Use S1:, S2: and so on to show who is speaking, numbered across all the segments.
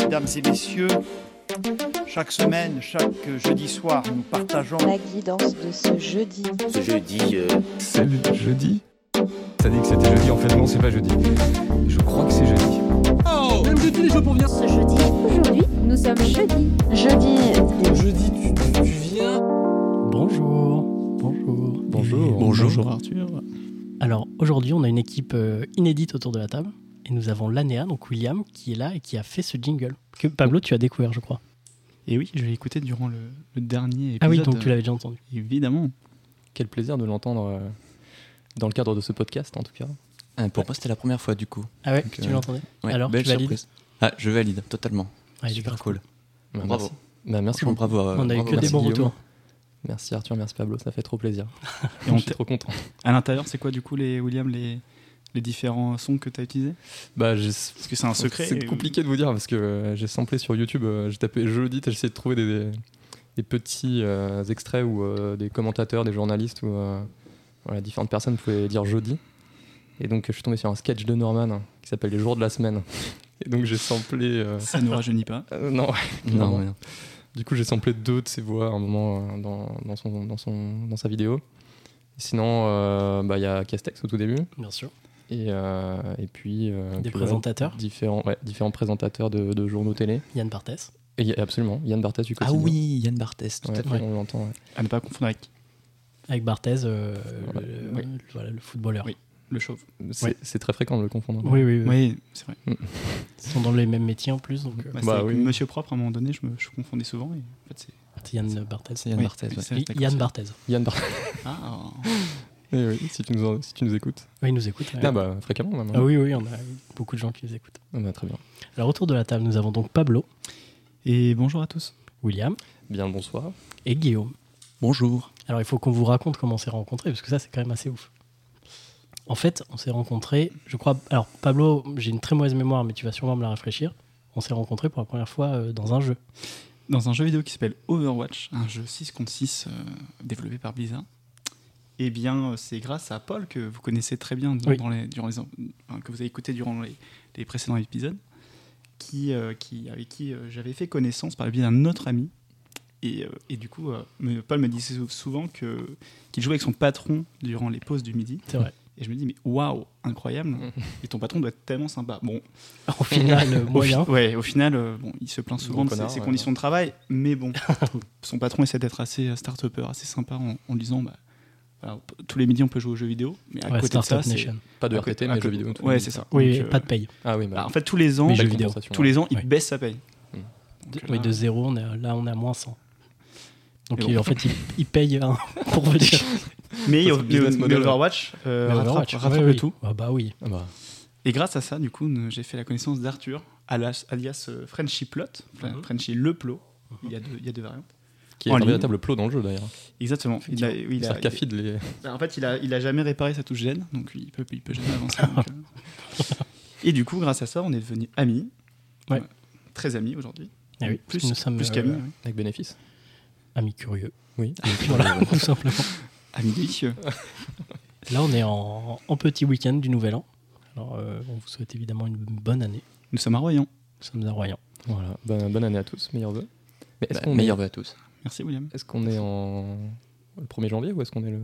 S1: mesdames et messieurs. Chaque semaine, chaque jeudi soir, nous partageons
S2: La guidance de ce jeudi.
S3: Ce jeudi, euh,
S4: C'est le jeudi T'as dit que c'était jeudi, en fait non, c'est pas jeudi. Je crois que c'est jeudi.
S5: ce jeudi. Aujourd'hui, nous sommes jeudi.
S2: Jeudi,
S6: Bonjour.
S7: Bonjour.
S6: Bonjour.
S7: Bonjour. Bonjour Arthur.
S6: Alors aujourd'hui, on a une équipe euh, inédite autour de la table et nous avons l'ANEA, donc William, qui est là et qui a fait ce jingle que Pablo, tu as découvert, je crois.
S7: Et oui, je l'ai écouté durant le, le dernier épisode.
S6: Ah oui, donc tu l'avais déjà entendu.
S7: Évidemment.
S8: Quel plaisir de l'entendre euh, dans le cadre de ce podcast, en tout cas.
S3: Ah, pour moi, c'était la première fois du coup.
S6: Ah ouais,
S3: Donc,
S6: tu
S3: euh,
S6: l'entendais.
S3: Ouais,
S6: Alors,
S3: belle
S6: tu valides
S3: surprise. Ah, je valide totalement.
S6: Ouais, il est
S3: Super
S6: grave.
S3: cool.
S8: Bah,
S3: Bravo.
S8: Merci. Bah, merci
S3: Franchement,
S8: beaucoup.
S3: bravo. euh,
S6: On a eu
S3: bravo,
S6: que des
S3: merci.
S6: bons
S8: Guillaume.
S6: retours.
S8: Merci Arthur, merci Pablo, ça fait trop plaisir.
S7: Et on
S8: Je suis
S7: t'a-
S8: trop content.
S7: à l'intérieur, c'est quoi du coup, les William, les, les différents sons que t'as utilisés
S8: Bah, j'ai-
S7: Parce que c'est un secret.
S8: C'est
S7: et-
S8: compliqué de vous dire parce que euh, j'ai samplé sur YouTube, euh, j'ai tapé jeudi, j'ai essayé de trouver des, des- des petits euh, extraits où euh, des commentateurs, des journalistes ou euh, voilà, différentes personnes pouvaient dire jeudi. Et donc je suis tombé sur un sketch de Norman hein, qui s'appelle Les jours de la semaine. Et donc j'ai samplé. euh,
S7: Ça ne rajeunit pas.
S8: euh, non,
S3: Non, mais non.
S8: Du coup, j'ai samplé deux de ses voix à un moment euh, dans, dans son, dans, son, dans sa vidéo. Sinon, euh, bah, il y a Castex au tout début.
S6: Bien sûr.
S8: Et, euh, et puis. euh,
S6: Des
S8: puis voilà,
S6: présentateurs.
S8: différents, ouais, différents présentateurs de, de journaux télé.
S6: Yann Barthès.
S8: Et y a- absolument, Yann Barthès du
S3: Ah
S8: quotidien.
S3: oui, Yann Barthès, tout
S8: Ouais,
S3: à fait.
S6: fait.
S8: On l'entend. ouais.
S7: À ne pas confondre avec
S6: Avec Barthez, euh,
S8: Ouais,
S6: le,
S7: oui.
S6: le- voilà, le footballeur.
S7: Oui. le chauve.
S8: C'est
S7: Ouais.
S8: c'est très fréquent de le confondre.
S6: oui, oui. oui.
S7: Oui, c'est vrai.
S6: Ils sont dans les mêmes métiers en plus. Donc, euh,
S7: Bah, c'est
S8: Bah
S7: avec
S8: oui.
S7: Monsieur Propre, à un moment donné, je me je confondais souvent. Et en fait, c'est.
S6: c'est Yann Barthez.
S8: C'est Yann
S7: Oui,
S8: Barthès. ouais.
S7: c'est-
S6: Oui,
S7: d'accord,
S6: Yann
S7: c'est-
S6: Barthez.
S8: Yann Barthès.
S7: Ah,
S8: Eh oui, si, tu nous en- si tu nous écoutes.
S6: Oui, il nous écoute. ouais.
S8: Ah bah, fréquemment même.
S6: Ah oui, oui, on a beaucoup de gens qui nous écoutent.
S8: Ah bah, très bien.
S6: Alors autour de la table, nous avons donc Pablo,
S7: Et bonjour à tous.
S6: William
S8: Bien, bonsoir.
S6: et Guillaume.
S3: Bonjour.
S6: Alors, il faut qu'on vous raconte comment on s'est rencontrés, parce que ça, c'est quand même assez ouf. En fait, on s'est rencontrés, je crois. Alors, Pablo, j'ai une très mauvaise mémoire, mais tu vas sûrement me la rafraîchir. On s'est rencontrés pour la première fois euh, dans un jeu.
S7: dans un jeu vidéo qui s'appelle Overwatch, un jeu 6 contre 6 euh, développé par Blizzard. Eh bien, euh, c'est grâce à Paul que vous connaissez très bien, dans-
S6: Oui.
S7: dans les- durant les en- enfin, que vous avez écouté durant les, les précédents épisodes, qui, euh, qui, avec qui euh, j'avais fait connaissance par le biais d'un autre ami. Et, euh, et du coup, euh, me- Paul me disait sou- souvent que- qu'il jouait avec son patron durant les pauses du midi.
S6: C'est vrai.
S7: Et je me dis, mais waouh, incroyable! Et ton patron doit être tellement sympa. Bon,
S6: Au final, euh,
S7: au, fi-
S6: moyen.
S7: ouais, au final, euh, bon, il se plaint souvent
S8: Gros
S7: de ses-
S8: connard, euh.
S7: ses,
S8: ouais.
S7: conditions de travail, mais bon, son patron essaie d'être assez euh, start-upper, assez sympa en, en lui disant bah, voilà, p- tous les midis on peut jouer aux jeux vidéo, mais à
S6: Ouais,
S7: côté de ça,
S6: Startup
S7: c'est.
S6: Nation.
S8: Pas de
S7: à côté-
S8: RTT,
S7: à
S8: mais
S7: côté-
S8: jeux vidéo. tout le
S7: Ouais,
S8: monde.
S7: c'est ça.
S6: Oui,
S7: Donc, euh,
S6: pas de paye.
S8: Ah oui, bah,
S7: bah, en fait, tous les ans,
S6: Mais
S8: belle
S6: jeux vidéo.
S8: compensation,
S7: tous les ans, il
S6: Ouais.
S7: baisse sa paye.
S8: Mm.
S7: Donc,
S6: Oui,
S7: là,
S6: de zéro, on est, à- là, on est à moins 100. Donc,
S7: Mais bon.
S6: il- en fait, il, il paye hein, pour venir.
S7: Mais,
S8: c'est
S7: euh,
S8: le
S7: mais-
S8: business
S7: mais
S8: model.
S7: Overwatch euh,
S6: Mais
S7: rattrape,
S6: Overwatch,
S7: rattrape
S6: ouais,
S7: le
S6: oui.
S7: tout.
S6: Ah bah oui.
S8: Ah bah,
S7: Et grâce à ça, du coup, nous- j'ai fait la connaissance d'Arthur, alias alias, euh, Frenchy Plot, enfin,
S6: Mhm.
S7: Frenchy Le Plot. Il y, a deux, il y a deux variantes.
S8: qui est
S7: En
S8: un
S7: ligne.
S8: véritable plot dans le jeu d'ailleurs.
S7: Exactement. Il a, il a-
S8: C'est-à-dire qu'Afid les-
S7: Bah, en fait, il a, il a jamais réparé sa touche gêne, donc il peut, il peut jamais avancer. donc, euh. Et du coup, grâce à ça, on est devenus amis.
S6: Ouais.
S7: Très amis aujourd'hui.
S6: Ah oui,
S7: plus
S6: nous sommes
S7: plus
S6: euh,
S7: qu'amis. oui.
S8: avec bénéfice.
S6: amis curieux.
S8: Oui.
S6: Voilà, tout simplement.
S7: Amis délicieux.
S6: Là, on est en, en petit week-end du Nouvel An. Alors, euh, on vous souhaite évidemment une bonne année.
S7: Nous sommes à Royan.
S6: Nous sommes à Royan.
S8: Voilà. Ben, bonne année à tous, meilleurs vœux. Mais est-ce
S3: Bah,
S8: qu'on est-
S3: meilleurs vœux à tous.
S7: Merci, William.
S8: Est-ce qu'on est en le 1er janvier ou est-ce qu'on est le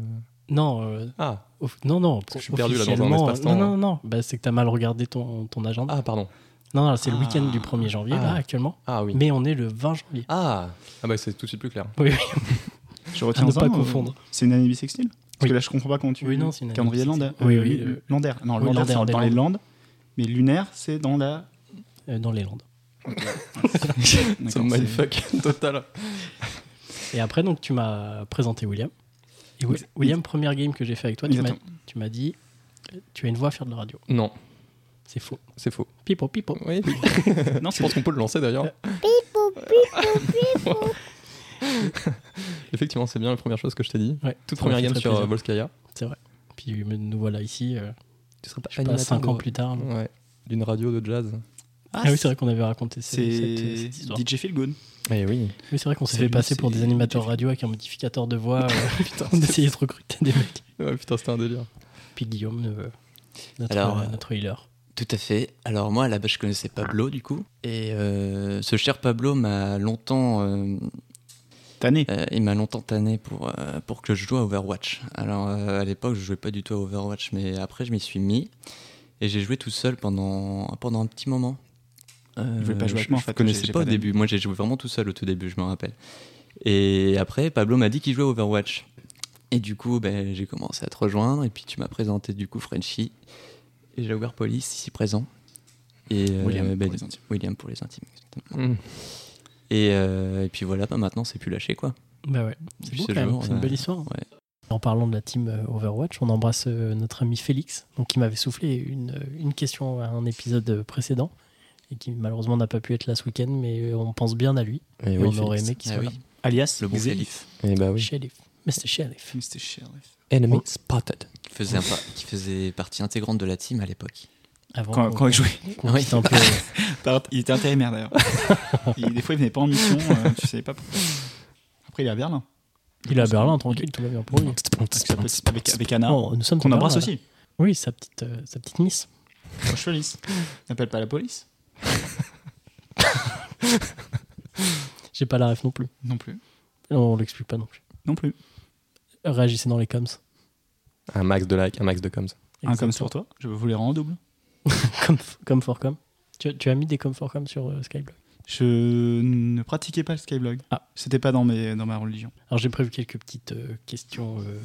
S6: Non, euh,
S8: Ah,
S6: Off- Non, non,
S8: que je suis perdu, là, dans un
S6: officiellement,
S8: espace-temps.
S6: Non, non, non, bah, c'est que t'as mal regardé ton, ton agenda.
S8: ah pardon.
S6: non, non, c'est le
S7: Ah.
S6: week-end du 1er janvier, là,
S8: Ah.
S6: actuellement.
S8: Ah oui.
S6: Mais on est le 20 janvier.
S8: Ah, ah bah c'est tout de suite plus clair.
S6: Oui,
S7: Je retiens
S6: À ne
S7: ça,
S6: pas
S7: euh,
S6: confondre.
S7: C'est une année bissextile Parce
S6: Oui.
S7: que là, je comprends pas comment tu.
S6: Oui, non, c'est une année
S7: Calendrier
S6: bissextile.
S7: landaire.
S8: Ah
S6: Oui, oui,
S7: euh,
S6: euh,
S7: Landaire. Non,
S6: oui,
S7: landaire,
S6: landaire,
S7: c'est dans
S6: des
S7: les Landes. Mais lunaire, c'est dans la.
S6: euh, dans les Landes.
S8: C'est
S7: D'accord,
S8: un
S7: c'est-
S8: mindfuck total.
S6: Et après, donc, tu m'as présenté William. Et Wi-
S7: Ex-
S6: William, première game que j'ai fait avec toi, tu m'as-
S7: Exactement.
S6: tu m'as dit euh, tu as une voix à faire de la radio.
S8: Non,
S6: C'est faux.
S8: c'est faux.
S6: Pipo, pipo.
S8: Oui.
S7: Non,
S8: Je
S7: c'est
S8: pense qu'on peut le lancer d'ailleurs. Effectivement, c'est bien la première chose que je t'ai dit.
S6: Ouais,
S8: Toute
S6: ça
S8: première
S6: m'a fait
S8: game
S6: très
S8: sur
S6: plaisir.
S8: euh, Volskaya.
S6: Puis euh, nous voilà ici, euh,
S8: Tu serais
S6: je sais pas, 5 ans plus tard.
S8: Ouais. D'une radio de jazz.
S6: Ah, oui, Ah, c'est vrai qu'on avait raconté ce- cette, euh,
S7: C'est
S6: cette histoire.
S7: DJ Phil Goon.
S8: Eh oui.
S6: Oui, c'est vrai qu'on s'est
S7: C'est
S6: fait
S7: lui,
S6: passer
S7: c'est-
S6: pour des animateurs radio avec un modificateur de voix. euh, on essayait de recruter des mecs.
S8: Ouais, putain, c'était un délire.
S6: Puis Guillaume, euh, notre,
S3: Alors,
S6: euh,
S3: euh,
S6: notre healer.
S3: Tout à fait. Alors moi, à la base, je connaissais Pablo, du coup. Et euh, ce cher Pablo m'a longtemps, euh,
S1: Tanné.
S3: euh, il m'a longtemps tanné pour, euh, pour que je joue à Overwatch. Alors euh, à l'époque, je jouais pas du tout à Overwatch, mais après, je m'y suis mis. Et j'ai joué tout seul pendant, pendant un petit moment. Euh,
S1: voulais pas jouer avec moi, en
S3: je
S1: fait, j'ai-
S3: connaissais
S1: j'ai
S3: pas au
S1: pas d'amis.
S3: début. Moi, j'ai joué vraiment tout seul au tout début, je me rappelle. Et après, Pablo m'a dit qu'il jouait à Overwatch. Et du coup, ben, j'ai commencé à te rejoindre. Et puis, tu m'as présenté du coup Frenchy. Et j'ai ouvert Police, ici présent. Et, euh,
S1: William pour
S3: ben,
S1: les intimes.
S3: William pour les intimes, exactement.
S8: Mm.
S3: Et, euh, et puis voilà, ben, maintenant, c'est plus lâché, quoi.
S6: Bah ouais, c'est
S3: Depuis
S6: beau
S3: ce
S6: quand même,
S3: jour,
S6: c'est une
S3: euh,
S6: belle histoire. hein.
S3: ouais.
S6: En parlant de la team euh, Overwatch, on embrasse euh, notre ami Félix, donc qui m'avait soufflé une, euh, une question à un épisode euh, précédent et qui malheureusement n'a pas pu être là ce week-end, mais euh, on pense bien à lui.
S8: Et
S6: Et
S8: Eh oui,
S6: on aurait
S8: Félix.
S6: aimé qu'il
S3: Ah
S6: soit
S3: oui,
S6: là.
S1: Alias
S3: le bon
S1: Xelif.
S3: Félix.
S8: Eh bah oui.
S6: Sheriff, Mr. Sheriff.
S1: Mr. Sheriff.
S8: Enemy
S6: On-
S8: spotted.
S3: Qui faisait, un par- qui faisait partie intégrante de la team à l'époque.
S6: Avant
S1: Quand,
S6: qu'on-
S1: quand il jouait.
S6: qu'on
S3: Oui.
S6: quitte un peu, euh,
S1: Par- Il était intérimaire d'ailleurs. Il- des fois, il venait pas en mission, euh, tu savais pas pourquoi. Après, il est à Berlin.
S6: il est à Berlin, tranquille, tout va bien pour lui.
S1: Avec, sa petite- avec, avec Anna.
S6: Bon, nous sommes
S1: qu'on
S6: à
S1: embrasse
S6: Berlin,
S1: aussi.
S6: là. Oui, sa petite, euh, sa petite miss.
S1: Chelis. N'appelle pas la police
S6: J'ai pas la ref non plus.
S1: Non plus.
S6: On l'explique pas non plus.
S1: Non plus.
S6: Réagissez dans les coms.
S8: Un max de likes, un max de coms.
S1: Un comme sur toi. Je vous les rends en double.
S6: Comme, comme for com. Tu, tu as mis des comme for com sur euh, Skyblog.
S1: Je ne pratiquais pas le Skyblog.
S6: Ah.
S1: C'était pas dans, mes, dans ma religion.
S6: Alors j'ai prévu quelques petites euh, questions euh,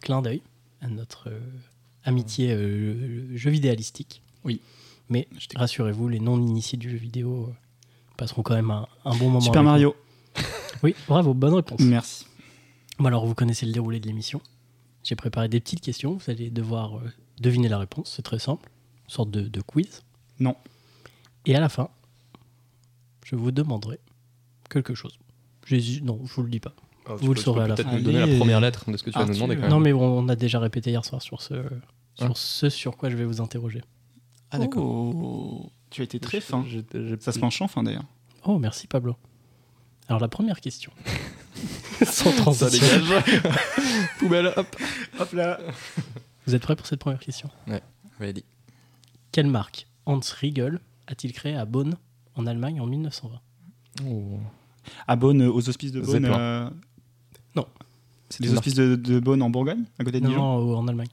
S6: clin d'œil à notre euh, amitié euh, jeu vidéalistique.
S1: Je t'ai-
S6: Rassurez-vous, les non-initiés du jeu vidéo euh, passeront quand même un, un bon moment.
S1: Super
S6: avec
S1: Mario.
S6: nous. Oui, bravo, bonne réponse.
S1: Merci.
S6: Bon, alors vous connaissez le déroulé de l'émission. J'ai préparé des petites questions, vous allez devoir euh, deviner la réponse, c'est très simple, une sorte de, de quiz.
S1: Non.
S6: Et à la fin, je vous demanderai quelque chose. Jésus, non, je vous le dis pas.
S8: Oh,
S6: Vous le saurez à la
S8: peut-être
S1: fin.
S8: nous donner la
S1: Allez.
S8: première lettre de ce que tu vas nous
S1: Arthur.
S8: demander quand
S1: Ouais.
S6: Non, mais
S8: même.
S6: on on a déjà répété hier soir sur ce,
S1: Ah.
S6: sur,
S8: Hein
S6: ce sur quoi je vais vous interroger.
S3: Ah, d'accord.
S1: Oh. Tu as été très fin.
S8: Je- je- je-
S1: Ça se mange en fin d'ailleurs.
S6: Oh, merci Pablo. Alors la première question. Sans
S8: Ça
S6: transition.
S8: dégage. Poubelle, hop.
S1: Hop là.
S6: Vous êtes prêts pour cette première question
S3: Ready.
S6: Quelle marque Hans Riegel a-t-il créé à Bonn, en Allemagne, en 1920
S8: Oh.
S1: À Beaune, euh, aux hospices de Beaune.
S8: Zeppelin.
S1: euh,
S6: Non.
S1: C'est les hospices de, de Beaune en Bourgogne, à côté de Dijon
S6: Non, euh, en- en Allemagne.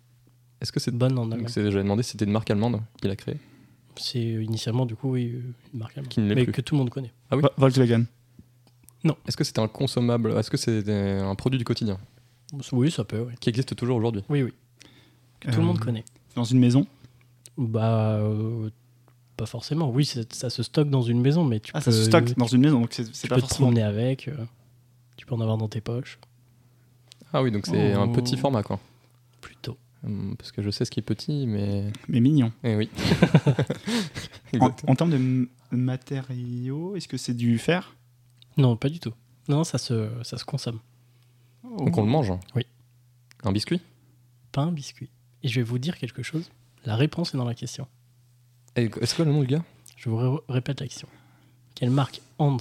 S8: Est-ce que c'est
S6: Bonn en
S8: Donc
S6: Allemagne.
S8: c'est- j'avais demandé si c'était une marque allemande qu'il a créée.
S6: C'est euh, initialement, du coup, oui, euh, une marque allemande.
S8: Qui ne l'est
S6: mais
S8: plus.
S6: que tout le monde connaît.
S8: oui.
S1: Vo- Volkswagen.
S8: Est-ce que c'était un consommable Est-ce que c'était un produit du quotidien
S6: Oui, ça peut, oui.
S8: qui existe toujours aujourd'hui
S6: Oui, oui. Que tout
S1: Euh,
S6: le monde connaît.
S1: Dans une maison.
S6: Bah, euh, pas forcément. Oui, c'est- ça se stocke dans une maison, mais tu
S1: Ah,
S6: peux,
S1: ça se stocke dans une maison, donc c'est c'est
S6: tu
S1: pas
S6: peux te
S1: forcément.
S6: promener avec. euh, tu peux en avoir dans tes poches,
S8: Ah oui, donc c'est un
S6: Oh.
S8: petit format quoi.
S6: plutôt.
S8: Hum, Parce que je sais ce qui est petit, mais
S1: Mais mignon.
S8: eh oui.
S1: En,
S8: Exact.
S1: en termes de m- matériaux, est-ce que c'est du fer
S6: Non, pas du tout. Non, ça se, ça se consomme.
S8: Donc on le mange.
S6: Oui.
S8: Un biscuit
S6: Pas un biscuit. Et je vais vous dire quelque chose. La réponse est dans la question.
S8: Et Est-ce que le nom du gars
S6: Je vous ré- répète la question. Quelle marque Hans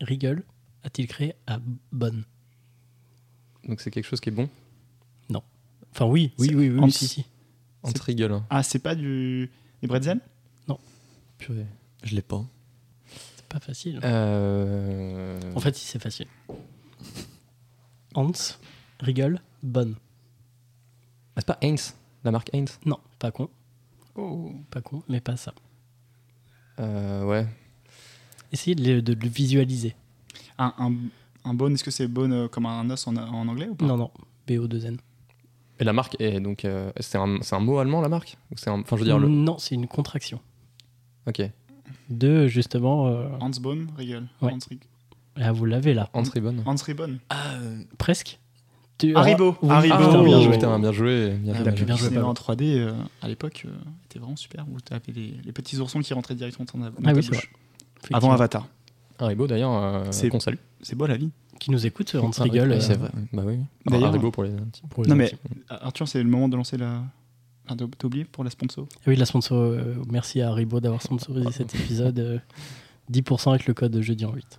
S6: Riegel a-t-il créé à Bonn
S8: Donc c'est quelque chose qui est bon.
S6: Enfin, oui, oui,
S1: C'est
S6: oui, oui,
S1: Hans.
S6: si, si.
S8: On
S1: C'est-
S8: te rigole.
S1: Ah, c'est pas du. des bretzels
S8: Purée.
S3: Je l'ai pas.
S6: C'est pas facile. hein.
S8: Euh...
S6: En fait, si, c'est facile. Hans Riegel Bonn.
S8: ah, c'est pas Heinz, la marque Heinz.
S6: Non, pas con,
S1: Oh.
S6: pas con, mais pas ça.
S8: Euh, ouais.
S6: Essayez de le, de le visualiser.
S1: Un, un, un bone, est-ce que c'est bone euh, comme un os en, en anglais ou pas
S6: Non, non, BO2N.
S8: Et la marque est donc euh, c'est un, c'est un mot allemand la marque Ou c'est un- enfin je veux dire le.
S6: Non, c'est une contraction.
S8: Ok.
S6: De, justement, euh,
S1: Hans Bone, Riegel.
S6: Ouais.
S1: Hans, Rig-
S6: ah, vous l'avez là.
S8: Hans Ribbon.
S1: Hans Ribbon.
S3: Ah, euh,
S6: Presque. Tu-
S1: Haribo,
S6: oui.
S1: Haribo.
S6: Ah,
S8: Putain, bien
S1: Oh.
S8: joué. Putain, bien joué. Bien
S6: Ah,
S8: joué.
S6: bah, bien joué,
S1: Le cinéma
S6: Pablo.
S1: en 3D euh, à l'époque euh, était vraiment super. Où t'avais les, les petits oursons qui rentraient directement dans ta, dans
S6: Ah
S1: ta
S6: oui, c'est
S1: bouche.
S6: vrai. Effectivement.
S1: Avant Avatar.
S8: Haribo d'ailleurs, euh,
S1: C'est-
S8: qu'on salue.
S1: C'est beau la vie.
S6: Qui nous écoute, Hans
S8: Ah,
S6: Riegel.
S8: oui,
S6: euh,
S8: c'est vrai. Bah oui.
S1: D'ailleurs-
S8: Haribo pour les petits.
S6: pour les
S1: Non,
S6: gentils.
S1: mais Ah, Arthur, c'est le moment de lancer la. Ah, t'as t'as oublié pour la sponsor
S6: Ah Oui, la sponsor. euh, merci à Haribo d'avoir sponsorisé cet épisode. euh, 10% avec le code jeudi en 8.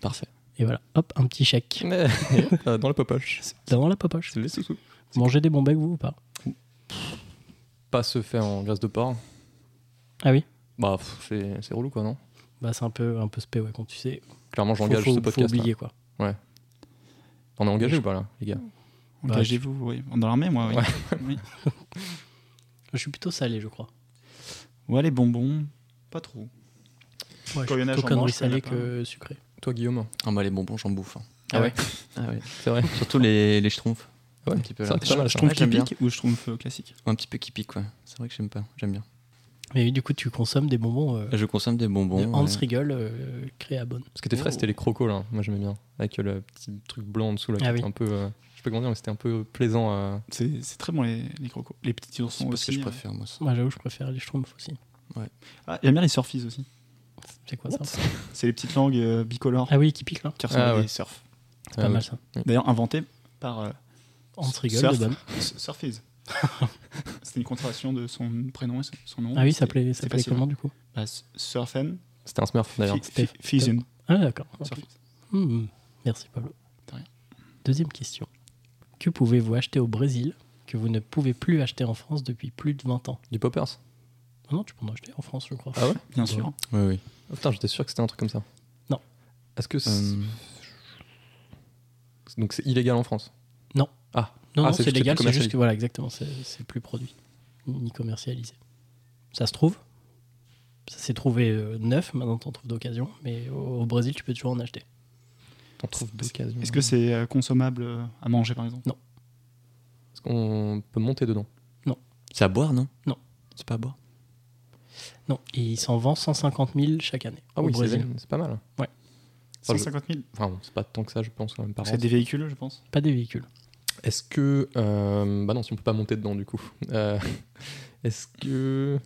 S8: Parfait.
S6: Et voilà, hop, un petit chèque
S8: Euh, dans la popoche.
S6: dans la popoche.
S8: C'est les sous
S6: Mangez des bonbecs, vous ou pas
S8: Pas se faire en glace de porc.
S6: Ah oui
S8: Bah, pff, c'est c'est relou, quoi, non
S6: Bah, c'est un peu, un peu spé, ouais, quand tu sais.
S8: Clairement,
S6: Faut-
S8: j'engage
S6: faut-
S8: ce
S6: faut
S8: podcast. hein.
S6: oublier, quoi.
S8: On est engagé ou pas, là, les gars
S6: Bah,
S1: Engagez-vous, oui. Dans l'armée, moi, oui.
S8: Ouais.
S1: Oui.
S6: Je suis plutôt salé, je crois.
S1: Ouais, les bonbons, pas trop.
S3: Ah,
S6: Ouais,
S1: Quand
S6: je
S1: il y
S6: suis
S1: en a,
S6: plutôt
S1: j'en
S6: connerie
S1: mange, quand il y en a
S6: salée
S1: pas.
S6: que sucrée.
S8: Toi, Guillaume
S3: Ah bah les bonbons, j'en bouffe. hein.
S8: Ah ouais
S3: Ah ouais.
S8: C'est vrai
S3: Surtout les, les schtroumpfs.
S8: Ouais,
S3: Un petit peu.
S8: ça,
S3: là.
S8: c'est pas mal, hein.
S1: Je
S8: ça.
S1: trouve
S3: Ouais,
S1: qu'il
S3: j'aime bien.
S1: pique ou je trouve euh, classique
S3: Un petit peu qui pique, ouais. C'est vrai que j'aime pas. J'aime bien. Bah,
S6: Mais oui, du coup, tu consommes des bonbons. euh,
S3: Je consomme des bonbons.
S6: de Hans
S3: ouais.
S6: Riegel, euh, créé à Bonn.
S8: Parce que tes fraises, c'était les crocos, là. Moi, j'aimais bien. Avec euh, le petit truc blanc en dessous, là.
S6: Ah
S8: qui était
S6: oui.
S8: un peu. euh, je sais pas comment dire, mais c'était un peu plaisant à.
S1: C'est c'est très bon, les, les crocos. Les petits
S3: C'est
S1: oursons
S3: parce que
S1: aussi.
S3: je
S1: euh.
S3: préfère, moi. ça.
S6: Moi, j'avoue, je préfère les schtroumpfs aussi.
S1: Ah, j'aime bien les surfis aussi.
S6: C'est quoi ça
S1: C'est les petites langues euh, bicolores
S6: Ah oui, qui pique là.
S1: qui ressemblent
S8: Ah
S1: à
S8: ouais.
S1: des surfs.
S6: C'est pas
S8: Ah,
S6: mal
S8: oui.
S6: ça.
S1: D'ailleurs, inventées par euh,
S6: Hans Riegel
S1: Surf.
S6: de Bonn.
S1: S- Surfies. C'était une contraction de son prénom et son- son nom.
S6: Ah
S1: C'était-
S6: oui, ça s'appelait ça
S1: c'était
S6: s'appelait
S1: facile.
S6: comment du coup
S1: Bah, s- Surfen,
S8: C'était un smurf, d'ailleurs.
S1: Fi- Fi- Fizun.
S6: Ah d'accord.
S1: Surfis.
S6: Hmm, merci Pablo.
S1: De rien.
S6: Deuxième question. Que pouvez-vous acheter au Brésil que vous ne pouvez plus acheter en France depuis plus de 20 ans
S8: Du poppers.
S6: Ah Non, tu peux en acheter en France, je crois.
S8: Ah ouais
S1: Bien sûr.
S3: Ouais, oui.
S8: Oh, putain, j'étais sûr que c'était un truc comme ça.
S6: Non.
S8: Est-ce que. c'est-
S3: Euh,
S8: Donc, c'est illégal en France
S6: Non.
S8: Ah,
S6: Non,
S8: Ah,
S6: non,
S8: c'est
S6: c'est
S8: juste
S6: légal,
S8: plus
S6: c'est juste
S8: commercialisé.
S6: que voilà, exactement, c'est c'est plus produit ni commercialisé. Ça se trouve, ça s'est trouvé euh, neuf, maintenant t'en trouves d'occasion, mais au, au Brésil tu peux toujours en acheter.
S8: t'en trouves d'occasion.
S1: Est-ce que c'est euh, consommable euh, à manger, par exemple
S8: Est-ce qu'on peut monter dedans
S3: C'est à boire, non
S6: Non.
S3: C'est pas à boire.
S6: Non, et il s'en vend 150 000 chaque année
S8: Ah
S6: au
S8: oui, c'est
S6: Brésil.
S8: c'est pas mal. Enfin, Ah, je-
S1: 150 000
S8: Enfin, bon, c'est pas tant que ça, je pense, quand même, par an.
S1: C'est des véhicules, je pense.
S6: Pas des véhicules.
S8: Est-ce que. euh, bah non, si on peut pas monter dedans, du coup. Euh, Est-ce que.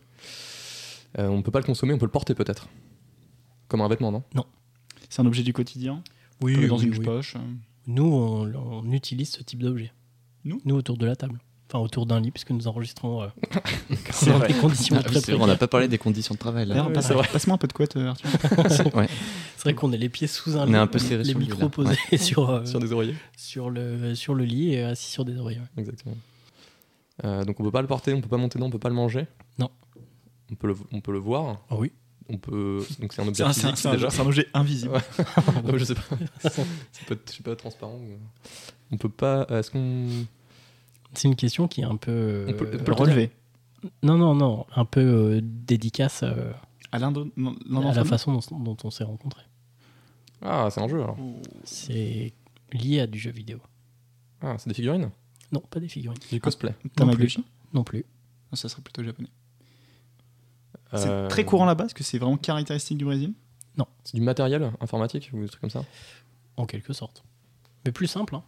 S8: euh, on peut pas le consommer, on peut le porter peut-être. Comme un vêtement, non
S1: C'est un objet du quotidien.
S6: Oui,
S1: on peut le dans une poche. euh.
S6: Nous, on, on utilise ce type d'objet.
S1: Nous
S6: autour de la table. Enfin, autour d'un lit, puisque nous enregistrons euh,
S3: C'est
S6: dans
S3: vrai.
S6: des conditions
S3: Ah, oui,
S6: très
S3: c'est vrai, on n'a
S6: précaires.
S3: pas parlé des conditions de travail là.
S1: D'ailleurs, passe-
S6: c'est vrai.
S1: passe-moi un peu de couette, euh, Arthur.
S3: C'est- ouais.
S6: C'est vrai qu'on a les pieds sous un
S3: On
S6: lit,
S3: est un peu serré
S6: les
S3: sur le lit,
S6: micros
S3: là.
S6: posés sur, euh,
S8: Sur des oreillers
S6: sur le, sur le lit et euh, assis sur des oreillers. ouais.
S8: Exactement. Euh, donc on peut pas le porter, on peut pas monter dedans, on peut pas le manger
S6: Non.
S8: On peut le, on peut le voir
S6: Ah oui.
S8: On peut... Donc c'est un
S1: C'est
S8: objet
S1: un, c'est un-
S8: physique
S1: c'est un-
S8: déjà
S1: c'est un objet invisible.
S8: Ouais. Non, mais je sais pas. C'est pas- Je suis pas transparent. ou- On peut pas... euh, Est-ce qu'on...
S6: C'est une question qui est un peu. euh,
S8: On peut- on peut
S1: Peut le relever.
S6: Non, non, non. Un peu euh, dédicace euh,
S1: À l'un d'eux- non, l'un
S6: à
S1: d'entre
S6: la
S1: nous
S6: façon dont, dont on s'est rencontrés.
S8: Ah, c'est un jeu alors.
S1: Ou-
S6: C'est lié à du jeu vidéo.
S8: Ah, c'est des figurines
S6: Non, pas des figurines.
S8: Du cosplay.
S1: Tamagotchi
S6: Non plus.
S1: Non, Ah, Ça serait plutôt japonais.
S8: Euh,
S1: C'est très courant là-bas, parce que c'est vraiment caractéristique du Brésil.
S8: C'est du matériel informatique ou des trucs comme ça
S6: En quelque sorte. Mais plus simple. Hein.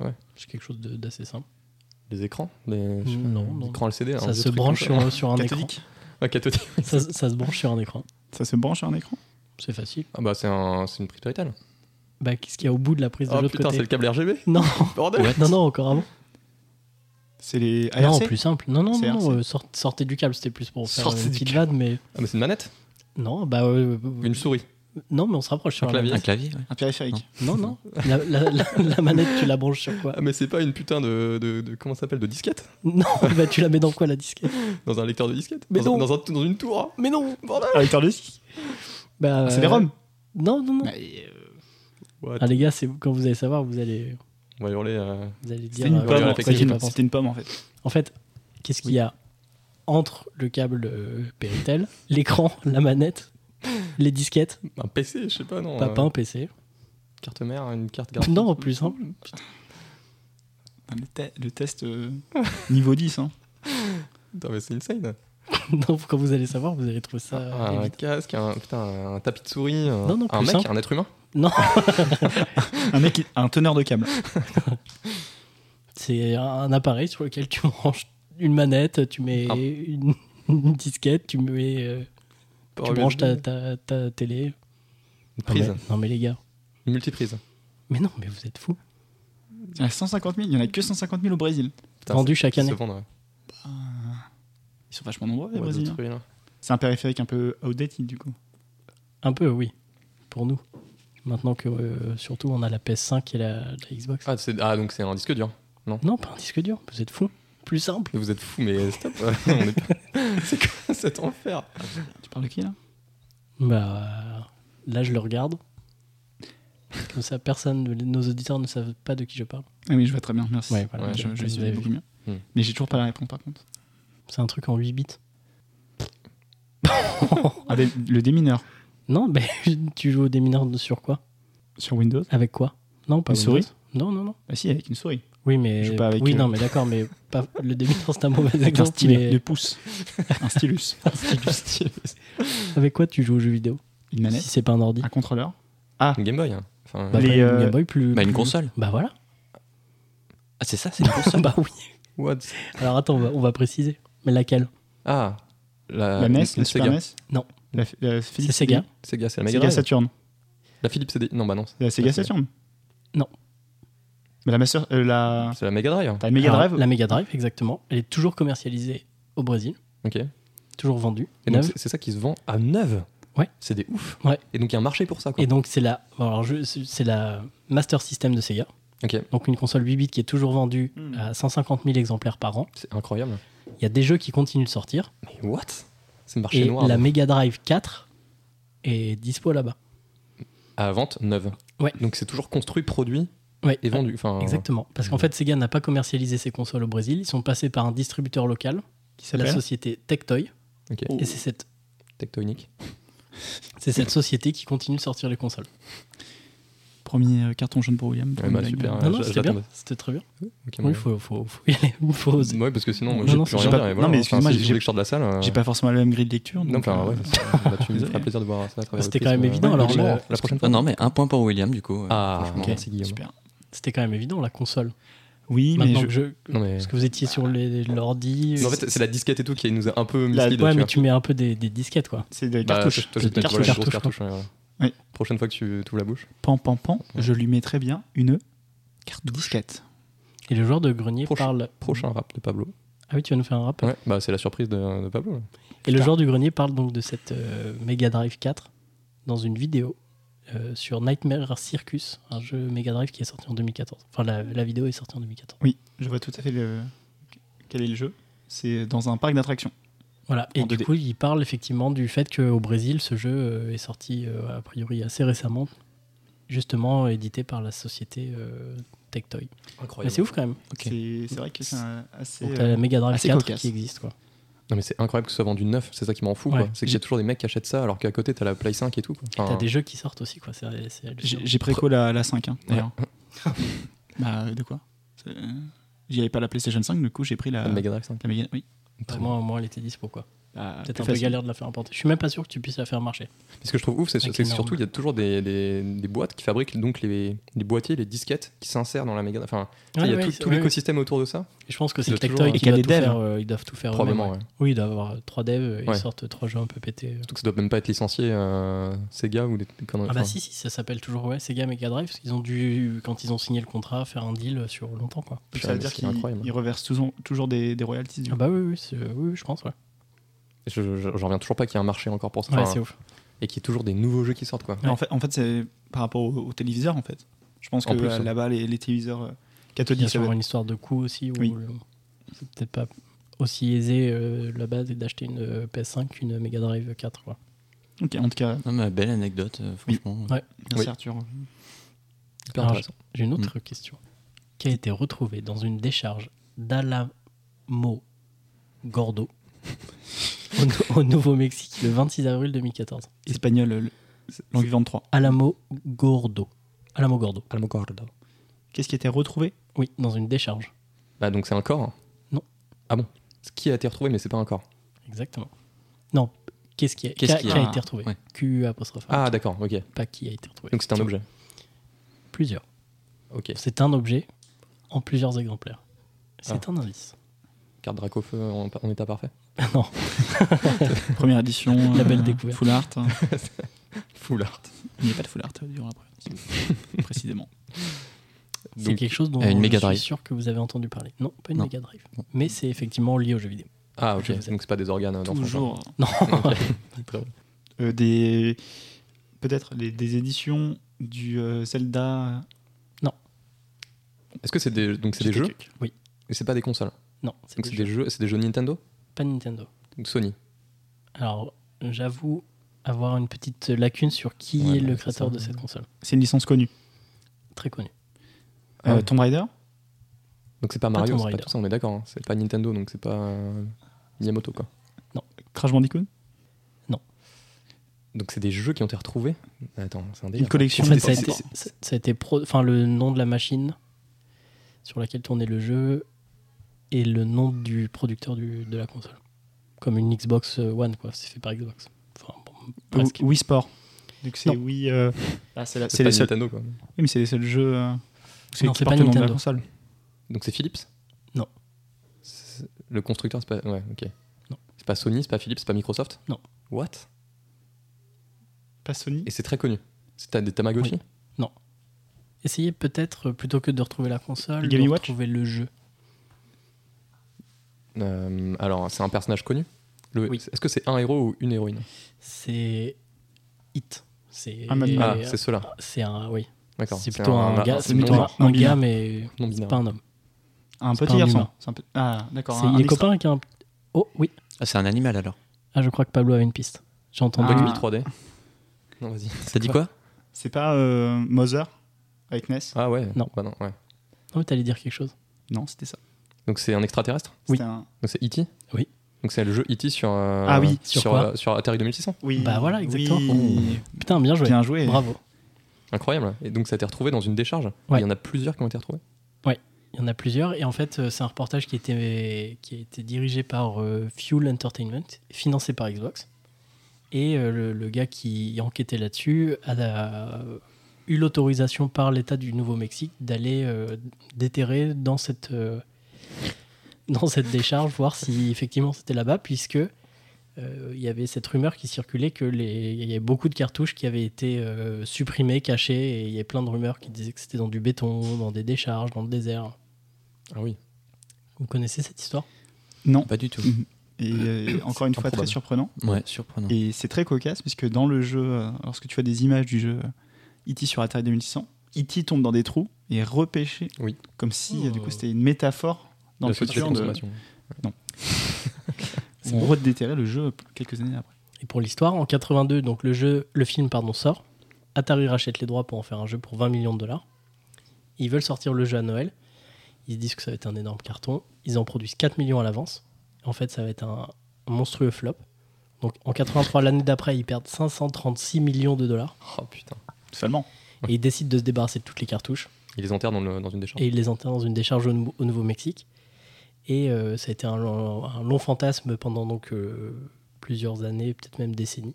S8: Ah ouais.
S6: C'est quelque chose de- d'assez simple.
S8: Des écrans des, je sais pas,
S6: Non, non.
S8: hein, Des écrans LCD
S6: ça se branche sur, sur un écran.
S1: Catholique.
S8: Ah, cathodique.
S6: Ça, se- ça se branche sur un écran.
S1: Ça se branche sur un écran
S6: C'est facile.
S8: Ah bah c'est un, c'est une prise Péritel.
S6: Bah, qu'est-ce qu'il y a au bout de la prise de
S8: Ah
S6: l'autre
S8: putain,
S6: côté
S8: c'est le câble RGB
S6: Non,
S8: Bordel
S6: non, non, encore avant.
S1: C'est les
S8: Ah,
S1: ARC
S6: Non, plus simple. Non, non,
S1: C'est
S6: non,
S1: RC.
S6: euh, sort- sortez du câble, c'était plus pour faire
S8: Sortez
S6: une
S8: du
S6: petite
S8: câble.
S6: vanne, mais
S8: Ah mais c'est une manette
S6: non, bah, euh,
S8: Une souris
S6: non, mais on se rapproche sur
S8: Un
S6: la
S8: clavier.
S3: Un
S6: manette.
S3: clavier, ouais.
S1: Un périphérique.
S6: Non, non, la, la- la- la manette, tu la branches sur quoi
S8: Ah mais c'est pas une putain de... de, de- comment ça s'appelle De disquette
S6: Non, bah, tu la mets dans quoi la disquette
S8: Dans un lecteur de disquette
S6: Mais
S8: dans, un-
S6: non.
S8: dans, un- dans une tour
S6: Mais non,
S8: Bordel
S1: Un lecteur de disque
S6: Euh, bah,
S1: Ah, C'est des
S6: euh,
S1: ROM
S6: Non, non,
S8: Bah,
S6: non.
S8: What
S6: Ah, les gars, c'est quand vous allez savoir, vous allez,
S8: On va hurler... euh,
S6: vous allez
S1: C'était
S6: dire.
S1: une,
S6: euh,
S1: pomme,
S6: ouais,
S1: en
S8: la
S1: fait.
S6: pourquoi j'y ai pas
S1: C'était
S6: pensé.
S1: une pomme, en fait.
S6: En fait, qu'est-ce qu'il y a entre le câble euh, Péritel, l'écran, la manette, les disquettes,
S8: Un PC, je sais pas, non
S6: pas,
S8: euh,
S6: pas un PC.
S8: Carte mère, une carte graphique
S6: Non, plus simple.
S1: Ah, Le, te- le test euh, niveau 10. Hein.
S8: Putain mais c'est
S6: Euh,
S8: insane
S6: Non, quand vous allez savoir, vous allez trouver ça.
S8: Ah,
S6: euh,
S8: Un
S6: vite.
S8: casque, un, putain, un tapis de souris, un,
S6: Non, non,
S8: un
S6: plus
S8: mec,
S6: simple.
S8: un être humain
S6: Non,
S1: Un mec, qui- un teneur de câble.
S6: c'est un appareil sur lequel tu branches une manette, tu mets
S8: Ah.
S6: une, une disquette, tu mets, euh, tu
S8: Oh,
S6: branches ta, ta- ta télé.
S8: Une
S6: Non
S8: prise,
S6: mais, non, mais les gars,
S8: une multiprise.
S6: mais non, mais vous êtes fous.
S1: Il y en a 150 000, il y en a que 150 000 au Brésil.
S8: Putain,
S6: Vendu
S8: c'est-
S6: chaque
S8: c'est
S6: année.
S8: Se vendre, ouais.
S1: Ils sont vachement nombreux, les
S8: Ouais, d'autres
S1: Brésiliens.
S8: trucs, là.
S1: C'est un périphérique un peu outdated, du coup.
S6: Un peu, oui, pour nous. Maintenant que euh, surtout on a la PS5 et la, la Xbox.
S8: Ah, c'est- ah, donc c'est un disque dur.
S6: Non, pas un disque dur, vous êtes fous. Plus simple.
S8: Mais Vous êtes fous, mais stop. on est pas- C'est quoi cet enfer
S9: Tu parles de qui là
S6: Bah, là, je le regarde. Comme ça, personne, de- nos auditeurs ne savent pas de qui je parle.
S9: Ah oui, je vois très bien, merci.
S6: Ouais, voilà,
S8: Ouais,
S9: je,
S6: donc,
S9: je
S6: vous
S9: suis
S6: avez
S9: beaucoup
S6: vu.
S9: mieux.
S8: Hmm.
S9: Mais j'ai toujours pas la réponse par contre.
S6: C'est un truc en 8 bits.
S9: Ah, ben, le démineur
S6: Non, mais tu joues au démineur de- sur quoi
S9: sur Windows
S6: Avec quoi Non, pas
S9: Une
S6: Windows.
S9: souris
S6: Non, non, non.
S9: Ah si, avec une souris.
S6: Oui, mais.
S9: Je joue pas avec,
S6: oui,
S9: euh,
S6: non, mais d'accord, mais pas- le démineur, c'est un mauvais
S9: Avec un
S6: exemple.
S9: stylet
S6: mais-
S9: de pouce. un stylus.
S6: Avec quoi tu joues aux jeux vidéo
S9: Une
S6: Si
S9: manette.
S6: c'est pas un ordi.
S9: Un contrôleur.
S8: Une Game Boy. hein. Enfin,
S6: Bah,
S9: Les,
S6: après, une
S9: euh,
S6: Game Boy plus.
S3: Bah, une
S6: plus-
S3: console.
S6: Bah voilà.
S3: Ah, c'est ça, c'est une console.
S6: bah oui.
S8: what
S6: Alors attends, on va, on va préciser. Mais laquelle
S8: Ah, la,
S9: la
S8: la
S9: NES, la Super
S8: Sega.
S9: NES
S6: Non.
S9: La, la
S6: C'est
S9: Philips
S6: Sega.
S9: CD.
S8: Sega, c'est la Mega
S9: Sega
S8: Drive.
S9: Saturn.
S8: La Philips CD. Non, bah non, c'est-
S9: La Sega
S8: La Sega.
S9: Saturn
S6: Non.
S9: Mais la Master. euh, la...
S8: c'est la Mega Drive.
S9: T'as la Mega
S6: Alors,
S9: Drive
S6: La Mega Drive, exactement. Elle est toujours commercialisée au Brésil,
S8: Ok. Et
S6: toujours vendue.
S8: donc,
S6: neuve.
S8: c'est- c'est ça qui se vend à 9.
S6: Ouais.
S8: C'est des ouf.
S6: Ouais.
S8: Et donc, il y a un marché pour ça, quoi.
S6: Et donc c'est la, bon, alors, je- c'est la Master System de Sega.
S8: Ok.
S6: Donc une console 8 bits qui est toujours vendue
S1: Hmm.
S6: à 150 000 exemplaires par an.
S8: C'est incroyable.
S6: Il y a des jeux qui continuent de sortir.
S8: Mais what C'est le marché
S6: Et
S8: noir.
S6: la
S8: donc.
S6: Mega Drive 4 est dispo là-bas.
S8: À vente, 9.
S6: Ouais.
S8: Donc, c'est toujours construit, produit
S6: Ouais.
S8: et hein. vendu. Enfin,
S6: Exactement. Parce qu'en fait, Sega n'a pas commercialisé ses consoles au Brésil. Ils sont passés par un distributeur local,
S9: qui
S6: la
S9: s'appelle
S6: société Tectoy.
S8: Ok.
S6: Et c'est cette,
S8: Tectonique.
S6: c'est cette société qui continue de sortir les consoles.
S9: Premier euh, carton jaune pour William.
S8: Ouais, bah, super.
S6: non, non,
S8: je-
S6: c'était
S8: j'attendais.
S6: bien. C'était très bien.
S8: Ok,
S6: Oui,
S8: bon.
S6: il faut, faut, faut y aller. Faut oser.
S8: Ouais, parce que sinon, moi,
S6: Non,
S8: j'ai
S6: non,
S8: plus
S6: c'est-
S8: rien
S9: j'ai
S8: à
S9: pas-
S8: dire. et
S9: non,
S8: voilà.
S9: mais
S8: Enfin,
S9: excuse-moi,
S8: si je
S9: j'ai-
S8: voulais que je sorte de la salle. euh,
S9: J'ai pas forcément la même grille de lecture.
S8: Non,
S9: donc,
S8: enfin,
S9: euh,
S8: ouais, ça- bah, tu me feras plaisir de voir ça à travers le
S6: C'était quand même
S8: prisme.
S6: évident,
S8: Ouais,
S6: alors,
S8: franchement,
S6: le-
S8: la prochaine
S3: Ah
S8: fois.
S3: non, mais un point pour William, du coup.
S8: Ah,
S9: ok,
S8: merci Guillaume.
S9: super.
S6: C'était quand même évident, la console.
S9: Oui, mais
S6: Maintenant
S9: je-
S6: que je...
S8: Non, mais.
S6: Parce que vous étiez sur les- l'ordi.
S8: Non, en fait, c'est la disquette et tout qui nous a un peu mis
S9: La-
S8: speed,
S6: ouais,
S8: tu
S6: mais
S8: vois.
S6: tu mets un peu des, des disquettes, quoi.
S9: c'est des
S8: Bah,
S9: cartouches.
S8: toi, je te
S9: Des
S8: mets voilà, une grosse
S9: cartouches.
S8: cartouche, ouais, voilà.
S9: Ouais.
S8: Prochaine fois que tu tu ouvres la bouche.
S9: Pan, pan, pan.
S8: Ouais.
S9: Je lui mets très bien une cartouche. Disquette.
S6: Et le joueur de grenier
S8: Prochain.
S6: parle.
S8: Prochain rap de Pablo.
S6: Ah oui, tu vas nous faire un rap.
S8: Ouais, bah c'est la surprise de, de Pablo. là.
S6: Et le joueur du grenier parle donc de cette euh, Mega Drive 4 dans une vidéo euh, sur Nightmare Circus, un jeu Mega Drive qui est sorti en 2014. Enfin, la, la vidéo est sortie en 2014.
S9: Oui, je vois tout à fait le... quel est le jeu. C'est dans un parc d'attractions.
S6: Voilà. Et
S9: En
S6: du
S9: 2D.
S6: coup, il parle effectivement du fait qu'au Brésil, ce jeu euh, est sorti euh, a priori assez récemment, justement édité par la société euh, Tectoy. Mais
S8: Incroyable.
S6: c'est ouf quand même.
S9: C'est- C'est vrai que c'est un- assez.
S6: Donc
S9: euh,
S6: t'as la Mega Drive
S9: assez
S6: 4
S9: cocasse.
S6: qui existe quoi.
S8: Non mais c'est incroyable que ce soit vendu neuf, c'est ça qui m'en fout
S6: Ouais.
S8: quoi. C'est qu'il y a toujours des mecs qui achètent ça alors qu'à côté t'as la Play 5 et tout quoi. Enfin,
S6: T'as des jeux qui sortent aussi quoi. C'est euh, c'est hallucinant.
S9: J'ai j'ai préco la, la 5, hein, d'ailleurs. bah, de quoi C'est- euh, J'y avais pas la PlayStation 5, du coup, j'ai pris la.
S8: la Mega Drive 5.
S9: la Mega- oui.
S6: Vraiment, moi, elle était dispo quoi.
S9: Ah,
S6: Peut-être
S9: plus
S6: un peu
S9: facile.
S6: galère de la faire importer. Je suis même pas sûr que tu puisses la faire marcher.
S8: Mais ce que je trouve ouf c'est c'est
S6: Avec
S8: que
S6: les normes.
S8: surtout il y a toujours des, des- des boîtes qui fabriquent donc les, les boîtiers, les disquettes qui s'insèrent dans la Mega Drive. Enfin, tu sais, il y a
S6: Ouais,
S8: tout,
S6: ouais,
S8: tout
S6: ouais, ouais.
S8: l'écosystème autour de ça.
S6: Je pense que
S8: Il
S6: c'est
S8: doit toujours,
S6: Tectoy
S8: euh,
S6: qui doit
S9: Et qu'il y a
S6: tout
S9: des devs.
S6: faire. euh, ils doivent tout faire.
S8: Probablement
S6: eux-mêmes,
S8: ouais.
S6: ouais. Oui, ils doivent avoir 3 devs. et Ils
S8: Ouais.
S6: sortent 3 jeux un peu pétés. euh,
S8: Surtout que ça doit même pas être licencié euh, Sega ou des des conneries.
S6: Ah bah
S8: enfin,
S6: si, si, ça s'appelle toujours ouais, Sega Mega Drive. Parce qu'ils ont dû, quand ils ont signé le contrat, faire un deal sur longtemps quoi.
S9: Ça veut
S8: mais
S9: dire
S8: c'est
S9: qu'ils
S8: incroyable.
S9: ils reversent toujours, toujours des, des royalties. du
S6: Ah
S9: coup.
S6: bah oui, oui, c'est- oui, oui, je pense, ouais.
S8: Je, je- j'en reviens toujours pas qu'il y a un marché encore pour ça
S6: Ouais,
S8: Enfin,
S6: c'est ouf.
S8: et qu'il y ait toujours des nouveaux jeux qui sortent quoi.
S9: Mais En fait, en fait c'est par rapport au, au téléviseur, en fait. Je pense
S8: En
S9: que
S8: plus,
S9: euh,
S8: ouais.
S9: là-bas, les, les téléviseurs euh,
S6: Il y
S9: cathodiques,
S6: a
S9: ça va
S6: sûrement une histoire de coût aussi où
S9: Oui.
S6: le- c'est peut-être pas aussi aisé euh, là-bas d'acheter une euh, PS5 qu'une Mega Drive 4 quoi.
S9: être- Ok, en tout cas,
S3: Non, mais belle anecdote, euh,
S9: Oui.
S3: franchement.
S9: merci
S8: Oui.
S9: Arthur.
S8: Hyper
S6: Alors,
S8: intéressant.
S6: J'ai une autre question qui a été retrouvée dans une décharge d'Alamo Gordo au, Nou- au Nouveau-Mexique le 26 avril 2014.
S9: Espagnol, euh, le- langue vivante 3.
S6: Alamo Gordo. Alamo Gordo. Alamo Gordo.
S9: Qu'est-ce qui était retrouvé
S6: Oui, dans une décharge.
S8: Bah donc c'est un corps
S6: Non.
S8: Ah bon Ce qui a été retrouvé mais c'est pas un corps.
S6: Exactement. Non, qu'est-ce qui, a-
S3: Qu'est-ce
S6: qu'a-
S3: qui a-
S6: qu'a été retrouvé
S3: ouais.
S6: Q apostrophe.
S8: Ah d'accord, ok.
S6: pas qui a été retrouvé.
S8: Donc c'est un objet.
S6: Plusieurs.
S8: Ok.
S6: C'est un objet en plusieurs exemplaires. C'est un indice.
S8: Carte Dracofeu en, en état parfait.
S6: non,
S9: Première édition.
S6: La belle découverte.
S9: Full art. hein.
S8: Full art.
S9: Il n'y a pas de full art euh, durant la première édition. Précisément.
S6: c'est quelque chose dont
S3: euh, une Mega
S6: je suis
S3: Drive.
S6: sûr que vous avez entendu parler. Non, pas une
S3: Non.
S6: Mega Drive.
S3: Non.
S6: Mais c'est effectivement lié aux jeux vidéo.
S8: Ah
S6: Je
S8: ok.
S6: vous aime.
S8: Donc c'est pas des organes d'enfant.
S9: Toujours.
S6: Non,
S9: euh, des peut-être les- des éditions du euh, Zelda
S8: Est-ce que c'est des donc c'est des jeux
S6: Oui.
S8: Et c'est pas des consoles.
S6: non, c'est
S8: Donc
S6: des
S8: c'est
S6: jeux.
S8: des jeux, c'est des jeux Nintendo.
S6: pas Nintendo.
S8: ou Sony
S6: Alors, j'avoue avoir une petite lacune sur qui
S8: Ouais,
S6: est le
S8: c'est
S6: créateur
S8: ça.
S6: de cette console.
S9: C'est une licence connue.
S6: Très connu.
S9: Euh,
S6: Ah
S8: Ouais.
S9: Tomb Raider
S8: Donc c'est pas
S6: Pas
S8: Mario,
S6: Tomb
S8: c'est pas
S6: Raider.
S8: tout ça, on est d'accord. hein. C'est pas Nintendo, donc c'est pas euh, Miyamoto quoi.
S9: Crash Bandicoot
S8: Donc c'est des jeux qui ont été retrouvés. Attends, c'est un
S9: Une
S8: délire.
S9: collection
S6: En
S9: de
S6: fait, ça a été, ça- ça a été pro- enfin, le nom de la machine sur laquelle tournait le jeu et le nom du producteur du- de la console. Comme une Xbox euh, One, quoi. C'est fait par Xbox. Enfin, bon, presque.
S9: Euh, Wii Sport. Donc c'est
S6: Non.
S9: Wii. euh,
S8: c'est la-
S9: c'est
S8: pas
S9: les seuls.
S8: Nintendo quoi.
S9: Oui, mais c'est les seuls jeux. euh,
S6: Non,
S9: qui
S6: c'est pas
S9: portent le nom de la
S6: Nintendo.
S9: console.
S8: Donc c'est Philips
S6: Non.
S8: C'est- Le constructeur, c'est pas. Ouais, ok.
S6: Non.
S8: C'est pas Sony, c'est pas Philips, c'est pas Microsoft
S6: Non.
S8: What
S9: Pas Sony.
S8: Et c'est très connu. C'est ta- des Tamagotchi
S6: Essayez peut-être, euh, plutôt que de retrouver la console,
S9: Le
S6: de
S9: Game Watch
S6: retrouver le jeu.
S8: Euh, Alors, c'est un personnage connu Le-
S6: Oui.
S8: Est-ce que c'est un héros ou une héroïne
S6: C'est Hit. C'est euh,
S9: Un man-
S8: Ah, c'est ceux-là.
S6: c'est un oui.
S8: D'accord.
S6: C'est plutôt un, gars, c'est plutôt
S8: non-
S6: un, un
S9: non
S6: gars,
S9: binaire.
S6: mais
S8: non
S6: c'est
S8: binaire.
S6: pas un homme.
S9: Un
S6: c'est
S9: petit
S6: pas un
S9: garçon.
S6: humain.
S9: C'est un peu- Ah, d'accord.
S6: C'est-
S9: un-
S6: il est
S9: un
S6: copain avec un. Oh oui.
S3: Ah, c'est un animal alors.
S6: Ah, je crois que Pablo avait une piste. J'ai entendu.
S9: Ah.
S8: Bugby 3D Non, vas-y.
S3: T'as dit quoi
S9: extra. C'est pas euh, Mother avec Ness
S8: Ah ouais
S6: Non.
S8: Bah non, ouais.
S6: Non, mais t'allais dire quelque chose.
S9: Non, c'était ça.
S8: Donc c'est un extraterrestre
S6: Oui.
S9: C'était un-
S8: Donc c'est E.T.
S6: Oui.
S8: Donc c'est le jeu E.T. sur. euh,
S9: Ah oui.
S6: Sur
S8: Sur,
S6: quoi
S8: euh, sur Atari 2600.
S9: Oui.
S6: Bah voilà, exactement.
S9: oui.
S6: Putain, bien joué.
S9: Bien joué.
S6: Bravo.
S8: Incroyable. Et donc ça a été retrouvé dans une décharge.
S6: Ouais.
S8: Il y en a plusieurs qui ont été retrouvés.
S6: Il y en a plusieurs. Et en fait, euh, c'est un reportage qui, était, qui a été dirigé par euh, Fuel Entertainment, financé par Xbox. Et euh, le, le gars qui enquêtait là-dessus a, a eu l'autorisation par l'État du Nouveau-Mexique d'aller euh, déterrer dans cette, euh, dans cette décharge, voir si effectivement c'était là-bas, puisque euh, il y avait cette rumeur qui circulait que les- il y avait beaucoup de cartouches qui avaient été euh, supprimées, cachées, et il y avait plein de rumeurs qui disaient que c'était dans du béton, dans des décharges, dans le désert.
S8: Ah oui.
S6: Vous connaissez cette histoire
S9: Non.
S3: Pas du tout.
S9: Et euh, encore une fois,
S8: improbable.
S9: très surprenant.
S3: Ouais,
S8: Mm.
S3: surprenant.
S9: Mm. Et c'est très cocasse puisque dans le jeu, euh, lorsque tu as des images du jeu euh, E.T. sur Atari 2600, E.T. E tombe dans des trous et est repêché.
S8: Oui.
S9: Comme si,
S6: Oh.
S9: euh, du coup, c'était une métaphore dans
S8: La
S9: le
S8: société de
S9: futur de.
S8: consommation.
S9: On redéterrait le jeu quelques années après.
S6: Et pour l'histoire, en 82, donc le jeu, le film pardon sort. Atari rachète les droits pour en faire un jeu pour 20 millions de dollars. Ils veulent sortir le jeu à Noël. Ils se disent que ça va être un énorme carton. Ils en produisent 4 millions à l'avance. En fait, ça va être un monstrueux flop. Donc en 83, l'année d'après, ils perdent 536 millions de dollars.
S8: Oh putain.
S9: Seulement.
S6: Et ils décident de se débarrasser de toutes les cartouches.
S8: Il les enterre dans, le- dans une décharge.
S6: Et il les enterre dans une décharge au, Nou- au Nouveau-Mexique. Et euh, ça a été un long, un long fantasme pendant donc euh, plusieurs années, peut-être même décennies,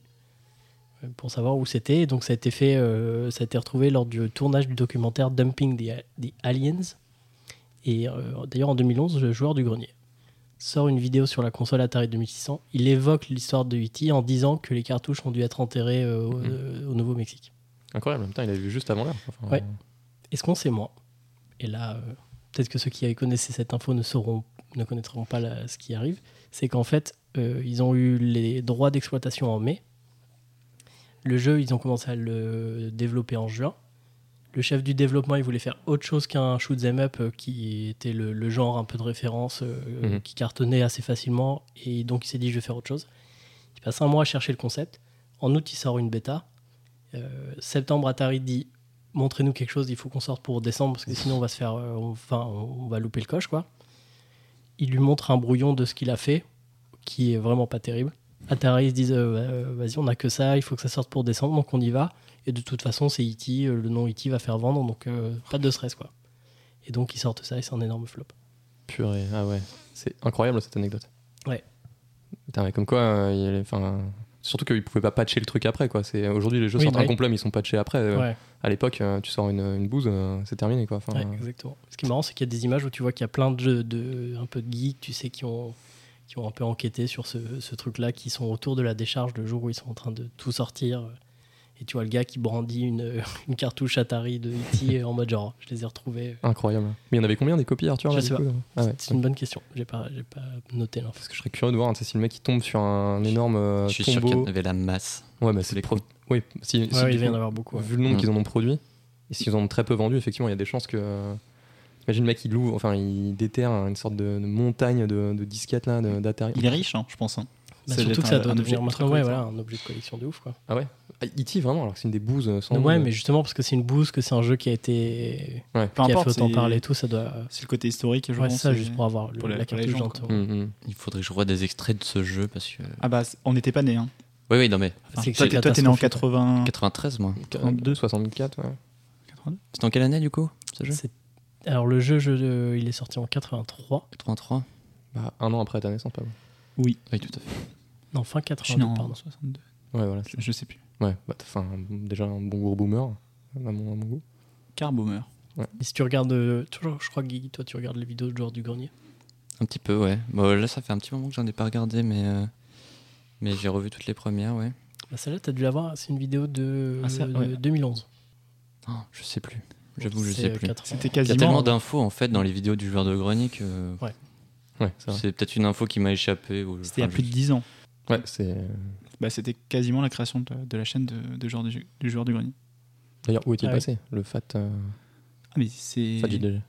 S6: euh, pour savoir où c'était. Et Donc ça a été fait, euh, ça a été retrouvé lors du tournage du documentaire Dumping the, A- the Aliens. Et euh, d'ailleurs en 2011, le joueur du grenier sort une vidéo sur la console Atari 2600. Il évoque l'histoire de E.T. en disant que les cartouches ont dû être enterrées euh, au- au Nouveau-Mexique.
S8: Incroyable. Putain, il a vu juste avant l'heure. Enfin,
S6: Ouais. Est-ce qu'on sait moins Et là, euh, peut-être que ceux qui connaissaient cette info ne, sauront, ne connaîtront pas la- ce qui arrive. C'est qu'en fait, euh, ils ont eu les droits d'exploitation en mai. Le jeu, ils ont commencé à le développer en juin. Le chef du développement, il voulait faire autre chose qu'un shoot 'em up euh, qui était le, le genre un peu de référence euh,
S8: Mhm.
S6: qui cartonnait assez facilement. Et donc, il s'est dit, je vais faire autre chose. Il passe un mois à chercher le concept. En août, il sort une bêta. Euh, septembre, Atari dit montrez-nous quelque chose, il faut qu'on sorte pour décembre, parce que sinon on va se faire, euh, on- enfin, on, on va louper le coche, quoi. Il lui montre un brouillon de ce qu'il a fait, qui est vraiment pas terrible. Atari ils se disent, euh, euh, vas-y, on a que ça, il faut que ça sorte pour décembre, donc on y va. Et de toute façon, c'est E.T., euh, le nom E.T. va faire vendre, donc euh, pas de stress, quoi. Et donc ils sortent ça et c'est un énorme flop.
S8: Purée. Ah ouais. C'est incroyable cette anecdote.
S6: Ouais.
S8: Putain, mais comme quoi, euh, il est- enfin. Surtout qu'ils pouvaient pas patcher le truc après quoi. C'est aujourd'hui les jeux
S6: Oui,
S8: sortent
S6: bah oui.
S8: incomplets mais ils sont patchés après. Euh,
S6: Ouais,
S8: À l'époque, euh, tu sors une, une bouse, euh, c'est terminé quoi. Enfin,
S6: ouais, exactement. Ce qui est marrant, c'est qu'il y a des images où tu vois qu'il y a plein de jeux, de, un peu de geeks, tu sais, qui ont, qui ont un peu enquêté sur ce, ce truc-là, qui sont autour de la décharge le jour où ils sont en train de tout sortir. Et tu vois le gars qui brandit une, une cartouche Atari de E.T. en mode genre, je les ai retrouvés.
S8: Incroyable. Mais il y en avait combien des copies Arthur
S6: Je
S8: là,
S6: sais
S8: du
S6: pas.
S8: coup Ah ouais.
S6: C'est une bonne question. J'ai pas, j'ai pas noté l'info.
S8: Parce que je serais curieux de voir hein, tu sais, si le mec il tombe sur un énorme euh,
S3: Je suis sûr qu'il y
S8: tombeau.
S3: en avait la masse.
S8: ouais, bah c'est
S3: les
S8: pro- Oui, si, si-
S6: Ouais,
S8: du
S6: il va y en
S8: coup,
S6: avoir beaucoup. ouais.
S8: vu le nombre
S3: Mm.
S8: qu'ils en ont produit, et s'ils en ont très peu vendu, effectivement, il y a des chances que. euh, Imagine le mec, il
S3: Mm.
S8: loue, enfin, il déterre une sorte de, de montagne de, de disquettes là, de- d'Atari.
S9: Il est riche, hein, je pense. hein.
S6: Bah,
S3: Ça doit
S6: surtout que
S3: être
S6: ça
S3: un-
S6: doit
S3: un
S6: devenir
S3: objet
S6: maintenant
S3: très
S6: ouais,
S3: collector.
S6: voilà, un objet de collection de ouf. Quoi.
S8: Ah, E.T. vraiment, alors que c'est une des bouses euh, sans
S6: Non,
S8: doute.
S6: ouais, mais justement, parce que c'est une bouse, que c'est un jeu qui a été.
S9: Peu
S6: qui a fait
S9: importe,
S6: autant
S9: c'est-
S6: parler et tout, ça doit.
S9: C'est le côté historique, je
S6: Ouais,
S9: pense.
S6: ça,
S9: et-
S6: juste pour avoir le-
S9: pour la-
S6: la
S9: pour les
S6: cartouche
S9: gens,
S6: dans le
S9: quoi.
S6: temps.
S8: Hum, hum.
S3: Il faudrait que je vois des extraits de ce jeu parce que.
S9: Ah bah, c'est- on n'était pas nés. Hein.
S3: Oui, oui, non, mais
S9: Enfin,
S6: C'est que
S9: toi,
S6: c'est
S9: t'es- toi, t'es né en
S6: catastrophique,
S9: 80...
S3: 93, moi.
S9: 42.
S8: 64, ouais.
S9: 82.
S3: C'était en quelle année, du coup, ce jeu
S6: C'est- Alors, le jeu, je- euh, il est sorti en 83.
S3: 83
S8: Bah, un an après ta naissance, pas
S3: Oui, tout à fait.
S6: Non, fin
S9: Je suis né
S6: 82,
S9: en
S6: pardon.
S9: 62.
S8: Ouais, voilà. c'est-
S9: Je, je sais plus.
S8: Ouais, bah, t'as- enfin, déjà un bon gros boomer, à mon, à mon goût.
S9: Car boomer.
S6: Et si tu regardes. euh, toujours, je crois, Guigui, toi, tu regardes les vidéos de joueurs du grenier.
S3: Un petit peu, ouais. Bon, là, ça fait un petit moment que j'en ai pas regardé, mais. euh, Mais j'ai revu toutes les premières, ouais.
S6: Bah, Celle-là, t'as dû la voir, c'est une vidéo de,
S9: Ah, ça,
S6: de
S9: ouais.
S6: 2011.
S3: Oh, je sais plus. J'avoue, je
S6: C'est,
S3: sais
S6: euh,
S3: plus.
S6: 80.
S9: C'était
S3: Il y a
S9: quasiment.
S3: tellement d'infos, en fait, dans les vidéos du joueur de grenier que.
S8: Ouais, c'est vrai.
S3: C'est peut-être une info qui m'a échappé. ou-
S9: C'était il y a
S3: enfin,
S9: plus de 10 ans.
S8: Ouais, c'est.
S9: Bah, c'était quasiment la création de, de la chaîne de, de genre du, du joueur du grenier.
S8: D'ailleurs, où est-il
S6: Ah oui.
S8: passé Le Fat, euh,
S9: Ah, mais c'est.
S8: fat JDG.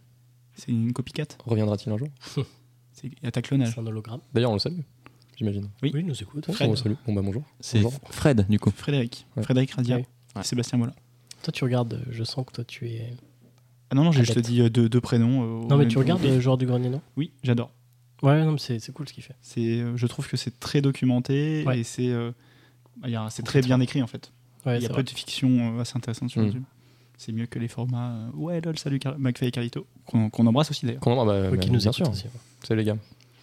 S9: C'est une copycat.
S8: Reviendra-t-il un jour
S9: C'est- Il y a ta clonage.
S6: C'est un hologramme.
S8: D'ailleurs, on le salue, j'imagine.
S9: Oui.
S6: il nous écoute.
S8: On le salue. Bon, bah, bonjour.
S3: C'est
S8: Bonjour.
S3: Fred, du coup.
S9: Frédéric.
S8: Ouais.
S9: Frédéric Radia.
S6: Ouais.
S3: Ouais.
S9: Sébastien Mola.
S6: Toi, tu regardes, euh, je sens que toi, tu es.
S9: Ah non, non, j'ai
S6: Ah,
S9: juste
S6: bête.
S9: dit euh, deux, deux prénoms. euh, au
S6: Non, mais
S9: même-
S6: tu regardes
S9: au-
S6: les joueurs du grenier, non
S9: Oui, j'adore.
S6: Ouais, non, mais c'est c'est cool ce qu'il fait.
S9: C'est, euh, Je trouve que c'est très documenté
S6: Ouais.
S9: et c'est euh, bah, il y a- c'est très bien écrit en fait.
S6: Ouais,
S9: Il y a
S6: c'est
S9: peu
S6: vrai.
S9: de fiction euh, assez intéressante sur
S8: Mm.
S9: YouTube. C'est mieux que les formats euh, Ouais, lol, salut Car- McFly et Carlito, qu'on qu'on embrasse aussi d'ailleurs.
S8: Qu'on en- ah, bah,
S6: Eux qui
S8: bah,
S6: nous
S8: bien
S6: écoutent
S8: sûr.
S6: aussi. ouais.
S8: Salut les gars.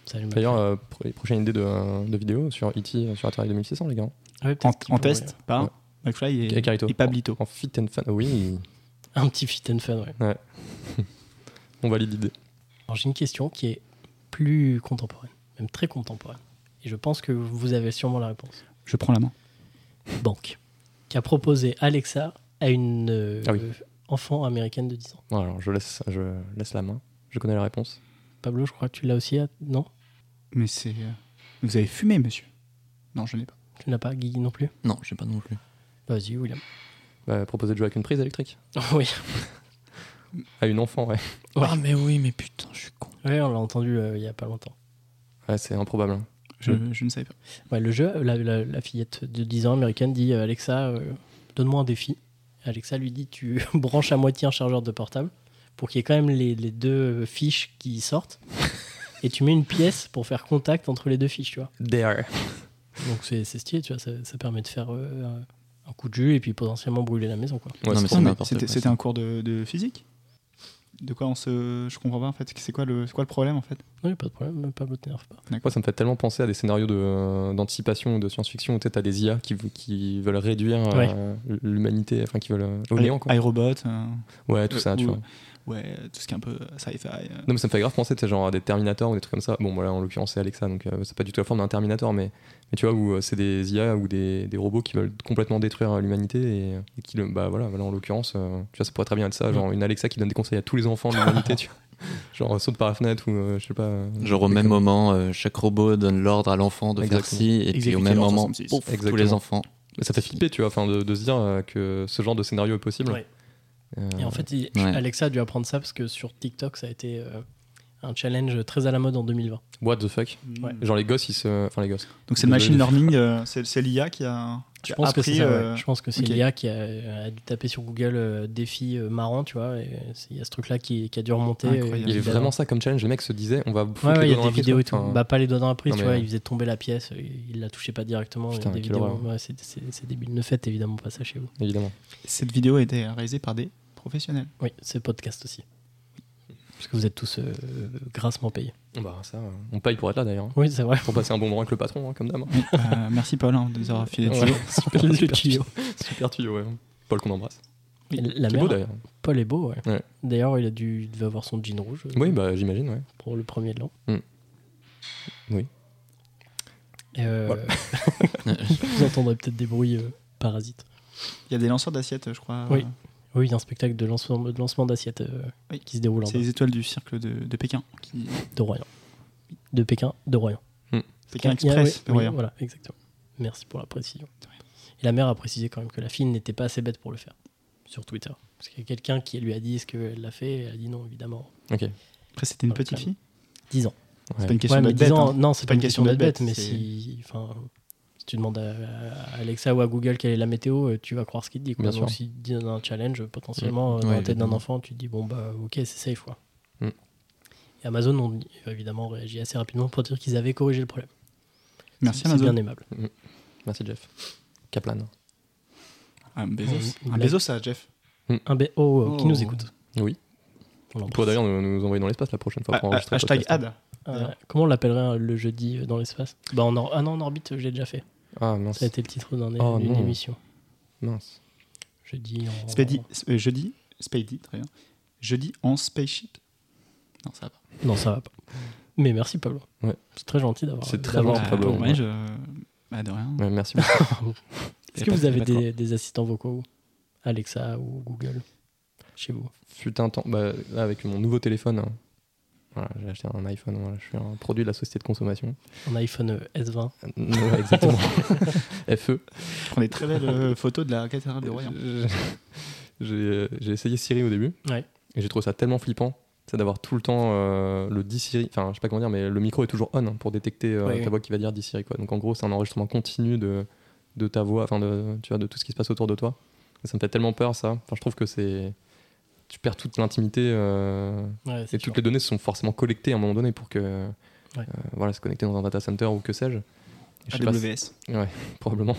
S6: Salut, Mac.
S8: D'ailleurs, euh, pr- les prochaines idées de, de vidéos sur E.T. sur Atari 2600, les gars.
S6: Ah ouais, peut-être
S9: En,
S6: qu'ils
S9: en
S6: pourraient-
S9: test par
S8: Ouais.
S9: McFly et,
S8: Et Carlito.
S9: et Pablito.
S8: En fit and fun. Oui,
S6: Un petit fit and fun, ouais.
S8: on valide l'idée.
S6: Alors j'ai une question qui est plus contemporaine, même très contemporaine. Et je pense que vous avez sûrement la réponse.
S9: Je prends la main.
S6: Banque. Qu'a proposé Alexa à une euh,
S8: Ah oui.
S6: enfant américaine de 10 ans.
S8: Bon, alors, je laisse, je laisse la main. Je connais la réponse.
S6: Pablo, je crois que tu l'as aussi, à- non
S9: Mais c'est. euh, Vous avez fumé, monsieur Non, je n'ai pas.
S6: Tu n'as pas, Guigui non plus
S3: Non, j'ai pas non plus.
S6: Vas-y, William.
S8: Bah, proposer de jouer avec une prise électrique.
S6: oui,
S8: À une enfant, ouais.
S6: Ouais.
S3: Ah, mais oui, mais putain, je suis con.
S6: Ouais, on l'a entendu euh, il y a pas longtemps.
S8: Ouais, c'est improbable. hein.
S9: Je, je ne savais pas.
S6: Ouais, le jeu, la, la- la fillette de 10 ans américaine dit euh, Alexa, euh, donne-moi un défi. Alexa lui dit tu branches à moitié un chargeur de portable pour qu'il y ait quand même les, les deux fiches qui sortent. Et tu mets une pièce pour faire contact entre les deux fiches, tu vois.
S8: There.
S6: Donc c'est c'est stylé, tu vois, ça, ça permet de faire euh, un coup de jus et puis potentiellement brûler la maison, quoi.
S8: Ouais,
S3: Non, mais
S8: c'est pour
S3: ça
S8: ça.
S9: mais
S3: n'importe
S9: C'était
S3: quoi,
S9: c'était
S3: ça.
S9: un cours de, de physique De quoi on se. Je comprends pas en fait. C'est quoi, le... c'est quoi le problème en fait
S6: Non, y a pas de problème, Pablo, t'énerve pas.
S8: Moi, ça me fait tellement penser à des scénarios de- d'anticipation ou de science-fiction où tu as des IA qui, vou- qui veulent réduire euh, l'humanité, enfin qui veulent euh, au néant quoi.
S9: iRobot. euh,
S8: Ouais, tout ça,
S9: euh,
S8: tu
S9: ou-
S8: vois.
S9: Ouais, euh, tout ce qui est un peu euh, sci-fi. euh.
S8: Non, mais ça me fait grave penser, tu sais, genre à des Terminators ou des trucs comme ça. Bon, voilà, en l'occurrence, c'est Alexa, donc euh, c'est pas du tout la forme d'un Terminator, mais, mais tu vois, où euh, c'est des IA ou des, des robots qui veulent complètement détruire euh, l'humanité et, et qui, le, bah voilà, voilà, en l'occurrence, euh, tu vois, ça pourrait très bien être ça, genre une Alexa qui donne des conseils à tous les enfants de l'humanité, tu vois. Genre euh, saute par la fenêtre ou euh, je sais pas. euh,
S3: Genre au même
S8: comme-
S3: moment, euh, chaque robot donne l'ordre à l'enfant de faire
S8: Exactement.
S3: ci, et puis au
S9: Exécuter
S3: même
S9: l'ordre
S3: moment,
S9: 66.
S3: pouf, tous les
S8: Exactement.
S3: enfants.
S8: Mais ça fait flipper, tu vois, enfin, de, de se dire euh, que ce genre de scénario est possible.
S6: Ouais.
S8: Euh,
S6: Et en fait, il-
S3: Ouais.
S6: Alexa a dû apprendre ça parce que sur TikTok, ça a été euh, un challenge très à la mode en 2020.
S8: what the fuck
S6: Ouais.
S8: Genre les gosses, ils se. Enfin, les gosses.
S9: Donc c'est le
S8: Désolé.
S9: machine learning, euh, c'est c'est l'IA qui a. qui
S6: Je
S9: a
S6: pense, que
S9: appris,
S6: c'est ça, ouais.
S9: euh,
S6: je pense que c'est
S9: ok.
S6: l'IA qui a, a dû taper sur Google euh, défi euh, marrant, tu vois. et c'est- Il y a ce truc-là qui, qui a dû remonter. euh,
S9: Incroyable.
S8: Il y avait
S6: évidemment.
S8: vraiment ça comme challenge. Les mecs se disaient, on va foutre
S6: Ouais, ouais,
S8: les
S6: il y
S8: gosses
S6: a
S8: dans
S6: des
S8: la prise,
S6: vidéos et tout.
S8: quoi. Enfin,
S6: Bah, pas les doigts dans la prise,
S8: Non,
S6: tu
S8: mais-
S6: vois. Il faisait tomber la pièce, euh, il la touchait pas directement. il y a
S8: Putain,
S6: des
S8: quelle
S6: vidéos.
S8: horreur.
S6: Ouais, c'est- c'est c'est débile. Ne faites évidemment pas ça chez vous.
S8: évidemment.
S9: Cette vidéo a été réalisée par des professionnels.
S6: Oui, c'est podcast aussi. Parce que vous êtes tous euh, grassement payés.
S8: Bah, ça, euh, on paye pour être là d'ailleurs. hein.
S6: Oui, c'est vrai.
S8: Pour passer un bon moment avec le patron, hein, comme d'hab.
S9: Oui, euh, merci Paul hein, de nous avoir filé le
S8: Ouais.
S9: tuyau.
S8: super,
S6: Le
S8: super
S6: tuyau.
S8: Super tuyau, ouais. Paul qu'on embrasse.
S6: Et La
S8: C'est beau
S6: mère,
S8: d'ailleurs.
S6: Paul est beau, ouais.
S8: Ouais.
S6: D'ailleurs, il, a dû, il devait avoir son jean rouge euh,
S8: Oui, bah j'imagine, ouais.
S6: pour le premier de l'an.
S8: Mm. Oui.
S6: Et, euh, vous entendrez peut-être des bruits euh, parasites.
S9: Il y a des lanceurs d'assiettes, je crois.
S6: Oui. Oui, il y a un spectacle de lancement, de lancement d'assiettes euh,
S9: Oui.
S6: qui se déroule en
S9: C'est
S6: bas
S9: les étoiles du cercle de, de Pékin. Qui...
S6: de Royan. De Pékin, de Royan.
S9: Pékin
S6: Il y a-
S9: Express.
S6: oui,
S9: de
S6: oui,
S9: Royan.
S6: voilà, exactement. Merci pour la précision.
S9: De rien.
S6: Et la mère a précisé quand même que la fille n'était pas assez bête pour le faire sur Twitter. Parce qu'il y a quelqu'un qui lui a dit est-ce qu'elle l'a fait et elle a dit non, évidemment.
S8: Ok.
S9: Après, c'était une
S6: Voilà,
S9: petite
S6: quand
S9: fille.
S6: 10 ans.
S9: C'est pas une question
S6: Ouais, mais
S9: de bête.
S6: disons,
S9: hein.
S6: Non, c'est pas une question d'être bête, mais
S9: c'est-
S6: si, enfin, si tu demandes à, à Alexa ou à Google quelle est la météo, euh, tu vas croire ce qu'il te dit. Quoi.
S8: Bien
S6: Donc
S8: sûr. Mm.
S6: si il dit un challenge, potentiellement, euh, dans
S8: Ouais,
S6: la tête d'un
S8: évidemment.
S6: enfant, tu te dis, bon, bah ok, c'est safe. Quoi.
S8: Mm.
S6: Et Amazon ont évidemment réagi assez rapidement pour dire qu'ils avaient corrigé le problème.
S9: Merci
S6: C'est bien
S9: Amazon.
S6: aimable.
S8: Merci Jeff. Kaplan.
S9: Un Bezos.
S6: Une
S9: Un
S6: blague.
S9: Bezos à Jeff.
S6: Mm. Un bé- oh, euh, qui
S9: Oh.
S6: nous écoute.
S8: Oui.
S6: On l'embrasse.
S8: Il pourrait d'ailleurs nous, nous envoyer dans l'espace la prochaine fois
S9: Ah,
S8: pour enregistrer. le
S9: Hashtag
S8: podcast. hein.
S9: ad.
S6: Euh, comment on l'appellerait euh, le jeudi euh, dans l'espace bah, en or- Ah non, en orbite, j'ai déjà fait.
S8: Ah mince.
S6: Ça a été le titre d'un- d'une
S8: Oh, non.
S6: émission.
S8: mince.
S6: Jeudi en...
S9: Spady- euh, jeudi, Spady, très bien. Jeudi en spaceship. Non, ça va pas.
S6: Non, ça va pas. Mais merci Pablo.
S8: Ouais.
S6: C'est très gentil d'avoir.
S8: C'est très
S6: d'avoir-
S8: gentil,
S9: Ah,
S8: Pablo.
S9: pour moi,
S8: ouais.
S9: je- bah, de rien.
S8: Ouais, merci beaucoup.
S6: Est-ce
S9: Et
S6: que
S9: pas-
S6: vous avez
S9: pas de
S6: des, des assistants vocaux Alexa ou Google chez vous
S8: Fut un temps. Bah, là, avec mon nouveau téléphone. hein, Voilà, j'ai acheté un iPhone, voilà, je suis un produit de la société de consommation.
S6: Un iPhone euh, S20
S8: Euh, non, exactement. E. FE.
S9: Je prends des très belles euh, photos de la cathédrale de Royan.
S8: Je- J'ai euh, j'ai essayé Siri au début.
S6: Ouais.
S8: Et j'ai trouvé ça tellement flippant. C'est d'avoir tout le temps euh, le dit Siri. Enfin, je sais pas comment dire, mais le micro est toujours on hein, pour détecter euh,
S6: Ouais,
S8: ta
S6: ouais.
S8: voix qui va dire dit Siri. Quoi. Donc en gros, c'est un enregistrement continu de, de ta voix, enfin de, tu vois, de tout ce qui se passe autour de toi. Et ça me fait tellement peur ça. Enfin, je trouve que c'est. Tu perds toute l'intimité. euh,
S6: Ouais,
S8: et
S6: c'est
S8: toutes les données sont forcément collectées à un moment donné pour que. euh, voilà, se connecter dans un data center ou que sais-je. Et je sais pas si-
S9: AWS.
S8: probablement.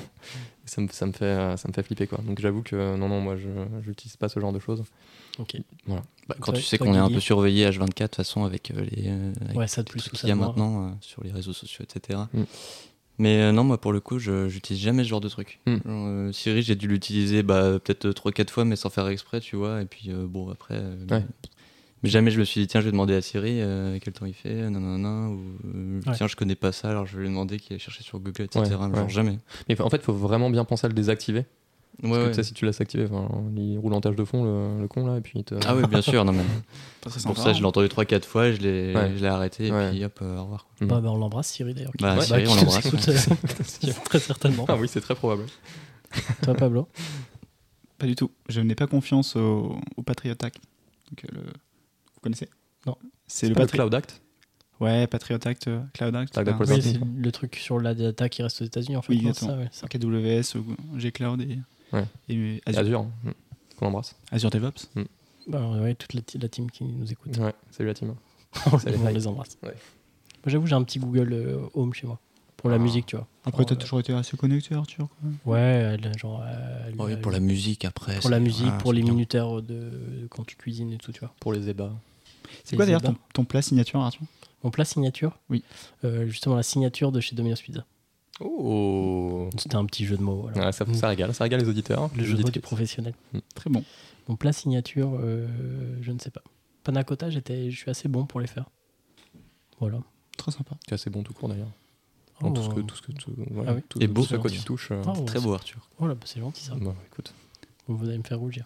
S8: Ça me, ça, me fait, euh, ça me fait flipper quoi. Donc j'avoue que euh, non, non, moi je n'utilise pas ce genre de choses.
S6: Ok.
S3: Bah, quand tu
S6: Toi-
S3: sais
S6: toi,
S3: qu'on est un
S6: Guigui
S3: peu surveillé H24 de toute façon avec euh, les, euh, avec
S6: Ouais, ça de
S3: les
S6: plus
S3: trucs
S6: ou ça
S3: qu'il y a
S6: de moins.
S3: maintenant euh, sur les réseaux sociaux, etc.
S8: Mm.
S3: Mais euh, non, moi pour le coup, je j'utilise jamais ce genre de truc.
S8: Mm.
S3: Genre, euh, Siri, j'ai dû l'utiliser bah, peut-être 3-4 fois, mais sans faire exprès, tu vois. Et puis euh, bon, après. euh,
S8: Ouais.
S3: Mais jamais je me suis dit, tiens, je vais demander à Siri euh, quel temps il fait, non, non, non, ou euh,
S6: Ouais.
S3: tiens, je connais pas ça, alors je vais lui demander qu'il aille chercher sur Google, etc.
S8: Ouais,
S3: Genre
S8: ouais.
S3: jamais.
S8: Mais faut- en fait, il faut vraiment bien penser à le désactiver.
S3: Ouais,
S8: Parce que
S3: ouais.
S8: tu sais, si tu laisses activer, enfin, il roule en tâche de fond le, le con là, et puis il te-
S3: Ah oui, bien sûr, non, mais
S9: Pas très
S3: pour
S9: sympa,
S3: ça, je l'ai entendu 3-4 fois, je l'ai
S8: Ouais.
S3: je l'ai arrêté,
S8: Ouais.
S3: et puis hop, euh, au revoir. quoi.
S8: Mm.
S6: Bah, bah, on l'embrasse Siri d'ailleurs. qui-
S3: Bah,
S6: Ouais,
S3: Siri,
S6: qui
S3: on
S6: nous
S3: l'embrasse.
S6: écoute, euh, très certainement.
S8: Ah oui, c'est très probable.
S6: Toi Pablo
S9: Pas du tout. Je n'ai pas confiance au, au Patriot Act. Donc, euh, le- Vous connaissez
S6: Non.
S9: C'est le,
S8: Pas le
S9: Patri-
S8: Cloud Act
S9: Ouais, Patriot Act, euh, Cloud
S8: Act
S9: Act. c'est un-
S8: d'Apple.
S6: Oui,
S8: Oui,
S6: c'est
S8: c'est
S6: le truc sur la data qui reste aux États-Unis en fait.
S9: Oui,
S6: non, c'est ça,
S9: exactement.
S6: ouais, c'est ça.
S9: AWS, euh, G-Cloud et,
S8: Ouais.
S9: et
S8: et
S9: Azure.
S8: Azure, mm, qu'on embrasse.
S9: Azure DevOps.
S6: Bah, ouais, toute la, la team qui nous écoute.
S8: Ouais, salut la team. Salut,
S6: on
S8: Mike.
S6: les embrasse.
S8: Ouais.
S6: Moi j'avoue, j'ai un petit Google euh, Home chez moi pour la
S8: Ah.
S6: musique, tu vois.
S9: Après, t'as
S6: Ouais.
S9: toujours été assez connecté, Arthur. quand même.
S6: Ouais, elle, genre. euh, elle-
S3: Oh oui, pour la musique après.
S6: pour
S3: c'est-
S6: la musique,
S3: ah,
S6: pour
S3: c'est
S6: les
S3: bien.
S6: minuteurs de, quand tu cuisines et tout, tu vois.
S8: Pour les ébats.
S9: C'est quoi
S6: Les
S9: d'ailleurs ton,
S6: ébats.
S9: ton plat signature, Arthur
S6: Mon plat signature
S9: Oui.
S6: Euh, justement, la signature de chez Domino's Pizza.
S8: Oh
S6: C'était un petit jeu de mots. voilà.
S8: ça,
S6: Mm.
S8: ça régale, ça régale les auditeurs.
S6: Le
S8: les
S6: jeu de mots du
S8: auditrices.
S6: professionnel.
S9: Très bon.
S6: Mon plat signature, euh, je ne sais pas. Panna cotta, j'étais, je suis assez bon pour les faire. Voilà.
S9: Très sympa.
S8: C'est assez bon tout court d'ailleurs.
S6: Oh,
S8: Dans tout ce que,
S6: euh,
S8: tout ce que, tout- voilà,
S6: Ah oui.
S8: tout-
S3: Et
S8: tout
S3: beau,
S8: ce à quoi tu
S6: c'est
S8: touches. euh,
S6: ah, ouais,
S3: Très
S6: c'est-
S3: beau, Arthur.
S6: voilà, bah, c'est gentil ça.
S8: bah, écoute,
S6: Vous vous allez me faire rougir.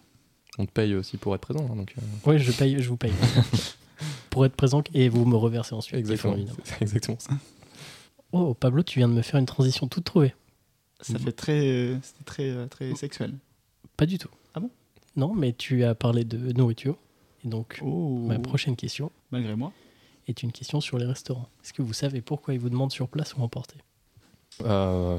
S8: on te paye aussi pour être présent, hein, donc. euh,
S6: Oui, je paye, je vous paye. pour être présent et vous me reversez ensuite.
S8: Exactement,
S6: évidemment.
S8: c'est exactement ça.
S6: Oh, Pablo, tu viens de me faire une transition toute trouvée.
S8: Mhm.
S9: Ça fait très, euh, c'était très, euh,
S8: Oh.
S9: très sexuel.
S6: Pas du tout.
S9: Ah bon
S6: Non, mais tu as parlé de nourriture. Et donc,
S9: Oh,
S6: ma prochaine question
S9: malgré moi.
S6: est une question sur les restaurants. Est-ce que vous savez pourquoi ils vous demandent sur place ou emporter
S8: Euh,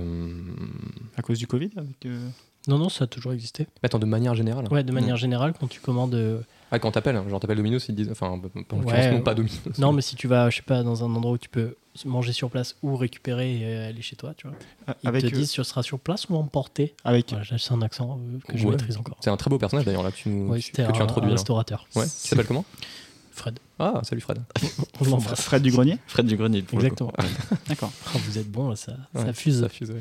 S9: À cause du Covid, avec euh,
S6: Non, non, ça a toujours existé.
S8: Attends, de manière générale
S6: Ouais, de manière générale, quand tu commandes. euh,
S8: Ah, quand t'appelles, hein, genre t'appelles Domino's, ils te disent. Enfin, bah, en l'occurrence,
S6: Ouais,
S8: non
S6: ouais.
S8: pas Domino's.
S6: Non, mais si tu vas, je sais pas, dans un endroit où tu peux manger sur place ou récupérer et euh, aller chez toi, tu vois.
S9: a-
S6: Ils
S9: avec,
S6: te
S9: euh,
S6: disent ce sera sur place ou emporter.
S9: avec
S6: Voilà, j'ai- c'est un accent euh, que je
S8: Ouais.
S6: maîtrise encore.
S8: C'est un très beau personnage d'ailleurs là que tu, nous-
S6: Ouais,
S8: que tu-
S6: c'était
S8: que tu
S6: un,
S8: introduis.
S6: un
S8: là.
S6: restaurateur,
S8: Ouais, il s'appelle comment
S6: Fred.
S8: Ah, salut Fred.
S6: Euh. On l'embrasse.
S9: Fred, du grenier.
S3: Fred du Grenier. pour le coup.
S6: Exactement.
S9: D'accord.
S6: Oh, vous êtes bon, là, ça, ça
S8: Ouais,
S6: fuse.
S8: Ça fuse, ouais.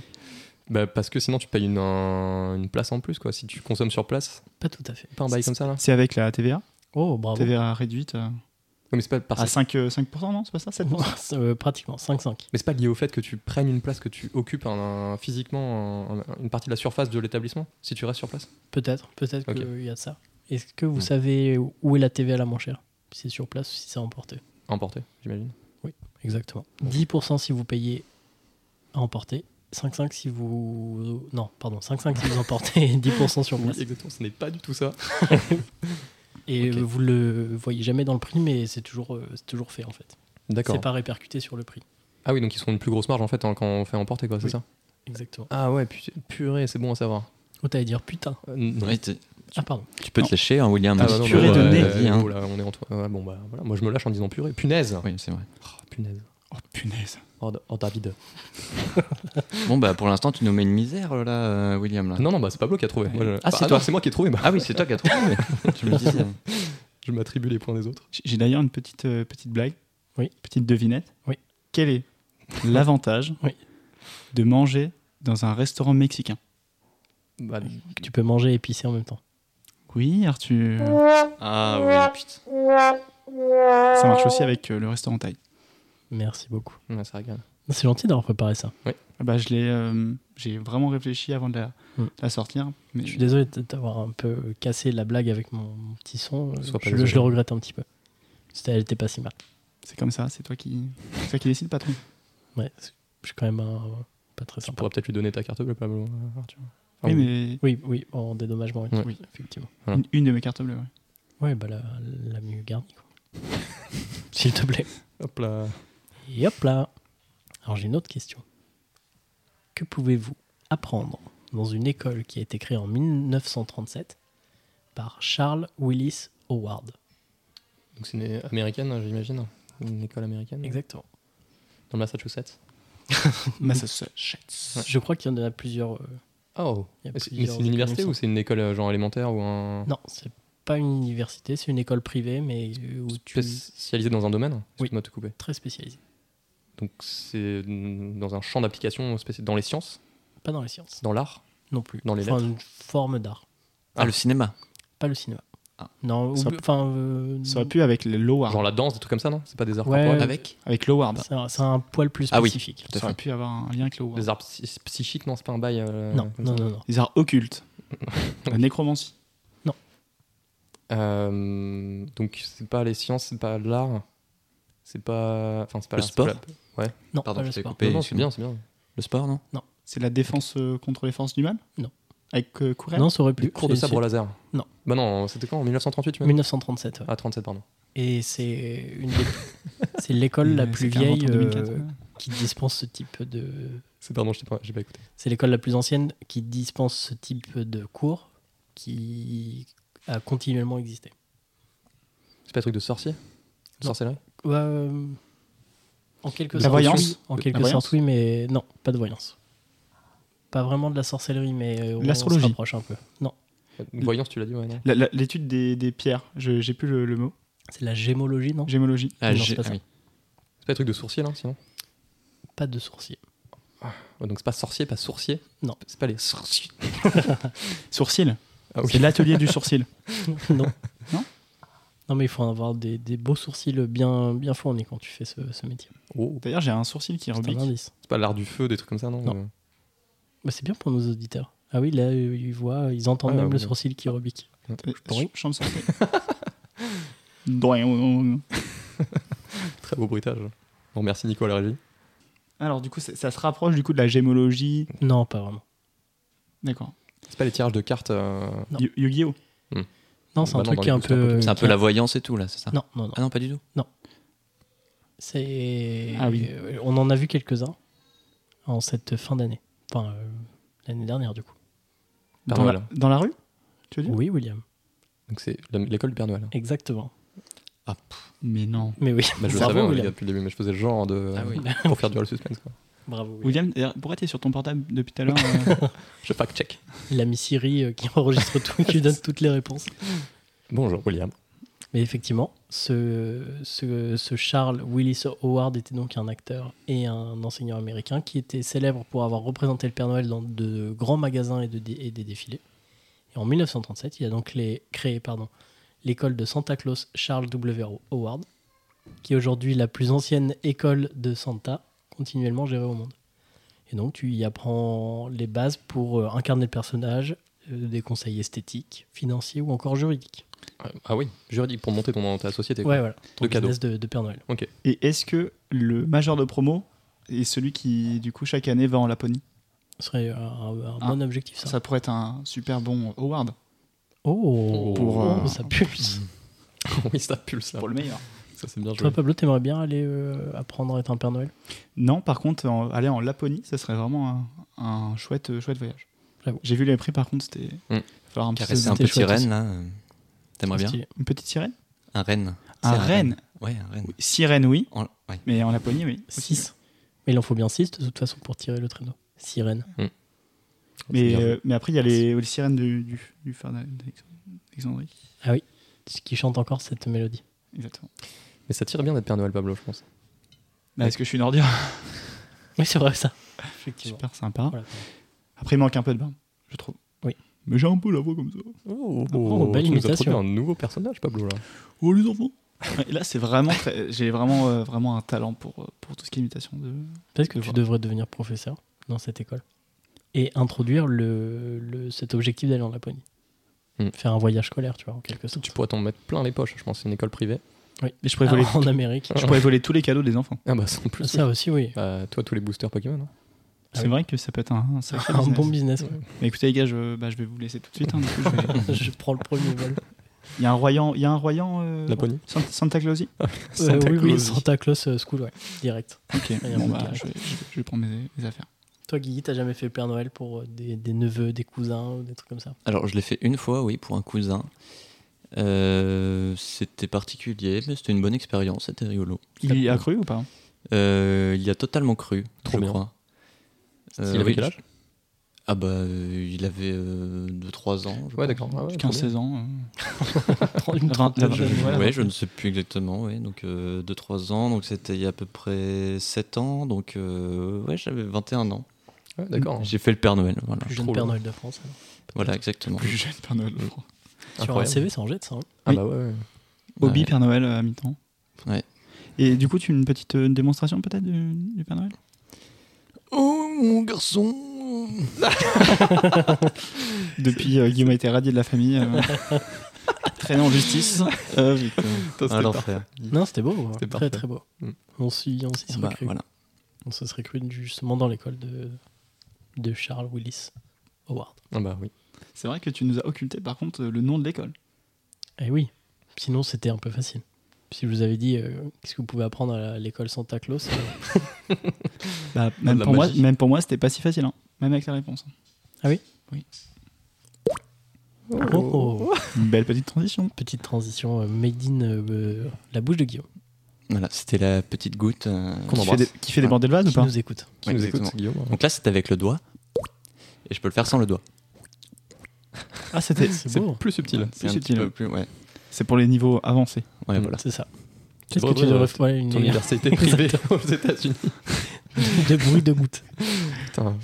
S8: Bah, parce que sinon tu payes une, un- une place en plus quoi. Si tu consommes sur place,
S6: Pas tout à fait.
S8: pas un bail comme ça là.
S9: C'est avec la TVA.
S6: Oh, bravo.
S9: TVA réduite euh,
S8: Ouais, oh, mais c'est pas par-
S6: Ah.
S9: à 5, euh, 5% non C'est pas ça 7%
S6: Euh, pratiquement, 5-5.
S8: Mais c'est pas lié au fait que tu prennes une place que tu occupes un- un- physiquement un- un- une partie de la surface de l'établissement si tu restes sur place.
S6: Peut-être, peut-être
S8: Ok.
S6: qu'il y a de ça. Est-ce que vous
S8: Hmm.
S6: savez où est la TVA la moins chère Si c'est sur place ou si c'est emporté
S8: Emporté, j'imagine.
S6: Exactement. 10% si vous payez à emporter, 5-5 si vous. Non, pardon, 5-5 si vous emportez et 10% sur place.
S8: exactement. Ce n'est pas du tout ça.
S6: Et
S8: Ok.
S6: vous le voyez jamais dans le prix, mais c'est toujours, euh, c'est toujours fait en fait.
S8: D'accord.
S6: C'est pas répercuté sur le prix.
S8: Ah oui, donc ils sont une plus grosse marge en fait hein, quand on fait emporter, quoi, c'est
S6: Oui.
S8: ça
S6: Exactement.
S8: Ah ouais, pu- purée, c'est bon à savoir.
S6: Oh, t'allais dire putain.
S8: Euh, non.
S3: Ouais, t'es-
S6: Ah, pardon.
S3: tu peux
S9: Non.
S3: te lâcher, hein, William.
S8: Ah,
S3: hein,
S8: bah non,
S3: si tu
S9: purée
S3: veux,
S9: de
S3: euh,
S9: nez.
S3: vas-y, hein.
S8: oh là, on est en toi. Ouais, bon bah voilà, moi je me lâche en disant purée. Punaise
S3: Oui, c'est vrai.
S8: Oh, Punaise.
S9: Oh punaise.
S8: Oh, d- oh, David.
S3: Bon, bah pour l'instant, tu nous mets une misère là, euh, William. Là.
S8: Non, non, bah c'est Pablo qui a trouvé. Moi, je-
S3: Ah, c'est
S8: non,
S3: toi.
S8: C'est moi qui ai trouvé. bah,
S3: Ah oui, c'est toi qui as trouvé. tu me disais.
S8: je m'attribue les points des autres.
S9: J'ai- J'ai d'ailleurs une petite, euh, petite blague.
S6: Oui.
S9: Petite devinette.
S6: Oui.
S9: Quel est l'avantage
S6: Oui.
S9: de manger dans un restaurant mexicain
S8: Bah,
S6: Tu peux manger et pisser en même temps.
S9: Oui, Arthur.
S3: Ah oui, putain.
S9: Ça marche aussi avec euh, le restaurant thaï.
S6: Merci beaucoup.
S8: ouais, ça régale.
S6: C'est gentil d'avoir préparé ça.
S9: Ah Bah, je l'ai, euh, j'ai vraiment réfléchi avant de la,
S6: Mm.
S9: la sortir. Mais
S6: Je suis désolé de t'avoir un peu cassé la blague avec mon mon petit son.
S8: Sois pas
S6: Je, le-
S8: désolé.
S6: je le regrette un petit peu. C'était- Elle était pas si mal.
S9: c'est comme ça, c'est toi qui, c'est toi qui décide, patron.
S6: Ouais, c'est- je suis quand même un- pas très
S8: Tu
S6: sympa.
S8: pourrais peut-être lui donner ta carte bleue, Pablo. euh, Arthur. Ah
S9: oui,
S8: oui.
S9: mais
S6: Oui, oui, en dédommagement. oui.
S8: Ouais.
S6: Oui, effectivement.
S8: Voilà.
S9: une, une de mes cartes bleues. ouais.
S6: Ouais, bah la, la mieux garnie, quoi. S'il te plaît.
S8: Hop là.
S6: Et hop là Alors j'ai une autre question. Que pouvez-vous apprendre dans une école qui a été créée en 1937 par Charles Willis Howard
S8: Donc c'est une américaine, hein, j'imagine. Une école américaine.
S6: Exactement.
S8: Dans le Massachusetts.
S9: Massachusetts.
S6: Je crois qu'il y en a plusieurs. euh,
S8: Oh.
S6: il y a
S8: Mais c'est mais
S6: plusieurs
S8: c'est une université
S6: écoles, il me
S8: ou c'est une école euh, genre élémentaire ou un.
S6: semble. Non, c'est pas une université, c'est une école privée, mais euh, où tu es
S8: Spécialisée dans un domaine
S6: Oui.
S8: Excuse-moi de te couper.
S6: très spécialisé.
S8: Donc c'est dans un champ d'application spécial- dans les sciences,
S6: Pas dans les sciences,
S8: dans l'art.
S6: non plus.
S8: dans les
S6: Enfin, une forme d'art,
S3: Ah, le cinéma.
S6: pas le cinéma.
S3: Ah.
S6: Non,
S9: Ça
S6: oublie-
S9: peut-
S6: enfin. euh,
S9: Ça aurait pu avec le Loward.
S8: Genre la danse, des trucs comme ça, non C'est pas des arts
S6: Ouais.
S8: corporels
S6: Euh,
S3: Avec
S9: Avec Loward.
S6: c'est un- c'est un poil plus
S3: Ah oui.
S6: spécifique.
S3: Tout à
S9: Ça aurait
S3: fait.
S9: pu avoir un lien avec Loward.
S8: Des arts psy- psychiques, non C'est pas un bail. euh,
S6: Non,
S8: comme
S6: non,
S8: ça
S6: non, non.
S9: Des arts occultes. la nécromancie.
S8: Euh, donc c'est pas les sciences, c'est pas l'art, c'est pas. Enfin, c'est pas
S3: Le
S8: l'art, c'est pas
S3: sport
S8: la-
S3: Pardon,
S6: Non, pas Ah, le
S3: je t'ai
S6: sport.
S3: coupé.
S8: Non, non, c'est bien, c'est bien.
S3: le sport, non
S9: C'est la défense euh, contre les forces du mal
S6: Non.
S9: Avec euh, Courel
S6: Non, ça aurait
S8: Des
S6: pu.
S8: cours de
S6: C'est-
S8: sabre laser.
S6: Non.
S8: Bah non, c'était quand En 1938, tu
S6: c'est
S8: m'as dit
S6: 1937, ouais.
S8: Ah, 37, pardon.
S6: Et c'est une des- c'est l'école la
S9: Mais
S6: plus
S9: c'est 40
S6: vieille
S9: en 2004,
S6: euh,
S9: ouais.
S6: qui dispense ce type de.
S8: C'est pardon, je t'ai pas, j'ai pas écouté.
S6: C'est l'école la plus ancienne qui dispense ce type de cours qui a continuellement existé.
S8: C'est pas un truc de sorcier De
S6: Non.
S8: Sorcellerie
S6: Euh, en quelque
S9: La
S6: sorte,
S9: voyance.
S6: oui. En quelque
S9: La
S6: sorte, oui, mais non, pas de voyance. Pas vraiment de la sorcellerie, mais euh, on
S9: L'astrologie.
S6: se rapproche un peu. Non,
S8: Une Voyance, tu l'as dit, ouais, non
S9: La- la- L'étude des, des pierres. Je- J'ai plus le, le mot.
S6: c'est la gémologie, non
S9: Gémologie.
S3: Ah,
S6: Non,
S3: j'ai-
S6: c'est pas
S3: ah
S6: ça.
S3: oui.
S8: C'est pas un truc de sourcier, là, sinon
S6: Pas de sourcier.
S8: Ouais, Donc c'est pas sorcier, pas sourcier
S6: Non.
S8: C'est pas les sorciers.
S9: Sourcil.
S8: Ah oui.
S9: C'est l'atelier du sourcil.
S6: non.
S9: Non
S6: Non, mais il faut avoir des, des beaux sourcils bien, bien fournis quand tu fais ce, ce métier.
S8: Oh,
S9: D'ailleurs, j'ai un sourcil qui
S6: C'est un
S9: rebique.
S6: indice.
S8: c'est pas l'art du feu, des trucs comme ça, non, euh,
S6: Non. Bah, c'est bien pour nos auditeurs. Ah oui, là, euh, ils voient, ils entendent
S8: Ah,
S6: même
S8: oui,
S6: le
S8: oui.
S6: sourcil qui rebique.
S9: Ch- Chante euh, sourcil. Doin.
S8: Très beau bruitage. Bon, merci Nico à la régie.
S9: Alors, du coup, ça ça se rapproche du coup de la gémologie.
S6: Non, pas vraiment.
S9: D'accord.
S8: C'est pas les tirages de cartes. euh,
S6: Non.
S9: Yu- Yu-Gi-Oh!
S6: Non, c'est un
S8: Bah non,
S6: truc
S8: dans
S6: qui est
S8: les
S6: un
S8: coups, c'est un peu
S6: peu.
S3: C'est un peu la voyance et tout, là, c'est ça
S6: Euh, Non, non, non.
S3: Ah non, pas du tout.
S6: C'est.
S9: Ah oui.
S6: euh, On en a vu quelques-uns en cette fin d'année. Enfin, euh, l'année dernière, du coup.
S8: Père
S9: Dans,
S8: Noël.
S9: la- dans la rue? Tu veux dire?
S6: Oui, William.
S8: Donc c'est la- l'école du Père Noël.
S6: Exactement.
S9: Mais non.
S6: Mais oui.
S8: Bah, je le
S6: Bravo,
S8: savais, on l'a dit
S6: William.
S8: depuis le début, mais je faisais le genre de.
S3: Ah oui.
S8: Pour faire durer le suspense, quoi.
S6: Bravo, William.
S9: William, d'ailleurs, pourquoi t'es sur ton portable depuis tout à l'heure? euh,
S8: Je fact-check.
S6: Il a mis Siri euh, qui enregistre tout et qui lui donne toutes les réponses.
S8: Bonjour, William.
S6: Mais effectivement, ce, ce, ce Charles Willis Howard était donc un acteur et un enseignant américain qui était célèbre pour avoir représenté le Père Noël dans de grands magasins et, de, dé- et des défilés. Et en 1937, il a donc les- créé pardon, l'école de Santa Claus Charles W. Howard, qui est aujourd'hui la plus ancienne école de Santa continuellement gérée au monde. Et donc, tu y apprends les bases pour euh, incarner le personnage, euh, des conseils esthétiques, financiers ou encore juridiques.
S8: Ah, Ah oui, juridique pour monter ton, ta société. quoi.
S6: Ouais, voilà. Ton
S8: De cadeau.
S6: business de- de Père Noël.
S9: Et est-ce que le majeur de promo est celui qui, du coup, chaque année va en Laponie?
S6: Ce serait un, un
S9: Ah,
S6: bon objectif, ça.
S9: Ça pourrait être un super bon award
S6: Oh,
S8: Pour,
S9: euh,
S6: ça pulse.
S8: oui, ça pulse là.
S9: pour le meilleur.
S8: Parce Ça, c'est bien joué.
S6: Toi, Pablo, t'aimerais bien aller euh, apprendre à être un Père Noël
S9: Non, par contre, en- aller en Laponie, ça serait vraiment un, un chouette, euh, chouette voyage.
S6: J'avoue.
S9: J'ai vu les prix, par contre, c'était.
S8: Mm.
S9: il va falloir un petit-
S3: Caresser un
S6: c'était
S3: peu de
S6: chouette
S3: sirène, là. euh, T'aimerais bien
S6: Stylé.
S9: Une petite sirène
S3: Un renne. C'est
S9: Un renne
S3: Ouais, un renne.
S9: Sirène, oui,
S3: En- ouais.
S9: mais en Laponie, oui. aussi.
S6: Six. Mais il en faut bien 6 de toute façon pour tirer le traîneau. Sirène.
S8: C'est
S9: Mais,
S8: bien joué.
S9: euh, mais après, il y a les, les sirènes du, du, du phare d'Alex- d'Alexandrie.
S6: Ce qui chante encore cette mélodie.
S9: Exactement.
S8: Mais ça tire bien d'être Père Noël, Pablo, je pense.
S9: Bah, Est-ce que je suis une ordure
S6: Oui, c'est vrai ça. Effectivement.
S9: Super sympa.
S6: Voilà.
S9: Après, il manque un peu de bain, je trouve.
S6: Oui.
S9: Mais j'ai un peu la voix comme ça.
S8: Oh,
S6: oh, belle
S8: tu nous as
S6: imitation.
S8: produit un nouveau personnage, Pablo, là.
S9: Oh, les enfants Et là, c'est vraiment. très- J'ai vraiment, euh, vraiment un talent pour, euh, pour tout ce qui est imitation de.
S6: Peut-être que
S9: Je
S6: tu
S9: vois.
S6: devrais devenir professeur dans cette école et introduire le, le- cet objectif d'aller en Laponie.
S8: Hmm.
S6: Faire un voyage scolaire, tu vois, en quelque sorte.
S8: Tu pourrais t'en mettre plein les poches, je pense. C'est une école privée.
S9: Mais je pourrais, voler,
S6: Alors, en Amérique.
S9: je pourrais voler tous les cadeaux des enfants.
S8: Ah bah, sans plus.
S6: Ça aussi, oui.
S8: Bah, toi, tous les boosters Pokémon. hein.
S6: Ah
S9: C'est
S6: oui.
S9: vrai que ça peut être un, un sacré
S6: Un
S9: business.
S6: bon business. ouais.
S9: Mais écoutez, les gars, je, bah, je vais vous laisser tout de suite. hein, du coup, je vais-
S6: Je prends le premier vol.
S9: Il y a un royan. Il y a un royan. euh,
S8: Laponie.
S9: Sant- Santa Clausi
S6: Euh, oui, oui,
S8: Claus.
S6: Santa Claus euh, School, ouais. Direct.
S9: Ok,
S6: Il y a un
S9: bon,
S6: bouquin.
S9: bah, je, vais, je vais- je vais prendre mes, mes affaires.
S6: Toi, Guigui, t'as jamais fait le Père Noël pour euh, des, des neveux, des cousins ou des trucs comme ça
S3: Alors, je l'ai fait une fois, oui, pour un cousin. Euh, c'était particulier, mais c'était une bonne expérience, c'était rigolo.
S9: Il y a cru ou pas
S3: Euh, il a totalement cru,
S8: Trop
S3: je
S8: bien.
S3: crois. Euh,
S8: Il avait
S3: oui,
S8: quel âge
S3: Ah bah, euh, il avait 2-3 ans. je
S8: Ouais,
S3: pense.
S8: d'accord. Ah ouais,
S9: 15-16 ans. euh.
S6: Une trentaine
S9: vingt-
S6: de-
S9: je-
S6: voilà.
S3: Ouais, je ne sais plus exactement, ouais. Donc 2-3 ans, donc c'était il y a à peu près 7 ans, donc euh, ouais, j'avais 21 ans.
S8: trop bien. Ouais, d'accord.
S3: J'ai fait le Père Noël, voilà.
S6: Plus jeune
S8: Trop
S6: Père
S8: bien.
S6: Noël de France. alors.
S3: Voilà, exactement.
S9: Plus jeune Père Noël. je crois.
S6: Sur un
S8: Incroyable.
S6: CV, ça en jette, ça. hein.
S8: Ah
S9: Oui.
S8: bah ouais. ouais.
S9: Hobby
S3: Ouais.
S9: Père Noël euh, à mi-temps.
S3: Ouais.
S9: Et du coup, tu as une petite euh, démonstration peut-être du, du Père Noël
S3: Oh, mon garçon
S9: Depuis euh, Guillaume a été radié de la famille, euh, traîné en justice. Euh, vite, euh.
S3: Ah, l'enfer.
S6: Non, c'était beau. ouais.
S8: C'était
S6: très,
S8: parfait.
S6: très beau.
S8: Mm.
S6: On s'y on s'y serait
S3: Bah,
S6: cru.
S3: voilà.
S6: On se serait cru justement dans l'école de, de Charles Willis Howard.
S8: Ah bah oui.
S9: C'est vrai que tu nous as occulté par contre le nom de l'école.
S6: Eh oui, sinon c'était un peu facile. Si je vous avais dit euh, qu'est-ce que vous pouvez apprendre à la- l'école Santa Claus, euh,
S9: Bah, même,
S8: la
S9: pour moi,
S8: magie.
S9: même pour moi, c'était pas si facile, hein. même avec la réponse.
S6: oh, oh.
S9: Une belle petite transition.
S6: petite transition euh, made in euh, euh, la bouche de Guillaume
S3: Voilà, c'était la petite goutte. euh,
S8: Qu'on
S9: Qui fait, dé- qui fait déborder le vase ou
S6: qui
S9: Ah, pas
S6: nous écoute.
S8: Qui
S3: Ouais,
S8: nous écoute,
S3: exactement.
S8: c'est Guillaume.
S3: Donc là, c'était avec le doigt. Et je peux le faire sans le doigt.
S9: Ah, c'était.
S6: C'est
S8: C'est
S6: beau.
S8: plus subtil.
S3: C'est un
S9: subtil,
S3: petit peu
S9: ouais.
S3: plus, ouais.
S9: C'est pour les niveaux avancés.
S3: Ouais,
S8: Mm.
S3: voilà.
S6: C'est ça.
S8: Tu
S6: Qu'est-ce que tu devrais
S8: devrais, euh,
S6: faire une
S8: Ton
S6: de
S8: université privée aux États-Unis.
S6: bruit de goutte
S8: Putain.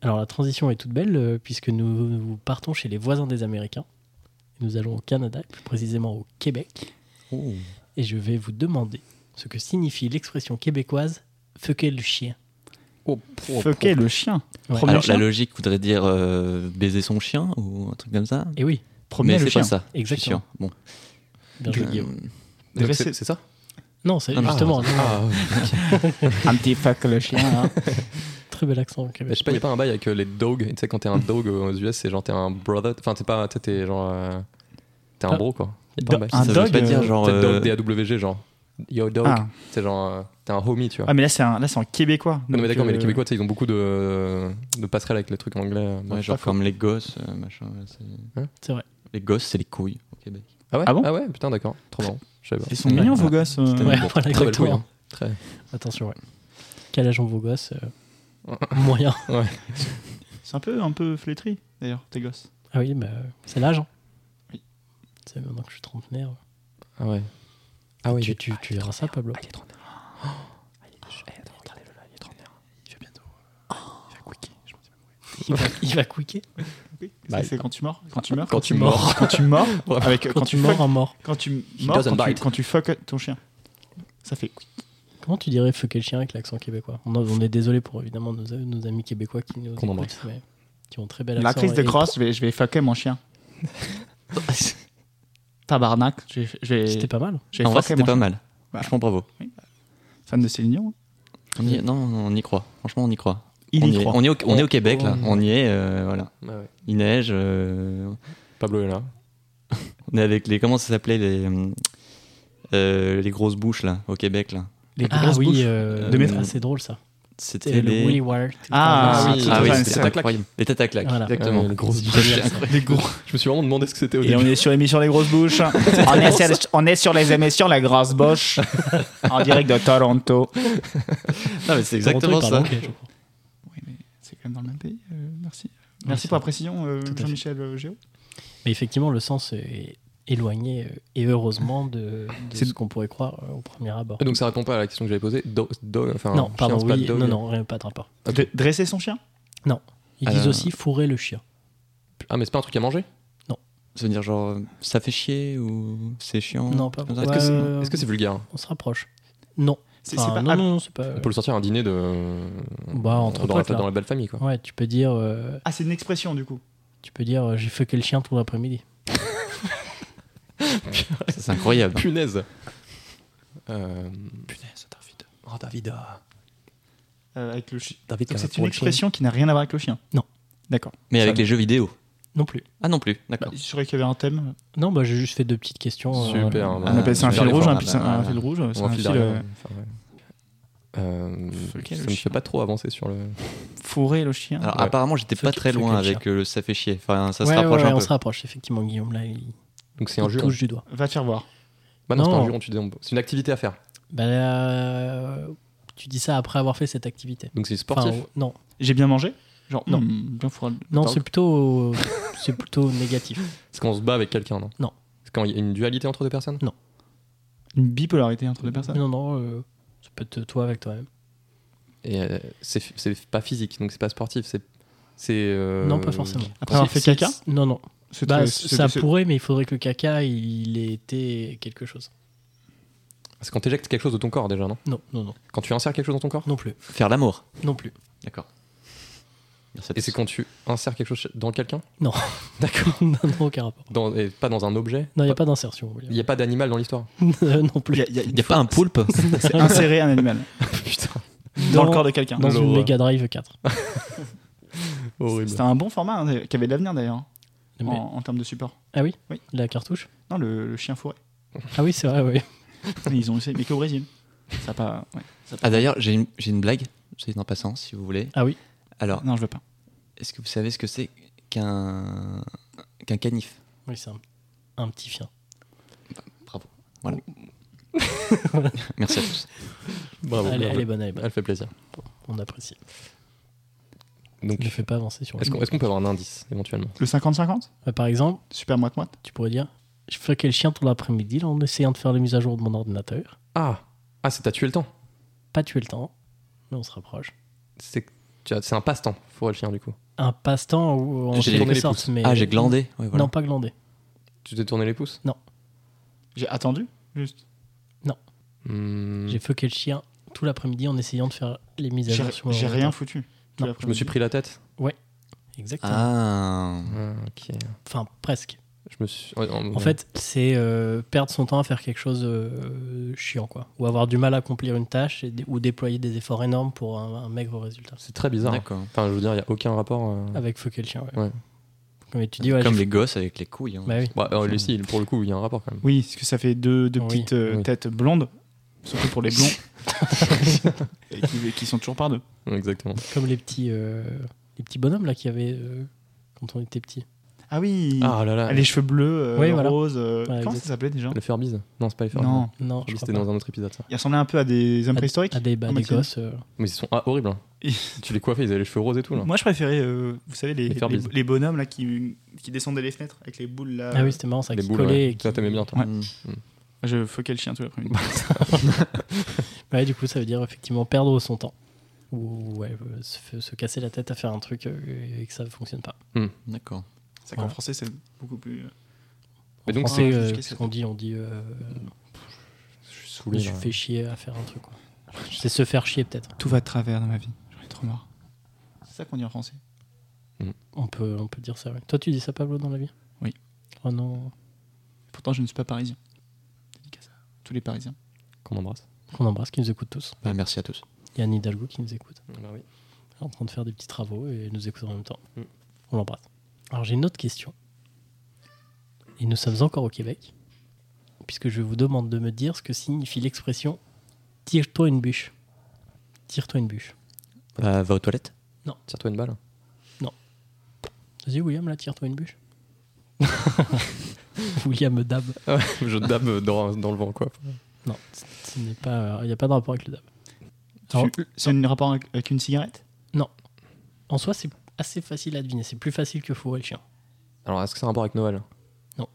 S6: Alors la transition est toute belle euh, puisque nous, nous partons chez les voisins des Américains. Nous allons au Canada, et plus précisément au Québec,
S3: Oh.
S6: et je vais vous demander ce que signifie l'expression québécoise « fucker le chien
S8: Oh, oh,
S9: Fucker le chien.
S6: Ouais.
S9: Premier
S3: Alors,
S9: chien.
S3: la logique voudrait dire euh, baiser son chien ou un truc comme ça. ».
S6: Et oui,
S9: Premier
S3: mais
S9: le
S3: c'est
S9: chien.
S3: pas ça.
S6: Exactement.
S3: C'est sûr. Bon.
S6: bien joué
S3: Euh,
S6: Guillaume.
S8: Donc
S9: Dresser-
S8: C'est c'est ça
S6: Non, c'est
S3: Ah, non,
S6: justement non, non,
S8: Ah, ouais.
S9: Un petit fuck le chien. hein.
S6: très bel accent au
S8: Bah,
S6: Québec.
S8: Je sais pas, y a pas un bail avec euh, les dogs. Tu sais, quand t'es un dog aux US, c'est genre t'es un brother. Enfin, t'es pas. t'es- T'es genre. euh, T'es
S6: Ah.
S8: un bro, quoi. Y a pas
S9: Do-
S8: bail.
S9: un
S8: Ça veut
S3: Ça veut
S9: dog,
S3: pas dire
S9: euh,
S3: genre.
S8: T'es
S3: euh,
S8: dog DAWG, genre. Yo dog.
S9: Ah.
S8: C'est genre. euh, T'es un homie, tu vois.
S9: Ah, mais là, c'est un- là, c'est en québécois.
S8: non, mais
S9: Donc,
S8: d'accord, mais les
S9: euh,
S8: Québécois, tu sais, ils ont beaucoup de, euh, de passerelles avec les trucs anglais. euh, bref.
S3: Ouais, genre comme les gosses, euh, machin. ouais, c'est-
S8: Hein
S6: C'est vrai.
S3: Les gosses, c'est les couilles bah, au Québec.
S8: Ah ouais
S9: Ah bon
S8: ouais, putain, d'accord. Trop marrant. Je savais pas.
S9: Ils sont mignons, vos
S3: Ouais.
S9: gosses. euh.
S6: Ouais, voilà,
S8: Très belle couille,
S6: exactement.
S8: hein. Très.
S6: Attention, ouais. Calage en vos gosses, euh, moyen.
S9: C'est un peu, un peu flétri, d'ailleurs, tes gosses.
S6: Ah oui, bah, euh, c'est l'âge. Hein.
S9: Oui.
S6: C'est maintenant que je suis trentenaire.
S8: Ah ouais. Ah ouais.
S6: tu, tu, tu verras ça, Pablo Oh. Ah, euh, Il va, il va quicker.
S8: Bah,
S9: c'est quand tu meurs Quand tu meurs
S8: Quand tu mords.
S9: Quand tu mords
S8: Vraiment.
S9: avec,
S6: Quand, tu mords
S9: fuck-
S6: un mort.
S9: quand tu mords,
S8: doesn't
S9: quand tu,
S8: bite.
S9: quand tu fuck ton chien. Ça fait
S6: Comment tu dirais fucker le chien avec l'accent québécois on, on est désolé pour évidemment nos, nos amis québécois qui nous
S8: Qu'on
S6: écoutent, mais qui ont très bel accent.
S9: la crise de
S6: et-
S9: crosse, je vais, je vais fucker mon chien. Tabarnak, je vais, je vais,
S6: C'était pas mal.
S9: je vais
S3: En vrai,
S9: fucker
S3: c'était
S9: mon
S3: pas
S9: chien.
S3: mal.
S9: Bah.
S3: Franchement, bravo.
S9: Fan de Céline Dion
S3: On y- Non, on y croit. Franchement, on y croit.
S9: Il
S3: on,
S9: y
S3: est,
S9: croit.
S3: on est au, on est au Québec, là.
S8: Oh.
S3: On y est, euh, voilà.
S8: Ah ouais.
S3: Il neige. euh,
S8: Pablo est là.
S3: on est avec les. Comment ça s'appelait les. hum, Euh, les grosses bouches, là, au Québec, là.
S6: Les
S9: Ah grosses oui, bouches.
S6: euh,
S9: de métro.
S6: ah, c'est drôle ça.
S3: C'était
S6: C'était le
S3: les...
S6: Willy Wire.
S9: Ah,
S3: Ah oui,
S9: tout
S3: ah
S9: à
S3: oui,
S9: fait,
S3: c'était
S9: c'est
S3: incroyable. Les têtes à claques,
S6: Voilà.
S3: exactement.
S8: Ouais, les grosses
S3: C'était
S8: bouches.
S3: incroyable.
S9: Des gros-
S8: Je me suis vraiment demandé ce que c'était au
S10: Et on
S8: début.
S10: est sur l'émission Les Grosses Bouches. on, est sur, on est sur les émissions La Grosse Bouche en direct de Toronto.
S3: Non, mais c'est exactement
S6: Toronto, il
S3: ça.
S6: parle anglais, je crois.
S9: Oui, mais c'est quand même dans le même pays. euh, merci.
S6: Oui,
S9: Merci
S6: c'est
S9: pour la
S6: vrai.
S9: précision, euh,
S6: Tout à fait.
S9: Jean-Michel euh, Géo.
S6: Mais effectivement, le sens est éloigné euh, et heureusement de, de
S9: C'est-
S6: ce qu'on pourrait croire euh, au premier abord.
S8: Et Donc ça répond pas à la question que j'avais posée. Do- dog, enfin,
S6: non,
S8: Ah, chien,
S6: pardon,
S8: c'est pas
S6: oui,
S8: dog. Ah,
S6: non, non, rien, pas de rapport.
S9: D- Dresser son chien
S6: Ils
S8: Euh,
S6: disent aussi fourrer le chien.
S8: Ah, mais c'est pas un truc à manger
S3: Ça veut dire genre, euh, ça fait chier ou c'est chiant
S6: Non, pas
S3: hmm. Est-ce
S6: Ouais,
S3: que c'est-
S6: euh,
S8: Est-ce que c'est vulgaire
S6: On se rapproche. Non.
S9: C'est
S6: Enfin,
S9: c'est pas-
S6: non,
S9: ah,
S6: non, non, c'est pas.
S8: On peut le sortir à un dîner de.
S6: Bah, entre
S8: dans, la,
S6: potes, là.
S8: dans la belle famille, quoi.
S6: Ouais, tu peux dire, euh,
S9: ah, c'est une expression du coup.
S6: tu peux dire, euh, j'ai fucké le chien tout l'après-midi.
S3: ça, c'est incroyable.
S8: Punaise euh...
S9: Punaise, David.
S8: Oh, David
S9: euh, avec le chien.
S8: David,
S9: Donc c'est une expression qui n'a rien à voir avec le chien.
S6: Non.
S9: D'accord.
S3: Mais avec les jeux vidéo.
S6: Non plus.
S3: Ah non plus,
S9: Bah,
S3: d'accord.
S9: je saurais qu'il y avait un thème.
S6: Non, bah j'ai juste fait deux petites questions. euh,
S8: Super.
S3: Ah,
S8: bah,
S9: on appelle ça un
S3: super
S9: fil rouge,
S3: effort,
S9: un, fil-
S3: là, là,
S9: un
S3: là.
S9: fil rouge.
S8: on
S9: c'est
S8: va
S9: un
S8: filer
S9: fil,
S8: derrière,
S9: euh,
S8: enfin, ouais. Euh,
S9: Fucker
S8: ça
S9: le
S8: me fait
S9: chien.
S8: pas trop avancer sur le.
S9: fourrer le chien.
S3: Alors
S8: Ouais.
S3: apparemment, j'étais
S6: Faut
S3: pas
S6: qu'il-
S3: très
S6: faut
S3: loin
S6: qu'il
S3: avec euh, le ça fait chier. Enfin, ça
S6: ouais,
S3: se rapproche
S6: ouais,
S3: un
S6: on
S3: peu.
S6: se rapproche, effectivement, Guillaume, là, il
S8: Donc c'est un
S6: il
S8: jeu.
S6: touche du doigt.
S9: Va te faire voir.
S8: Bah non, c'est pas un
S6: Non.
S8: juron, tu dis- on- c'est une activité à faire.
S6: Bah, euh, tu dis ça après avoir fait cette activité.
S8: Donc c'est
S6: Enfin,
S8: sportif.
S6: non,
S9: J'ai bien mangé Genre,
S6: Non.
S9: hmm, bien fourré. le-
S6: non
S9: Attends.
S6: c'est plutôt, c'est plutôt négatif.
S8: c'est quand on se bat avec quelqu'un, non
S6: Non.
S8: C'est quand il y a une dualité entre deux personnes
S9: une bipolarité entre deux personnes.
S6: Non, non, euh, ça peut être toi avec toi-même.
S8: Et euh, c'est c'est pas physique, donc c'est pas sportif. C'est. c'est, euh,
S6: non, pas forcément.
S9: Après avoir
S6: C'est-
S9: fait
S6: c'est-
S9: caca
S6: c'est- Non, non.
S9: C'est
S6: Bah,
S9: très-
S6: c-
S9: c'est-
S6: ça
S9: c'est-
S6: pourrait, mais il faudrait que le caca, il ait été quelque chose.
S8: C'est quand t'éjectes quelque chose de ton corps déjà, non
S6: Non, non, non,
S8: Quand tu insères quelque chose dans ton corps
S6: non plus,
S3: Faire l'amour.
S6: non plus.
S3: D'accord.
S8: Et c'est quand tu insères quelque chose dans quelqu'un
S6: D'accord. non, non, aucun rapport.
S8: dans, et Pas dans un objet
S6: Non, il n'y a pas d'insertion. vous voulez
S8: Il n'y a pas d'animal dans l'histoire.
S6: dire. non
S9: Il y
S6: plus.
S9: a- il y a-
S3: Il n'y a pas un poulpe
S9: C'est insérer un animal
S8: Putain,
S9: dans
S6: Dans-
S9: le corps de quelqu'un.
S6: Dans une
S8: L'horreur.
S6: Mega Drive 4.
S8: horrible.
S9: C'était un bon format hein, qui avait de l'avenir d'ailleurs en,
S6: Mais-
S9: en termes de support.
S6: Ah oui,
S9: Oui.
S6: La cartouche
S9: Non, le, le chien fourré.
S6: Ah oui, c'est vrai, oui.
S9: Ils ont essayé, mais qu'au Brésil. Ça a pas. ouais, ça a pas-
S3: Ah d'ailleurs, j'ai une, j'ai une blague. C'est en passant, si vous voulez.
S6: Ah oui.
S3: Alors,
S9: Non, je veux pas.
S3: est-ce que vous savez ce que c'est qu'un qu'un canif
S6: Oui, c'est un, un petit chien.
S3: Merci à tous.
S8: Bravo.
S6: elle, est- elle est
S8: Elle,
S6: bonne, elle est bonne.
S8: fait plaisir.
S6: On apprécie.
S8: Donc,
S6: Ne fais pas avancer sur le
S8: est-ce qu'on
S6: mur.
S8: est-ce qu'on peut avoir un indice éventuellement
S9: Le 50-50
S6: Bah, Par exemple,
S9: Super moite-moite
S6: tu pourrais dire Je fais quel chien tout l'après-midi là, en essayant de faire les mises à jour de mon ordinateur.
S8: Ah Ah, c'est t'as tué le temps.
S6: Pas tuer le temps, mais on se rapproche.
S8: C'est tu as- c'est un passe-temps, fourrer le chien du coup.
S6: Un passe-temps où on
S3: J'ai
S8: tourné
S6: quelque
S8: les
S6: sorte,
S8: pouces.
S6: mais.
S3: Ah, j'ai glandé. Ouais, voilà. Mm.
S6: Non, pas glandé.
S8: Tu t'es tourné les pouces
S9: J'ai attendu, juste.
S8: Hmm,
S6: J'ai fucké le chien tout l'après-midi en essayant de faire les mises à
S9: J'ai
S6: jour sur mon
S9: j'ai rien
S6: ordinateur.
S9: foutu.
S6: Non,
S9: Tout
S8: Je me suis pris la tête.
S6: Exactement.
S3: Ah.
S8: Ah, ok.
S6: Enfin, presque.
S8: Je me suis. ouais,
S6: En fait, c'est euh, perdre son temps à faire quelque chose euh, chiant, quoi. Ou avoir du mal à accomplir une tâche et dé- ou déployer des efforts énormes pour un, un maigre résultat.
S8: c'est très bizarre.
S3: D'accord.
S8: Enfin, je veux dire, il n'y a aucun rapport. euh.
S6: Avec fucker le chien, ouais.
S8: Ouais.
S6: Mais tu dis, ouais,
S3: Comme
S6: j'ai-
S3: les gosses avec les couilles. hein.
S6: Bah oui.
S8: Bah, alors, lui, si, pour le coup, il y a un rapport quand même.
S9: Oui, parce que ça fait deux, deux
S6: Oui,
S9: petites euh,
S8: oui.
S9: têtes blondes, surtout pour les blonds. et qui, qui sont toujours par deux.
S8: Exactement.
S6: Comme les petits, euh, les petits bonhommes là qu'il y avait euh, quand on était petit.
S9: Ah oui
S8: Ah là là.
S9: Les cheveux bleus, euh,
S6: Oui, voilà.
S9: roses. euh,
S6: Voilà,
S9: comment
S6: exact.
S9: ça s'appelait déjà
S8: Le Furbiz Non, c'est pas les Furbiz.
S9: Non,
S6: Non, je
S8: Furbies,
S6: crois
S8: C'était
S6: pas.
S8: dans un autre épisode, ça.
S9: il ressemblait un peu à des hommes préhistoriques.
S6: À des, bah,
S9: en
S6: des
S9: maquillage.
S6: gosses. euh,
S8: Mais ils sont ah, horribles. hein. tu les coiffais, ils avaient les cheveux roses et tout. Là.
S9: Moi, je préférais, euh, vous savez, les,
S8: Les
S9: les,
S8: Furbies.
S9: les bonhommes là, qui, qui descendaient les fenêtres avec les boules là.
S6: Ah oui, c'était marrant ça.
S8: les
S6: qui
S8: boules.
S6: collait
S8: ouais.
S6: et qui-
S8: Ça, t'aimais bien, toi.
S9: Ouais.
S3: Mm.
S9: Je fuckais le chien tout l'après-midi.
S6: Ouais, du coup, ça veut dire effectivement perdre son temps. Ou ouais, euh, se, f- se casser la tête à faire un truc euh, et que ça ne fonctionne pas.
S3: D'accord.
S9: C'est qu'en
S6: Voilà.
S9: français, c'est beaucoup plus. euh,
S8: Mais donc,
S6: Français,
S9: c'est-
S6: euh,
S9: c'est-
S6: qu'est-ce qu'on dit On dit. euh,
S8: Je suis
S6: je
S8: saoulé.
S6: me suis
S8: là.
S6: fait chier à faire un truc. quoi. C'est se faire chier peut-être.
S9: Tout va de travers dans ma vie. J'en ai trop marre. C'est ça qu'on dit en français.
S6: On peut, on peut dire ça. ouais. Toi, tu dis ça, Pablo, dans la vie
S9: Oui.
S6: Oh non.
S9: Pourtant, je ne suis pas parisien. Dédicace à tous les parisiens.
S8: Qu'on embrasse.
S6: Qu'on embrasse, qui nous écoute tous.
S3: Bah, merci à tous.
S6: Il y a Anne Hidalgo qui nous écoute.
S8: Bah oui.
S6: en train de faire des petits travaux et nous écoute en même temps.
S8: Mm.
S6: On l'embrasse. Alors j'ai une autre question. Et nous sommes encore au Québec, puisque je vous demande de me dire ce que signifie l'expression tire-toi une bûche. Tire-toi une bûche.
S3: Bah, va aux toilettes.
S8: Tire-toi une balle.
S6: Vas-y, William, là, tire-toi une bûche. William dab.
S8: Je dame dans, dans le vent, quoi.
S6: Non, ce- ce n'est pas. Il n'y a pas de rapport avec le dab. Alors,
S9: Tu- C'est un rapport avec- avec une cigarette
S6: En soi, c'est assez facile à deviner. C'est plus facile que fourrer le chien.
S8: Alors, est-ce que c'est un rapport avec Noël
S6: Non.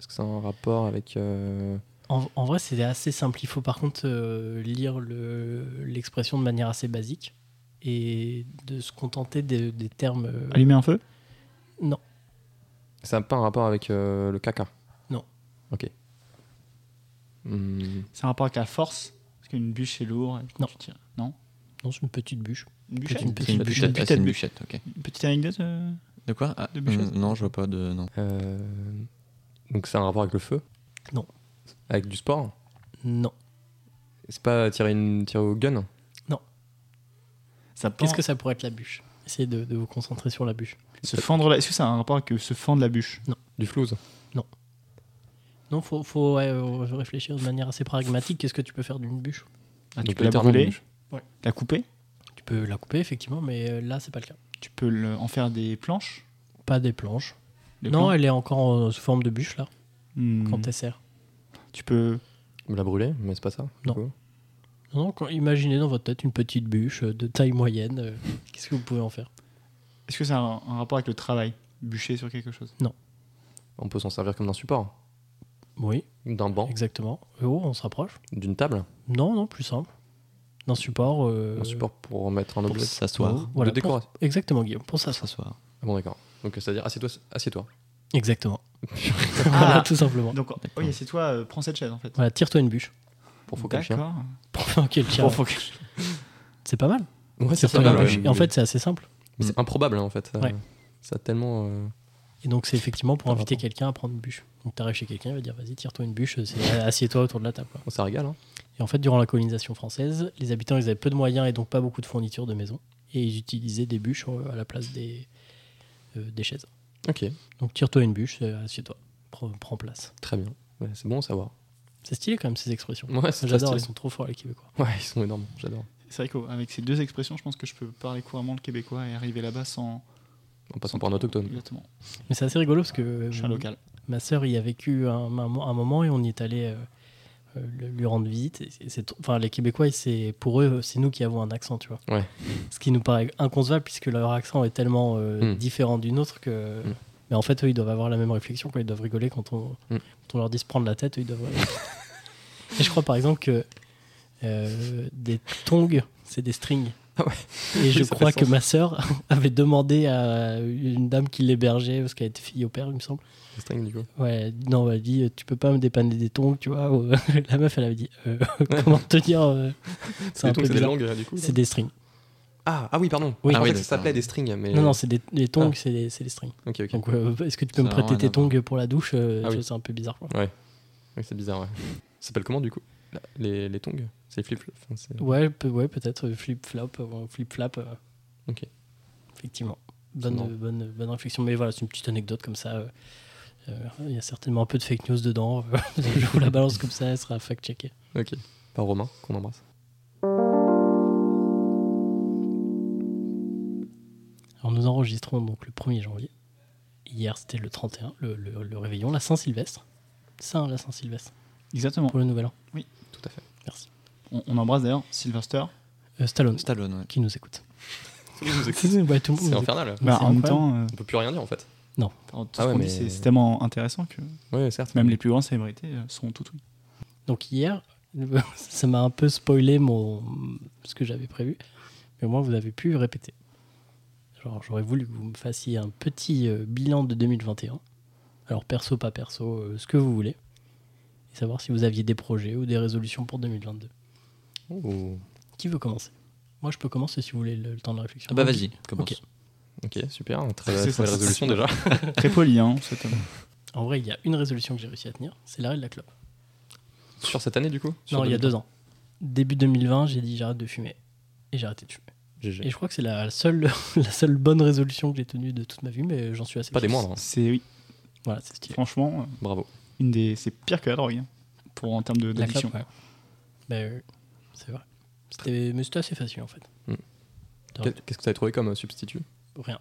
S8: Est-ce que c'est un rapport avec. euh,
S6: En, en vrai, c'est assez simple. Il faut par contre euh, lire le- l'expression de manière assez basique et de se contenter des, des termes. euh,
S9: Allumer un feu
S8: Ça n'a pas un rapport avec euh, le caca
S6: Non.
S8: Ok. Hmm,
S9: C'est un rapport avec la force Parce qu'une bûche, c'est lourd. et quand
S6: Non.
S9: tu tires- Non
S6: Non, c'est une petite bûche.
S9: Une bûche
S6: Petite bûche.
S3: Une bûchette. Ah, c'est une bûchette, ok.
S9: Une petite anecdote euh,
S3: De quoi Ah,
S9: De bûchette.
S3: hum, Non, je vois pas de. Non.
S8: euh, Donc, c'est un rapport avec le feu
S6: Non.
S8: Avec du sport
S6: Non.
S8: C'est pas tirer, une, tirer au gun
S9: ça pend-
S6: Qu'est-ce que ça pourrait être la bûche Essayez de, de vous concentrer sur la bûche.
S9: Se fendre la... Est-ce que ça a un rapport avec se fendre la bûche
S8: Du flouze
S6: Non, faut, faut ouais, euh, réfléchir de manière assez pragmatique. Qu'est-ce que tu peux faire d'une bûche
S9: Ah, Tu
S8: Donc,
S9: peux la
S8: littéralement,
S9: brûler,
S8: je-
S9: la couper,
S6: Tu peux la couper effectivement, mais euh, là, c'est pas le cas.
S9: tu peux le- en faire des planches
S6: Pas des planches. Mhm.
S9: des
S6: non,
S9: planches.
S6: elle est encore euh, sous forme de bûche là,
S9: Hmm.
S6: quand elle sert.
S9: Tu peux...
S8: La brûler, mais c'est pas ça. du
S6: Non.
S8: coup.
S6: Non, quand- imaginez dans votre tête une petite bûche euh, de taille moyenne. euh, Qu'est-ce que vous pouvez en faire
S9: Est-ce que ça a un, un rapport avec le travail Bûcher sur quelque chose
S8: On peut s'en servir comme d'un support,
S6: Oui.
S8: d'un banc,
S6: Exactement. Oh, on se rapproche
S8: d'une table,
S6: Non, non, plus simple. D'un support. euh,
S8: un support pour mettre un
S3: Pour
S8: objet.
S3: s'asseoir.
S6: voilà, Ah,
S8: de
S6: pour-
S8: décoration.
S6: Exactement, Guillaume, pour ça.
S3: S'asseoir.
S8: Ah bon, d'accord. Donc, c'est-à-dire, assieds-toi. assieds-toi.
S6: Exactement. voilà,
S9: Ah.
S6: tout simplement.
S9: Donc, oui, c'est toi, euh, prends cette chaise en fait.
S6: Voilà, tire-toi une bûche.
S8: Pour hein. faux le chien.
S9: D'accord.
S6: Pour provoquer le tir.
S9: Bon, faut que-
S6: C'est pas mal.
S8: Ouais,
S6: Tire-toi
S8: pas
S6: une
S8: mal,
S6: bûche.
S8: ouais.
S6: Et en fait, c'est assez simple.
S8: Mais c'est improbable, hein, en fait. Ça-
S6: Ouais.
S8: Ça a tellement. euh,
S6: Et donc, c'est effectivement pour
S8: Par
S6: inviter
S8: rapport.
S6: quelqu'un à prendre une bûche. Donc, t'arrives chez quelqu'un, il va dire vas-y, tire-toi une bûche, c'est- assieds-toi autour de la table. quoi.
S8: Ça régale, hein.
S6: Et en fait, durant la colonisation française, les habitants, ils avaient peu de moyens et donc pas beaucoup de fournitures de maison. Et ils utilisaient des bûches euh, à la place des, euh, des chaises.
S8: Ok,
S6: Donc, tire-toi une bûche, euh, assieds-toi, prends- prends place.
S8: très bien. Ouais, c'est bon à savoir.
S6: C'est stylé quand même ces expressions.
S8: Ouais, c'est très
S6: J'adore,
S8: stylé.
S6: ils sont trop forts les Québécois.
S8: Ouais, ils sont énormes, j'adore.
S9: C'est vrai qu'avec ces deux expressions, je pense que je peux parler couramment le québécois et arriver là-bas sans.
S8: En passant par un autochtone.
S9: Exactement.
S6: Mais c'est assez rigolo parce que euh,
S9: Je suis un local.
S6: ma sœur y a vécu un, un- un moment et on y est allé euh, euh, le- lui rendre visite. Et c'est- c'est- enfin, les Québécois, c'est pour eux, c'est nous qui avons un accent, tu vois.
S8: Ouais.
S6: Ce qui nous paraît inconcevable puisque leur accent est tellement euh,
S8: Mm.
S6: différent d'une autre que.
S8: Mm.
S6: Mais en fait, eux, ils doivent avoir la même réflexion. Quoi. Ils doivent rigoler quand on,
S8: Mm.
S6: quand on leur dit se prendre la tête. Eux, ils doivent. et je crois par exemple que euh, des tongs, c'est des strings.
S8: Ah ouais.
S6: Et je
S8: Oui, ça
S6: crois
S8: fait
S6: que
S8: sens.
S6: ma sœur avait demandé à une dame qui l'hébergeait, parce qu'elle était fille au père, il me semble.
S8: Le string, du coup.
S6: Ouais, non, elle dit euh, Tu peux pas me dépanner des tongs, tu vois. ou- La meuf, elle avait dit Euh, Comment te dire euh, C'est
S8: Des
S6: un
S8: tongs,
S6: peu
S8: des
S6: bizarre.
S8: langues, euh, du coup. là.
S6: C'est des strings.
S8: Ah, ah oui, pardon.
S6: Oui. Ah
S8: Je pensais
S3: oui,
S8: que ça
S3: d'accord.
S8: s'appelait des strings, mais.
S6: Non, non, c'est des les tongs,
S8: Ah.
S6: c'est des, c'est des strings.
S8: Ok, ok.
S6: Donc, euh, est-ce que tu peux
S3: Ça
S6: me
S3: a
S6: prêter
S3: rien
S6: tes
S3: à voir.
S6: tongs pour la douche Euh, tu
S8: Ah oui.
S6: vois, C'est un peu bizarre. Quoi.
S8: Ouais, c'est bizarre, ouais. Ça s'appelle comment, du coup La- Les, les tongs C'est les flip-flops enfin, c'est-
S6: Ouais, peut- ouais peut-être euh, flip-flop, euh, flip-flap. euh.
S8: Ok.
S6: Effectivement. Bonne,
S8: marrant.
S6: euh, bonne, bonne réflexion. Mais voilà, c'est une petite anecdote comme ça. euh, euh, Il y a certainement un peu de fake news dedans. euh, Je vous la balance comme ça, elle sera fact-checkée.
S8: Ok. Par Romain, qu'on embrasse.
S6: Alors nous enregistrons donc le 1er janvier. Hier, c'était le 31, le, le- le réveillon, la Saint-Sylvestre. Ça, hein, la Saint-Sylvestre,
S9: Exactement.
S6: pour le nouvel an.
S8: Tout à fait.
S9: On, on embrasse d'ailleurs Sylvester.
S6: Euh, Stallone,
S3: Stallone, ouais.
S6: qui nous écoute.
S8: Tout le monde nous écoute.
S6: Ouais, tout le monde
S8: C'est
S6: nous écoute.
S8: infernal.
S6: Bah,
S9: en même
S6: incroyable.
S9: temps, euh,
S8: On peut plus rien dire, en fait.
S9: enfin, tout
S8: Ah
S9: ce
S8: ouais,
S9: qu'on
S8: mais-
S9: dit, c'est c'est tellement intéressant que
S8: Ouais, certes.
S9: même les plus grandes célébrités euh, seront tout oui.
S6: Donc hier, ça m'a un peu spoilé mon... ce que j'avais prévu. Mais au moins, vous avez pu répéter. Genre, j'aurais voulu que vous me fassiez un petit euh, bilan de 2021. Alors, perso, pas perso, euh, ce que vous voulez. Et savoir si vous aviez des projets ou des résolutions pour 2022.
S8: Oh.
S6: Qui veut commencer Moi, je peux commencer si vous voulez le, le temps de réflexion.
S3: Ah bah vas-y, commence.
S6: Ok.
S8: Ok, super. Très très
S9: C'est ça,
S8: belle
S9: c'est
S8: résolution,
S9: ça.
S8: déjà.
S9: Très poli, hein, cet homme.
S6: En vrai, il y a une résolution que j'ai réussi à tenir, c'est l'arrêt de la clope.
S8: Sur cette année, du coup Sur
S6: Non, il y a
S8: 2000.
S6: deux ans. Début 2020, j'ai dit j'arrête de fumer. Et j'ai arrêté de fumer.
S8: GG.
S6: Et je crois que c'est la seule, la seule bonne résolution que j'ai tenue de toute ma vie, mais j'en suis assez
S8: Pas des
S6: fier.
S8: moindres. hein.
S9: C'est, oui,
S6: Voilà, c'est stylé.
S9: franchement, euh,
S8: Bravo.
S9: une des... c'est pire que la drogue. hein. pour, en termes de-
S6: La
S9: d'addiction.
S6: clope, ouais. Ben, euh, c'est vrai. C'était- Mais c'était assez facile en fait.
S8: Qu'est- Qu'est-ce que t'avais trouvé comme euh, substitut
S6: Rien.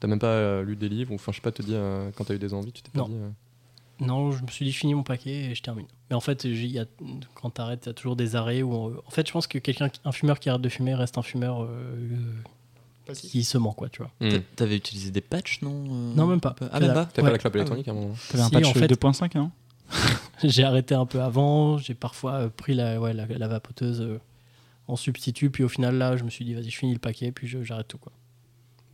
S8: T'as même pas euh, lu des livres ou enfin je sais pas te dire euh, quand t'as eu des envies, tu t'es pas
S6: Non.
S8: dit. euh,
S6: Non, je me suis dit, je finis mon paquet et je termine. Mais en fait, j'y- il y a- quand t'arrêtes, t'as toujours des arrêts. Où on- En fait, je pense que quelqu'un, qui- un fumeur qui arrête de fumer reste un fumeur euh, euh,
S9: Passif.
S6: qui se ment, quoi, tu vois.
S8: hmm.
S3: T'avais utilisé des patchs, non euh
S6: Non, même pas.
S3: Ah, même
S6: T'as-
S3: pas
S8: T'as
S6: Ouais.
S8: pas la clope électronique à un moment
S9: T'avais un
S6: Si,
S9: patch
S6: en fait-
S9: 2.5, hein
S6: J'ai arrêté un peu avant, j'ai parfois euh, pris la, ouais, la, la vapoteuse euh, en substitut, puis au final, là, je me suis dit, vas-y, je finis le paquet, puis je- j'arrête tout, quoi.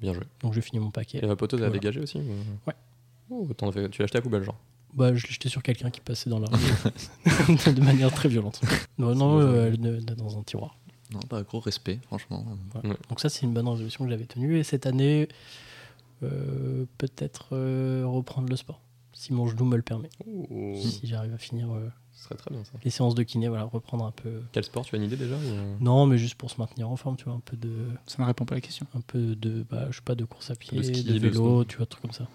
S8: Bien joué.
S6: Donc, j'ai fini mon
S8: Et
S6: paquet.
S8: la vapoteuse elle a
S6: Voilà.
S8: dégagé aussi ou- euh
S6: Ouais.
S8: Oh, t'en as fait- Tu l'as acheté à la poubelle, genre.
S6: Bah, je l'ai jeté sur quelqu'un qui passait dans la rue de manière très violente. Non, non,
S8: bien
S6: euh, elle ne- dans un tiroir.
S3: Non, bah, gros respect, franchement.
S6: Donc ça, c'est une bonne résolution que j'avais tenue. Et cette année, euh, peut-être euh, reprendre le sport, si mon genou me le permet.
S8: Oh,
S6: Si j'arrive à finir euh,
S8: Ce serait très bien ça.
S6: les séances de kiné, voilà, reprendre un peu.
S8: Quel sport Tu as une idée déjà ou- euh,
S6: Non, mais juste pour se maintenir en forme, tu vois, un peu de,
S9: Ça ne répond pas à la question.
S6: un peu de, bah, je sais pas, de course à pied,
S8: de
S6: de,
S8: ski, de
S6: vélo,
S8: snow.
S6: tu vois, trucs comme ça,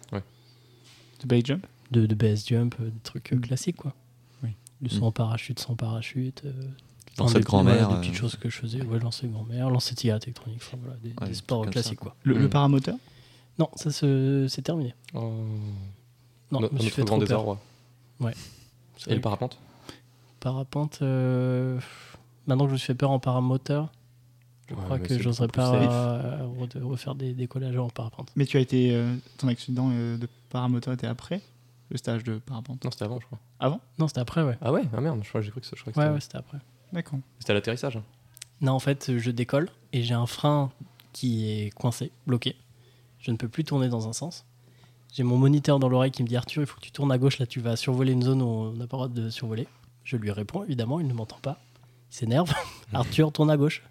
S9: The Bay Jump
S6: de, de base jump, euh, des trucs
S8: Mm.
S6: euh, classiques, quoi.
S9: Oui.
S6: Le saut en parachute, sans parachute. euh,
S3: Dans
S6: enfin,
S3: cette
S6: des-
S3: grand-mère,
S6: voilà,
S3: euh,
S6: des petites choses que je faisais, ouais, lancer grand-mère, lancer de cigarette électronique, enfin, voilà, des, des
S3: des
S6: sports
S3: trucs comme ça,
S6: classiques, quoi.
S9: Le, le
S8: Mm.
S9: paramoteur
S6: Non, ça se- c'est terminé.
S8: Oh.
S6: Non,
S8: No-
S6: je me suis
S8: notre
S6: fait
S8: grand
S6: trop peur.
S8: désarroi.
S6: C'est
S8: Et le
S6: vrai
S8: parapente
S6: que Parapente, euh, maintenant que je me suis fait peur en paramoteur, je
S8: Ouais,
S6: crois
S8: mais
S6: que
S8: c'est
S6: j'oserais
S8: beaucoup
S6: pas
S8: plus safe.
S6: euh, re- refaire des décollages en parapente.
S9: Mais tu as été. euh, ton accident euh, de paramoteur était après le stage de parapente.
S8: Non, c'était avant, je crois.
S6: Non, c'était après, ouais.
S8: Ah ouais Ah merde, je crois j'ai cru que, je crois que
S6: Ouais,
S8: c'était
S6: ouais, c'était après.
S9: D'accord.
S8: c'était à l'atterrissage. hein.
S6: Non, en fait, je décolle et j'ai un frein qui est coincé, bloqué. Je ne peux plus tourner dans un sens. J'ai mon moniteur dans l'oreille qui me dit Arthur, il faut que tu tournes à gauche, là tu vas survoler une zone où on n'a pas le droit de survoler. Je lui réponds, évidemment, il ne m'entend pas. Il s'énerve. Arthur, tourne à gauche.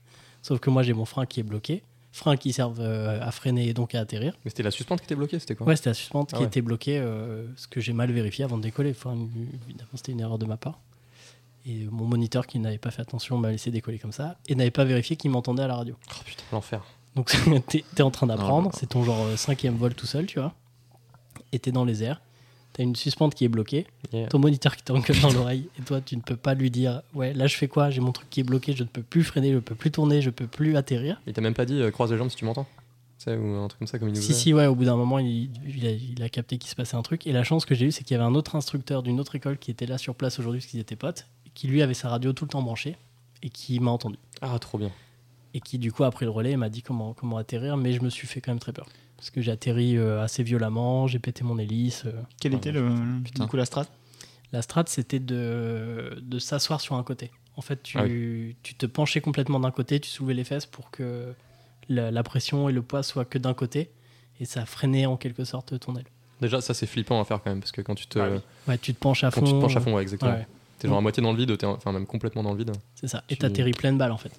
S6: Sauf que moi j'ai mon frein qui est bloqué, frein qui servent euh, à freiner et donc à atterrir.
S8: Mais c'était la suspente qui était bloquée, c'était quoi
S6: Ouais, c'était la suspente
S8: Ah
S6: qui
S8: ouais.
S6: était bloquée, euh, ce que j'ai mal vérifié avant de décoller. Enfin, évidemment, c'était une erreur de ma part. Et mon moniteur qui n'avait pas fait attention m'a laissé décoller comme ça et n'avait pas vérifié qu'il m'entendait à la radio.
S8: Oh putain, l'enfer.
S6: Donc t'es t'es en train d'apprendre,
S3: Ah bah.
S6: c'est ton genre euh, cinquième vol tout seul, tu vois. Et t'es dans les airs, t'as une suspente qui est bloquée,
S8: Yeah.
S6: ton moniteur qui t'engueule dans l'oreille, et toi tu ne peux pas lui dire ouais là je fais quoi, j'ai mon truc qui est bloqué, je ne peux plus freiner, je ne peux plus tourner, je ne peux plus atterrir.
S8: Il t'a même pas dit euh, croise les jambes si tu m'entends. Tu sais, ou un truc comme ça, comme il nous
S6: Si
S8: faisait.
S6: si ouais, au bout d'un moment il, il a, il a capté qu'il se passait un truc, et la chance que j'ai eue c'est qu'il y avait un autre instructeur d'une autre école qui était là sur place aujourd'hui parce qu'ils étaient potes, qui lui avait sa radio tout le temps branchée, et qui m'a entendu.
S8: Ah, trop bien.
S6: et qui du coup a pris le relais et m'a dit comment, comment atterrir, mais je me suis fait quand même très peur. Parce que j'ai atterri euh, assez violemment, j'ai pété mon hélice. euh.
S9: Quel
S8: Ah
S9: était
S8: ouais,
S9: le,
S3: putain.
S9: du coup, la strat
S6: La strat, c'était de, de s'asseoir sur un côté. En fait,
S8: Ah
S6: tu, tu te penchais complètement d'un côté, tu soulevais les fesses pour que la, la pression et le poids soient que d'un côté, et ça freinait en quelque sorte ton aile.
S8: Déjà, ça c'est flippant à faire quand même, parce que quand tu te,
S9: Ah oui.
S6: Ouais, tu te penches à
S8: quand
S6: fond.
S8: tu te penches à
S6: euh,
S8: fond, ouais, exactement.
S6: ouais,
S8: T'es genre à moitié dans le vide, t'es en- enfin même complètement dans le vide.
S6: c'est ça. Et
S8: Tu-
S6: t'atterris pleine balle en fait.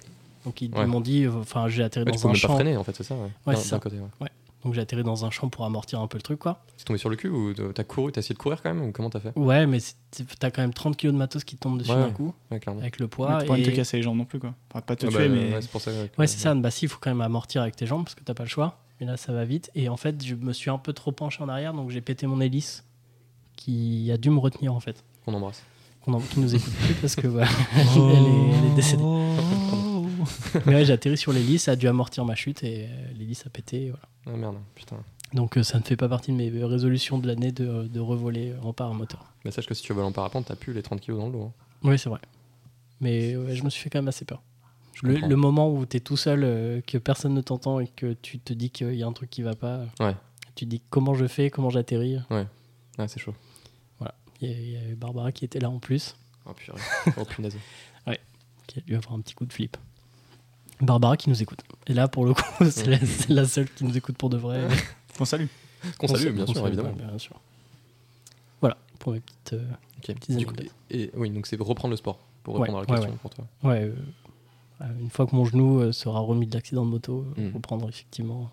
S6: Donc ils
S8: Ouais.
S6: m'ont dit, euh, enfin j'ai atterri
S8: Ouais, tu peux
S6: dans un
S8: même pas
S6: champ.
S8: freiner en fait, c'est ça. Ouais,
S6: Ouais,
S8: D'un-
S6: c'est ça.
S8: d'un côté. Ouais.
S6: Donc j'ai atterri dans un champ pour amortir un peu le truc quoi.
S8: T'es tombé sur le cul ou t'as couru, t'as essayé de courir quand même ou comment t'as fait
S6: Ouais, mais c'est- t'as quand même 30 kilos de matos qui te tombent dessus
S8: Ouais.
S6: d'un coup.
S8: Ouais, clairement.
S6: avec le
S9: Mais
S6: poids.
S9: t'as pas envie de te
S6: Ah, et-
S9: casser les jambes non plus, quoi. Enfin, pas te
S8: Ah bah,
S9: tuer, mais.
S8: ouais, c'est pour ça. que-
S6: Ouais, c'est ça. Bah, si, il faut quand même amortir avec tes jambes parce que t'as pas le choix. Et là, ça va vite. Et en fait, je me suis un peu trop penché en arrière, donc j'ai pété mon hélice qui a dû me retenir en fait.
S8: On embrasse.
S6: Qu'on en- Qui nous écoute plus parce que voilà, elle, est, elle est décédée. Mais ouais, j'ai atterri sur l'hélice, ça a dû amortir ma chute et euh, l'hélice a pété. et voilà.
S8: Ah merde, putain.
S6: Donc euh, ça ne fait pas partie de mes résolutions de l'année de, de revoler euh, en paramoteur.
S8: Mais sache que si tu voles en parapente, t'as plus les 30 kilos dans le dos. hein.
S6: Oui, c'est vrai. Mais ouais, je me suis fait quand même assez peur.
S8: Je
S6: Le,
S8: comprends.
S6: le moment où tu es tout seul, euh, que personne ne t'entend et que tu te dis qu'il y a un truc qui va pas,
S8: Ouais.
S6: tu te dis comment je fais, comment j'atterris.
S8: Ah, c'est chaud.
S6: Il y, a- il y avait Barbara qui était là en plus,
S8: Oh purée. Oh punaise.
S6: qui a dû avoir un petit coup de flip. Barbara qui nous écoute. Et là, pour le coup, c'est
S8: Mm.
S6: la, c'est la seule qui nous écoute pour de vrai.
S9: Bon, salut.
S8: Qu'on salue,
S6: On
S8: bien
S6: salue,
S8: sûr, évidemment.
S6: ouais, bien sûr. Voilà, pour mes petites. euh,
S8: Ok.
S6: Petites
S8: Du coup,
S6: anecdotes.
S8: et, et- oui, donc c'est reprendre le sport pour
S6: Ouais,
S8: répondre à la
S6: ouais,
S8: question
S6: ouais.
S8: pour toi.
S6: ouais, euh, euh, une fois que mon genou euh, sera remis de l'accident de moto, euh,
S8: Mm.
S6: reprendre effectivement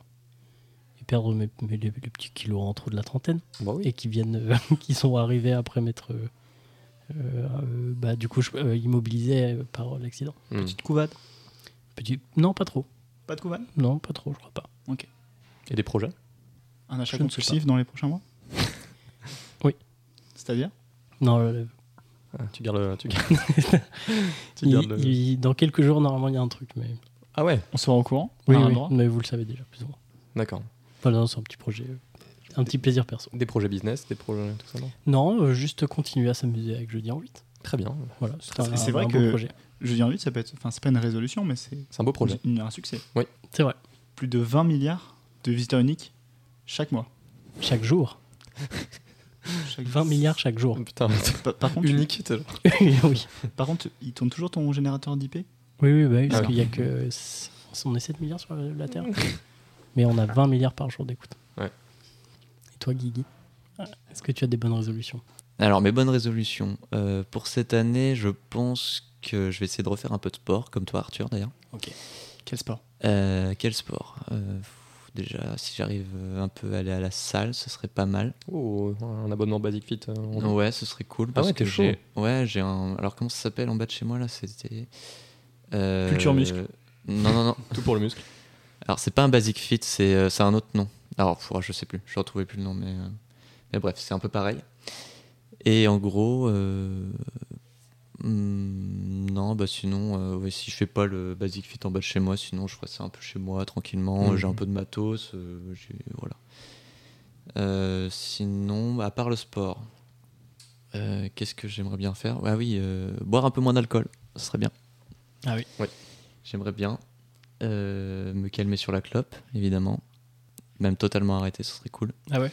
S6: et perdre mes, mes- les- les petits kilos en trop de la trentaine.
S8: Bah oui.
S6: et qui viennent euh, qui sont arrivés après m'être euh, euh, bah, du coup je- euh, immobilisé euh, par l'accident
S8: Hmm.
S9: Petite couvade.
S6: Petit- non pas trop
S9: Pas de couvade
S6: non pas trop je crois pas
S8: Et des projets
S9: Un achat
S6: Je ne sais
S9: compulsif dans les prochains mois
S6: Oui.
S9: C'est-à-dire
S6: non euh, le- le-
S8: Tu gardes le. Tu gardes, tu
S6: Il-
S8: gardes le-
S6: il- dans quelques jours, normalement, il y a un truc, mais,
S8: Ah ouais,
S9: On sera au courant
S6: Oui,
S9: on a un
S6: oui,
S9: droit
S6: mais vous le savez déjà, plus ou moins.
S8: d'accord.
S6: Voilà, c'est un petit projet, euh, un petit plaisir perso.
S8: Des projets business, des projets tout ça, non
S6: Non, euh, juste continuer à s'amuser avec Jeudi en 8.
S8: Très bien,
S6: Voilà, c'est un,
S9: c'est- c'est
S6: un
S9: vrai
S6: beau
S9: que-
S6: projet.
S9: Jeudi en 8, ça peut être. Enfin, c'est pas une résolution, mais c'est
S8: c'est un beau projet.
S9: une- un succès.
S6: C'est vrai,
S9: Plus de 20 milliards de visiteurs uniques chaque mois.
S6: chaque jour,
S9: Chaque-
S6: 20 milliards chaque jour.
S8: Oh, Putain,
S9: Par, par contre,
S8: unique, t'es-
S6: oui, oui,
S9: par contre, il tourne toujours ton générateur d'IP
S6: oui, bah oui, parce
S8: Ah.
S6: qu'il y a que. On est 7 milliards sur la la Terre, mais on a 20 milliards par jour d'écoute.
S8: Ouais.
S6: Et toi, Guigui Est-ce que tu as des bonnes résolutions
S3: Alors, mes bonnes résolutions. Euh, pour cette année, je pense que je vais essayer de refaire un peu de sport, comme toi, Arthur, d'ailleurs.
S9: Quel sport
S3: Euh, quel sport Euh, pff, Déjà, si j'arrive euh, un peu à aller à la salle, ce serait pas mal.
S8: Oh, un abonnement Basic Fit. euh, on-
S3: Ah Ouais, ce serait cool. Parce
S8: ouais,
S3: que
S8: t'es chaud.
S3: j'ai- Ouais, j'ai un. Alors, comment ça s'appelle en bas de chez moi, là C'était. euh,
S9: Culture muscle.
S3: Non, non, non.
S8: Tout pour le muscle.
S3: Alors, c'est pas un Basic Fit, c'est euh, c'est un autre nom. Alors, pff, je sais plus, je retrouvais plus le nom, mais, euh, mais bref, c'est un peu pareil. Et en gros, euh, hmm, non, bah sinon, euh, ouais, si je fais pas le Basic Fit en bas de chez moi, sinon je ferai ça un peu chez moi, tranquillement.
S6: Mmh.
S8: Mhm.
S3: J'ai un peu de matos, euh, j'ai- voilà. Euh, sinon, à part le sport, euh, qu'est-ce que j'aimerais bien faire Ah oui, euh, boire un peu moins d'alcool, ce serait bien.
S6: Ah oui.
S3: Ouais. J'aimerais bien euh, me calmer sur la clope, évidemment. Même totalement arrêter, ce serait cool.
S6: Ah ouais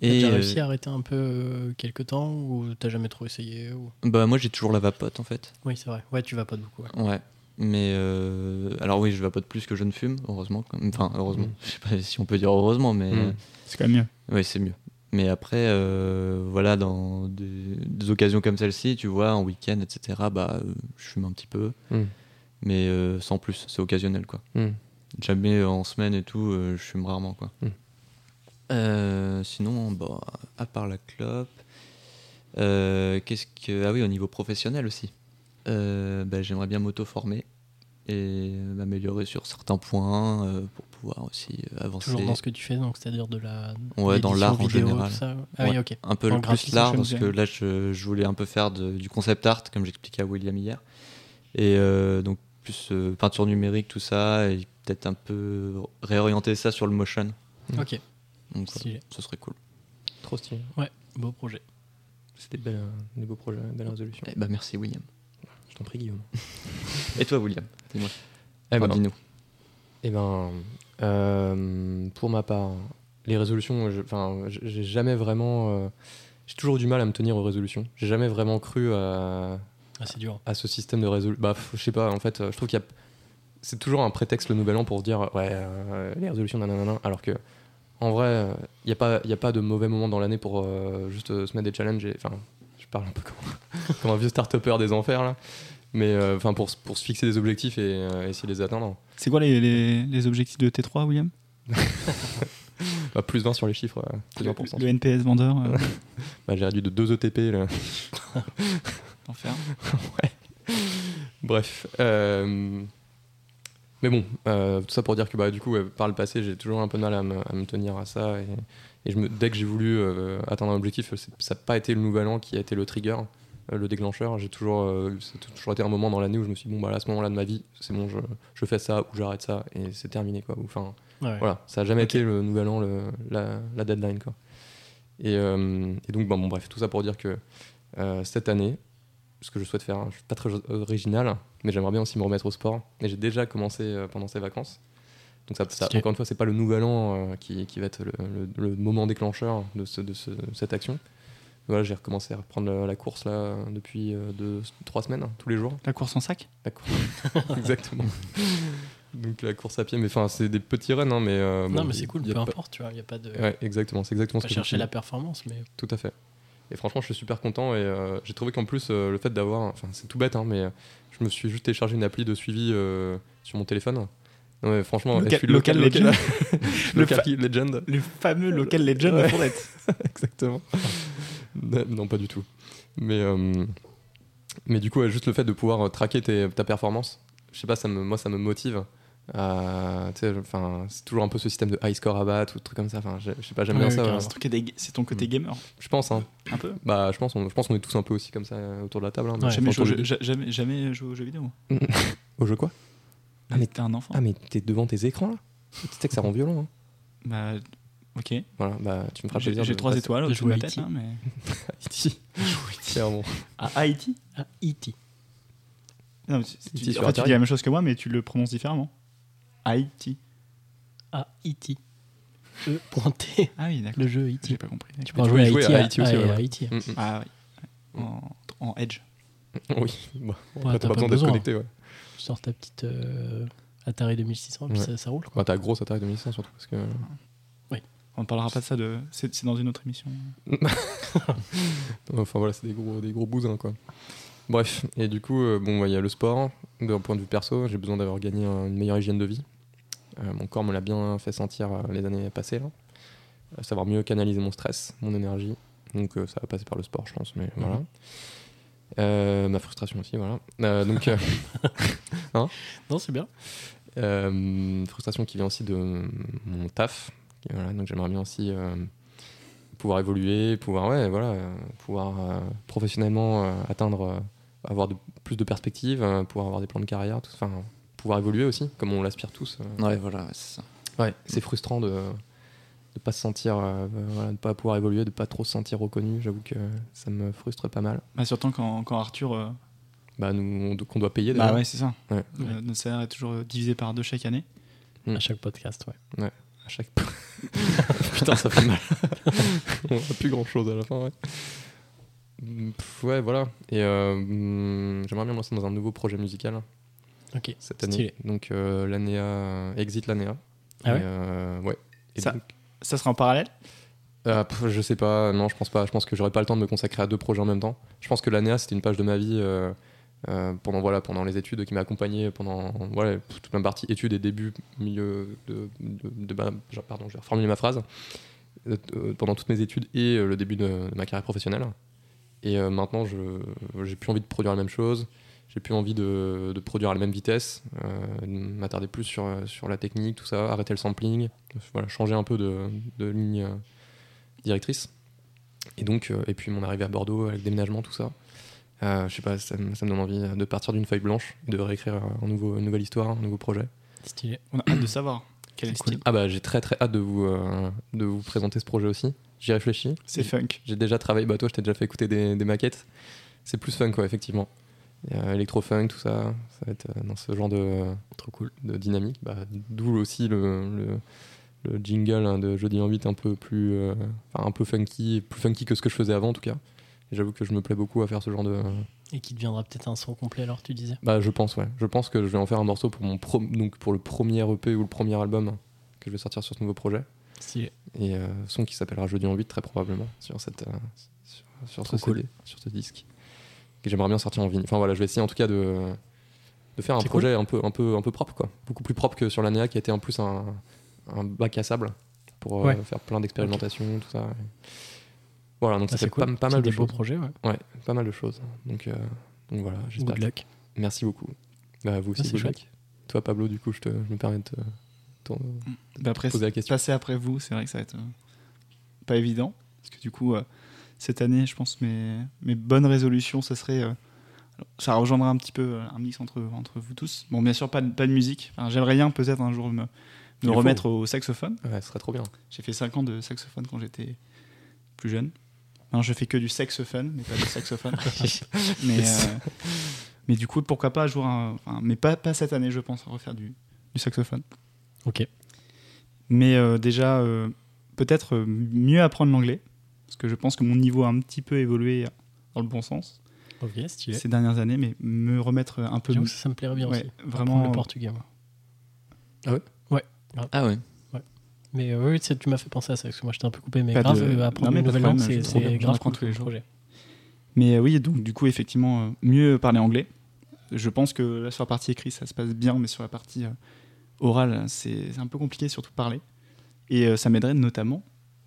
S6: T'as
S3: Et
S6: déjà
S3: euh,
S6: réussi à arrêter un peu euh, quelque temps ou t'as jamais trop essayé ou...
S3: bah moi j'ai toujours la vapote en fait.
S6: Oui, c'est vrai. Ouais, tu vas pas de beaucoup. ouais.
S3: Ouais. Mais euh, alors oui, je vapote plus que je ne fume, heureusement. quand même. Enfin heureusement,
S8: Mm.
S3: je sais pas si on peut dire heureusement, mais
S8: Mm.
S9: C'est quand même mieux.
S3: Oui, c'est mieux. Mais après, euh, voilà, dans des, des occasions comme celle-ci, tu vois, en week-end, etc., bah, euh, je fume un petit peu,
S8: Mm.
S3: mais euh, sans plus, c'est occasionnel, quoi.
S8: Mm.
S3: Jamais euh, en semaine et tout, euh, je fume rarement, quoi.
S8: Mm.
S3: Euh, sinon, bah, à part la clope, euh, qu'est-ce que... Ah oui, au niveau professionnel aussi, Euh, bah, j'aimerais bien m'auto-former et m'améliorer sur certains points euh, pour pouvoir aussi euh, avancer.
S6: Toujours dans ce que tu fais, donc c'est-à-dire de la.
S3: Ouais, dans
S6: l'édition
S3: l'art en
S6: vidéo,
S3: général.
S6: tout ça. Ah oui,
S3: Ouais.
S6: ok.
S3: un peu
S6: En
S3: le plus
S6: graphisme,
S3: l'art
S9: j'aime
S3: parce
S9: bien.
S3: que là je, je voulais un peu faire de- du concept art comme j'expliquais à William hier et euh, donc plus euh, peinture numérique tout ça et peut-être un peu réorienter ça sur le motion
S6: Ok,
S3: donc voilà,
S6: stylé.
S3: ce serait cool
S8: Trop stylé.
S6: Ouais, beau projet.
S8: C'est des, belles, euh, des beaux projets, des belles résolutions.
S3: Eh ben, merci William
S8: Je t'en prie, Guillaume.
S3: et toi William dis-moi
S8: Eh
S3: Enfin,
S8: ben,
S3: dis-nous
S8: Eh ben, euh, pour ma part, les résolutions, je- enfin, j- j'ai jamais vraiment, euh, j'ai toujours eu du mal à me tenir aux résolutions. J'ai jamais vraiment cru à,
S6: Ah, c'est dur.
S8: à ce système de résolution. Bah, pff, je sais pas. En fait, euh, je trouve qu'il y a, c'est toujours un prétexte le Nouvel An pour se dire ouais, euh, les résolutions, nanana, alors que. En vrai, euh, il n'y a, pas- y a pas de mauvais moment dans l'année pour euh, juste euh, se mettre des challenges. et- Enfin, je parle un peu comme, comme un vieux start-upper des enfers, là. Mais euh, enfin, pour, se- pour se fixer des objectifs et euh, essayer de les atteindre.
S9: C'est quoi les, les- les objectifs de T3, William
S8: Bah, plus 20 sur les chiffres, euh, plus 20%.
S9: Le NPS vendeur, euh,
S8: Bah, j'ai réduit de 2 ETP. là.
S9: l'enfer.
S8: Bref. euh, Mais bon, euh, tout ça pour dire que bah, du coup, ouais, par le passé, j'ai toujours un peu de mal à me, à me tenir à ça. Et, et je me- dès que j'ai voulu euh, atteindre un objectif, c'est- ça n'a pas été le nouvel an qui a été le trigger, euh, le déclencheur. J'ai toujours, euh, c'est toujours été un moment dans l'année où je me suis dit, bon, bah, à ce moment-là de ma vie, c'est bon, je, je fais ça ou j'arrête ça et c'est terminé. Quoi. Ou, enfin,
S6: Ouais, ouais.
S8: Voilà, ça n'a jamais été le nouvel an, le- la, la deadline. Quoi. Et, euh, et donc, bon, bon, bref, tout ça pour dire que euh, cette année, ce que je souhaite faire, hein, je suis pas très original, mais j'aimerais bien aussi me remettre au sport. Et j'ai déjà commencé euh, pendant ces vacances. Donc, ça, ça-
S6: Stylé.
S8: encore une fois, c'est pas le nouvel an euh, qui, qui va être le, le- le moment déclencheur de, ce- de ce- cette action. Voilà, j'ai recommencé à reprendre la, la course là, depuis euh, deux, trois semaines, hein, tous les jours.
S9: La course en sac
S8: La cour- Exactement. Donc la course à pied, mais enfin c'est des petits runs, hein, mais euh,
S6: non,
S8: bon,
S6: mais
S8: y-
S6: c'est cool,
S8: y
S6: peu
S8: a pas-
S6: importe, tu vois. Il n'y a pas de.
S8: Ouais, exactement, c'est exactement
S6: pas
S8: ce que je
S6: chercher
S8: me
S6: la
S8: suis
S6: performance, mais.
S8: dit. Tout à fait. Et franchement, je suis super content et euh, j'ai trouvé qu'en plus euh, le fait d'avoir, enfin c'est tout bête, hein, mais euh, je me suis juste téléchargé une appli de suivi euh, sur mon téléphone. Non mais franchement,
S9: Local-
S8: je suis
S9: Local Legend. Le
S8: local legend,
S9: Le fameux local legend
S8: Ouais.
S9: de Fourette.
S8: exactement. Non, non, pas du tout. Mais euh, mais du coup, ouais, juste le fait de pouvoir euh, traquer tes- ta performance, je sais pas, ça me, moi ça me motive Euh, tu sais, je- enfin, c'est toujours un peu ce système de high score abat ou truc comme ça. Enfin, je je sais pas, j'aime
S6: Ouais,
S8: bien
S6: ouais,
S8: ça.
S6: carrément.
S8: ouais.
S9: C'est ton côté- C'est ton
S6: Mm.
S9: côté gamer,
S8: Je pense, hein.
S9: un peu.
S8: Bah, je pense, on, je pense qu'on est tous un peu aussi comme ça euh, autour de la table. hein, mais
S6: Ouais.
S8: je
S9: jamais,
S8: pense
S9: joué,
S8: au
S9: aux jeux-
S8: jeu-
S9: ja- jamais, jamais joué aux jeux vidéo.
S8: Au jeu quoi Ah, mais-
S9: t'es un enfant.
S8: Ah, mais t'es devant tes écrans là Tu sais que ça rend violent. hein.
S9: Bah, ok.
S8: Voilà, bah, tu me feras plaisir.
S9: J'ai j'ai
S8: de
S9: trois
S8: passer-
S9: étoiles
S6: de
S9: au-dessus de ma
S6: jouer à
S9: tête.
S6: E.T..
S9: hein, mais...
S8: Haïti. Clairement.
S9: À Haïti
S6: Ah, E.T.
S9: Non, mais tu, tu-
S8: E.T. sur
S9: en fait, tu
S8: Atari.
S9: dis la même chose que moi, mais tu le prononces différemment. Haïti.
S6: Ah, E.T. E point T,
S9: Ah oui, d'accord.
S6: le jeu E.T.
S9: J'ai pas compris.
S6: Tu
S8: peux
S6: peux Mm. jouer à
S8: jouer
S6: E.T.
S8: à
S6: à-
S8: E.T. aussi,
S6: à-
S8: ouais,
S6: à
S8: ouais.
S6: E.T.
S8: Mm, mm.
S9: Ah oui. En, en Edge.
S8: Oui, bah,
S6: Ouais,
S8: t'as pas besoin d'être connecté. Ouais.
S9: hein.
S6: Tu sors ta petite euh, Atari 2600 et puis
S8: Ouais.
S6: ça, ça roule. quoi.
S8: Bah, t'as grosse attaque de 2005 surtout parce que.
S9: On ne parlera pas de ça, de... c'est c'est dans une autre émission.
S8: Enfin voilà, c'est des gros, des gros bousins quoi. Bref, et du coup, euh, bon, bah, il y a le sport. D'un point de vue perso, j'ai besoin d'avoir gagné euh, une meilleure hygiène de vie. Euh, mon corps me l'a bien fait sentir euh, les années passées. Là. Euh, savoir mieux canaliser mon stress, mon énergie. Donc euh, ça va passer par le sport, je pense. Mais
S6: Mhm.
S8: voilà. Euh, ma frustration aussi, voilà. Euh, donc. euh, hein
S6: Non, c'est bien.
S8: Euh, frustration qui vient aussi de mon taf. Et voilà, donc j'aimerais bien aussi euh, pouvoir évoluer, pouvoir, ouais, voilà, euh, pouvoir euh, professionnellement euh, atteindre, euh, avoir de, plus de perspectives, euh, pouvoir avoir des plans de carrière, tout, enfin, pouvoir évoluer aussi, comme on l'aspire tous. euh.
S3: Ouais, voilà, ouais, c'est ça.
S8: Ouais, c'est frustrant de de pas se sentir, euh, voilà, de pas pouvoir évoluer, de pas trop se sentir reconnu. J'avoue que ça me frustre pas mal.
S9: Bah, surtout quand, quand Arthur. euh,
S8: Bah nous, on- qu'on doit payer.
S9: Bah
S8: d'ailleurs.
S9: ouais, c'est ça.
S8: Ouais.
S9: Euh, notre salaire est toujours divisé par deux chaque année.
S6: À chaque podcast, ouais.
S8: à chaque putain ça fait mal on a plus grand chose à la fin ouais Mm, pff, ouais voilà et euh, mm, j'aimerais bien me lancer dans un nouveau projet musical
S6: Ok.
S8: cette année
S6: Stylé.
S8: donc euh, l'ANEA euh, Exit l'ANEA
S6: Ah ouais
S8: Et, euh, ouais Et
S9: Ça-
S8: donc-
S9: Ça sera en parallèle
S8: Ah, pff, je sais pas non je pense pas je pense que j'aurais pas le temps de me consacrer à deux projets en même temps je pense que l'ANEA c'était une page de ma vie euh, euh, pendant voilà pendant les études qui m'a accompagné pendant voilà pff, toute ma partie études et début milieu de, de- de ma- je- pardon je vais reformuler ma phrase Euh, euh, pendant toutes mes études et euh, le début de, de ma carrière professionnelle et euh, maintenant je j'ai plus envie de produire la même chose j'ai plus envie de, de produire à la même vitesse euh, de m'attarder plus sur euh, sur la technique tout ça arrêter le sampling voilà changer un peu de, de ligne euh, directrice et donc euh, et puis mon arrivée à Bordeaux avec le déménagement tout ça euh, je sais pas, ça, me- ça me donne envie de partir d'une feuille blanche, de réécrire un nouveau, une nouvelle histoire, un nouveau projet.
S6: Stylé.
S9: On a hâte de savoir quel est le
S8: Cool.
S9: style.
S8: Ah bah j'ai très très hâte de vous, euh, de vous présenter ce projet aussi. J'y réfléchis.
S9: C'est funk.
S8: J'ai déjà travaillé, bah toi je t'ai déjà fait écouter des, des maquettes. C'est plus fun quoi, effectivement. Euh, Électro-funk, tout ça, ça va être euh, dans ce genre de,
S6: Trop cool.
S8: de dynamique. Bah, D'où aussi le, le- le jingle hein, de Jeudi en 8 un peu plus euh, enfin, un peu funky, plus funky que ce que je faisais avant en tout cas. Et J'avoue que je me plais beaucoup à faire ce genre de,
S6: Et qui deviendra peut-être un son complet, alors tu disais
S8: Bah, je pense, ouais. Je pense que je vais en faire un morceau pour, mon pro- donc pour le premier EP ou le premier album que je vais sortir sur ce nouveau projet.
S6: Stylé.
S8: Et euh, son qui s'appellera Jeudi en 8, très probablement, sur, cette, euh, sur, sur ce
S6: Trop cool.
S8: CD, sur ce disque. Que j'aimerais bien sortir en vinyle. Enfin voilà, je vais essayer en tout cas de, de faire un
S6: C'est
S8: projet un, peu, un, peu, un peu propre, quoi. Beaucoup plus propre que sur l'ANEA qui était en plus un, un bac à sable pour euh,
S6: Ouais.
S8: faire plein d'expérimentations, tout ça. Voilà, donc
S6: Ah,
S8: ça
S6: c'est
S8: fait
S6: cool.
S8: pas, pas
S6: C'est
S8: mal de
S6: des beaux
S8: choses.
S6: projets, ouais.
S8: Ouais, pas mal de choses. Donc, euh, donc voilà, j'espère
S6: Good
S8: que
S6: luck.
S8: Merci beaucoup. Bah, vous aussi,
S6: Ah, c'est
S8: good luck. Toi, Pablo, du coup, je, te, je me permets de te, t'en-
S9: Bah, après,
S8: poser la question.
S9: passer après vous, c'est vrai que ça va être euh, pas évident. Parce que du coup, euh, cette année, je pense mes, mes bonnes résolutions, ça serait. euh, alors, ça rejoindra un petit peu euh, un mix entre, entre vous tous. Bon, bien sûr, pas de, pas de musique. Enfin, J'aimerais bien peut-être un jour me,
S8: Il
S9: me
S8: faut.
S9: remettre au saxophone.
S8: Ouais, Ah, ce serait trop bien.
S9: J'ai fait 5 ans de saxophone quand j'étais plus jeune. Non, je fais que du saxophone, mais pas du saxophone. mais, euh, mais du coup, pourquoi pas jouer un. enfin, mais pas, pas cette année, je pense, refaire du, du saxophone.
S6: Ok.
S9: Mais euh, déjà, euh, peut-être euh, mieux apprendre l'anglais, parce que je pense que mon niveau a un petit peu évolué dans le bon sens
S6: Ok, stylé.
S9: ces dernières années, mais me remettre un peu.
S6: J'avoue que ça, ça me plairait bien
S9: Ouais,
S6: aussi. Vraiment.
S9: vraiment. euh,
S6: Le portugais, moi.
S3: Ah ouais.
S6: Mais euh, oui, tu sais, tu m'as fait penser à ça, parce que moi j'étais un peu coupé, mais
S9: Pas
S6: grave,
S9: de-
S6: euh, apprendre
S9: Non, mais
S6: une
S9: pas de
S6: nouvelle langue,
S9: problème,
S6: c'est
S9: je comprends bien,
S6: c'est
S9: j'en
S6: grave
S9: apprends
S6: cool
S9: tous les
S6: comme
S9: jours.
S6: projet.
S9: Mais euh, oui, donc du coup, effectivement, euh, mieux parler anglais. Je pense que là, sur la partie écrite, ça se passe bien, mais sur la partie euh, orale, c'est c'est un peu compliqué, surtout parler. Et euh, ça m'aiderait notamment,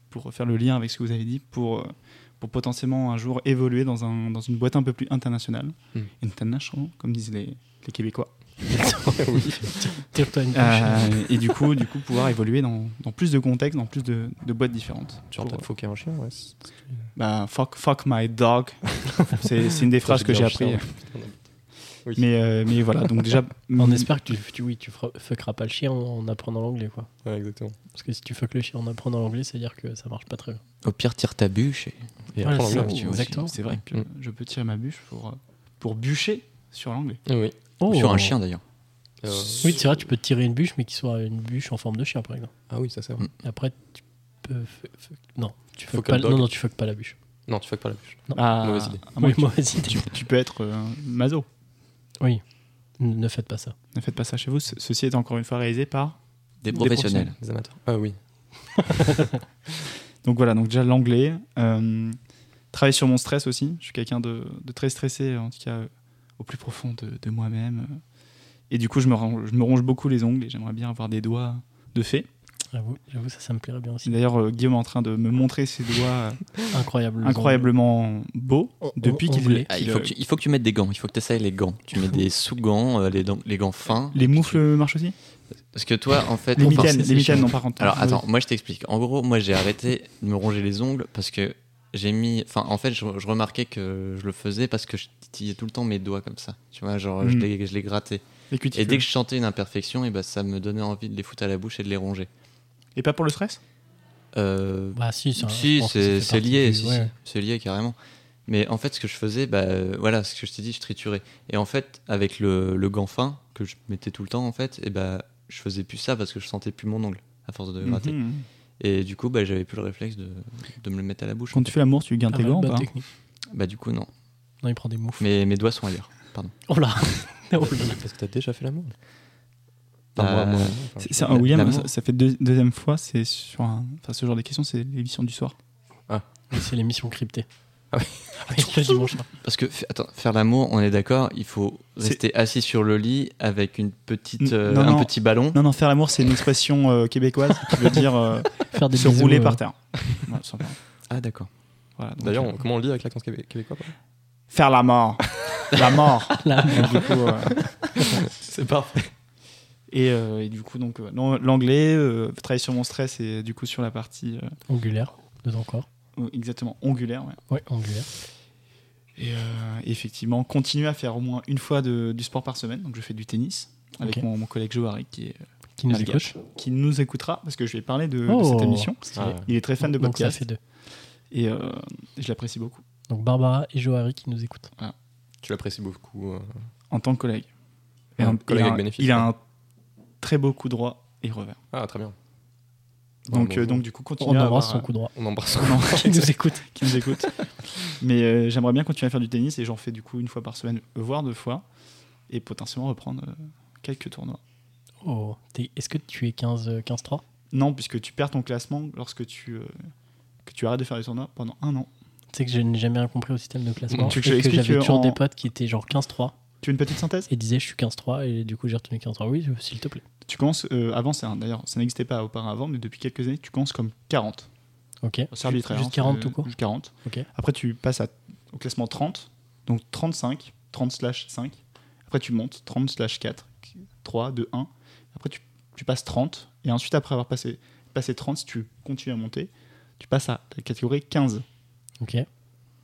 S9: pour faire le lien avec ce que vous avez dit, pour, euh, pour potentiellement un jour évoluer dans, un, dans une boîte un peu plus internationale.
S8: Hmm.
S9: International, comme disent les, les Québécois.
S6: Tire-toi une bûche.
S9: Euh, et du coup, du coup, pouvoir évoluer dans, dans plus de contextes, dans plus de, de boîtes différentes.
S8: Tu entends faux un chien, ouais. c'est-
S9: Bah, fuck, fuck my dog. c'est c'est une des phrases que j'ai hein. appris.
S8: Oui.
S9: Mais, euh, mais voilà, donc déjà.
S6: On espère que tu, tu- oui, tu fera- fuckeras pas le chien en, en apprenant l'anglais, quoi.
S8: Ouais, exactement.
S6: Parce que si tu fuck le chien en apprenant l'anglais, c'est-à-dire que ça marche pas très bien.
S3: Au pire, tire ta bûche. et-
S8: Et
S6: Voilà,
S8: apprends
S6: c'est
S8: l'anglais.
S6: ça.
S9: Oh,
S6: Exactement.
S9: C'est vrai que
S8: Mm.
S9: je peux tirer ma bûche pour, euh, pour bûcher sur l'anglais.
S8: Oui.
S6: Oh.
S3: Sur un chien d'ailleurs.
S8: Euh,
S6: Oui, c'est vrai, tu peux te tirer une bûche, mais qui soit une bûche en forme de chien, par exemple.
S8: Ah oui, ça sert.
S3: Mm.
S6: Et après, tu peux. fu- fuck- Non, tu fuck
S8: Fuck
S6: pas,
S8: un dog.
S6: non, non, tu fuck pas la bûche.
S8: Non, tu fuck pas la bûche.
S9: Ah,
S8: mauvaise idée.
S9: à moins
S6: oui,
S9: que
S6: mauvaise idée.
S9: tu, tu peux être euh, maso.
S6: Ne ne faites pas ça.
S9: Ne faites pas ça chez vous. Ce- Ceci est encore une fois réalisé par.
S3: Des
S9: Des
S3: professionnels.
S8: Les amateurs. Ah oui.
S9: Donc voilà, donc déjà l'anglais. euh, travailler sur mon stress aussi. Je suis quelqu'un de, de très stressé, en tout cas euh, au plus profond de, de moi-même. euh. Et du coup, je me, ronge, je me ronge beaucoup les ongles et j'aimerais bien avoir des doigts de fée.
S6: J'avoue, j'avoue, ça, ça me plairait bien aussi.
S9: D'ailleurs, euh, Guillaume est en train de me montrer ses doigts euh,
S6: Incroyable.
S9: incroyablement beaux
S6: On- on-
S9: depuis
S6: onglés.
S9: qu'il
S3: Ah, il,
S9: qu'il,
S3: faut
S9: euh,
S3: que tu, il faut que tu mettes des gants, il faut que tu essayes les gants. Tu mets des sous-gants, euh, les, dents- les gants fins.
S9: Les moufles marchent aussi
S3: Parce que toi, en fait.
S9: Les
S3: Enfin, c'est-
S9: mitaines,
S3: c'est
S9: les mitaines
S3: chiant.
S9: non, Ah, par contre.
S3: Alors attends, moi je t'explique. En gros, moi j'ai arrêté de me ronger les ongles parce que j'ai mis. Enfin, en fait, je, je remarquais que je le faisais parce que je titillais tout le temps mes doigts comme ça. Tu vois, genre je
S9: Mm.
S3: les- je les grattais.
S9: Les
S3: Et
S9: cuticules.
S3: dès que je chantais une imperfection, et ben ça me donnait envie de les foutre à la bouche et de les ronger.
S9: Et pas pour le stress
S3: Euh,
S6: Bah, si, ça- je
S3: si,
S6: pense que ça
S3: c'est
S6: fait
S3: c'est
S6: partie
S3: lié,
S6: du-
S3: si, si,
S6: ouais.
S3: c'est lié carrément. Mais en fait, ce que je faisais, bah, euh, voilà, ce que je t'ai dit, je triturais. Et en fait, avec le, le gant fin que je mettais tout le temps, en fait, et bah, je faisais plus ça parce que je sentais plus mon ongle à force de gratter.
S9: Mhm.
S3: Et du coup, bah, j'avais plus le réflexe de, de me le mettre à la bouche.
S9: euh, Quand tu fais l'amour, tu gardes
S6: Pas
S3: Ah,
S9: tes
S6: mal,
S9: gants hein. ou
S6: Ah, bonne
S9: pas
S6: technique.
S3: Bah, du coup, non.
S6: Non, il prend des moufles.
S3: Mais mes doigts sont ailleurs.
S6: Oh là Oh là.
S8: Parce que t'as déjà fait l'amour. Bah,
S3: Euh,
S9: C'est- c'est- ah, William,
S3: L'amour.
S9: ça, ça fait deux- deuxième fois, c'est sur un- Enfin, ce genre de questions, c'est l'émission du soir.
S6: Mais C'est l'émission cryptée.
S8: Ah oui.
S6: Avec le dimanche soir.
S3: Parce que, f- attends, faire l'amour, on est d'accord, il faut
S9: C'est-
S3: rester assis sur le lit avec une petite,
S9: N-
S3: euh,
S9: non,
S3: un
S9: non.
S3: petit ballon.
S9: Non, non, faire l'amour, c'est une expression euh, québécoise qui veut dire euh,
S6: Faire des
S9: se
S6: bisous,
S9: rouler
S6: euh,
S9: par terre. Voilà, tout simplement.
S3: Ah, d'accord.
S9: Voilà, donc,
S8: D'ailleurs,
S9: euh,
S8: on- comment on le dit avec l'accent québé- québécois pardon
S9: faire la mort. la mort.
S6: La
S9: Et du coup, euh,
S8: C'est parfait.
S9: et, euh, et du coup, donc, euh, non, l'anglais, euh, travailler sur mon stress et du coup sur la partie euh,
S6: Angulaire, deux encore.
S9: euh, exactement ongulaire. ouais.
S6: Ouais, angulaire.
S9: Et euh, effectivement, continuer à faire au moins une fois de- du sport par semaine. Donc, je fais du tennis avec
S6: Ok.
S9: mon, mon collègue Joe Harry qui, est-
S6: Qui nous
S9: Malgache.
S6: écoute.
S9: qui nous écoutera parce que je vais parler de, de
S6: Oh,
S9: cette émission.
S6: stylé.
S9: Il est très fan de
S6: Donc ça
S9: podcast.
S6: fait deux.
S9: et euh, je l'apprécie beaucoup
S6: Donc Barbara et Johari qui nous écoutent.
S8: Tu l'apprécies beaucoup. euh,
S9: en tant que collègue.
S8: Un
S9: un-
S8: collègue
S9: il a
S8: avec
S9: un-
S8: bénéfice,
S9: Il a
S8: quoi.
S9: un très beau coup droit et revers.
S8: Ah, très bien.
S9: Donc,
S8: bon,
S9: euh,
S8: bon.
S9: donc du
S6: On
S9: coup, continuer
S6: embrasse
S9: à avoir,
S6: son coup droit.
S8: On embrasse.
S9: euh, non,
S6: Qui nous écoute.
S9: qui nous écoute. Mais euh, j'aimerais bien continuer à faire du tennis et j'en fais du coup une fois par semaine, voire deux fois, et potentiellement reprendre euh, quelques tournois.
S6: Oh, t'es- Est-ce que tu es 15, euh, 15-3
S9: Non, puisque tu perds ton classement lorsque tu euh, que tu arrêtes de faire les tournois pendant un an.
S6: Tu sais que je n'ai jamais rien compris au système de classement.
S9: Tu veux que je
S6: et que
S9: l'explique
S6: j'avais toujours
S9: en-
S6: des potes qui étaient genre 15-3
S9: Tu veux une petite synthèse
S6: et disaient je suis 15-3 et du coup j'ai retenu 15-3. Oui, s'il te plaît.
S9: Tu commences euh, avant, c'est un- d'ailleurs, ça n'existait pas auparavant, mais depuis quelques années, tu commences comme 40.
S6: Ok.
S9: C'est arbitraire.
S6: juste
S9: hein,
S6: 40
S9: euh,
S6: tout court
S9: juste 40.
S6: Ok.
S9: Après, tu passes à- au classement 30, donc 35, 30 slash 5. Après, tu montes 30 slash 4, 3, 2, 1. Après, tu, tu passes 30. Et ensuite, après avoir passé, passé 30, si tu continues à monter, tu passes à la catégorie 15.
S6: Ok.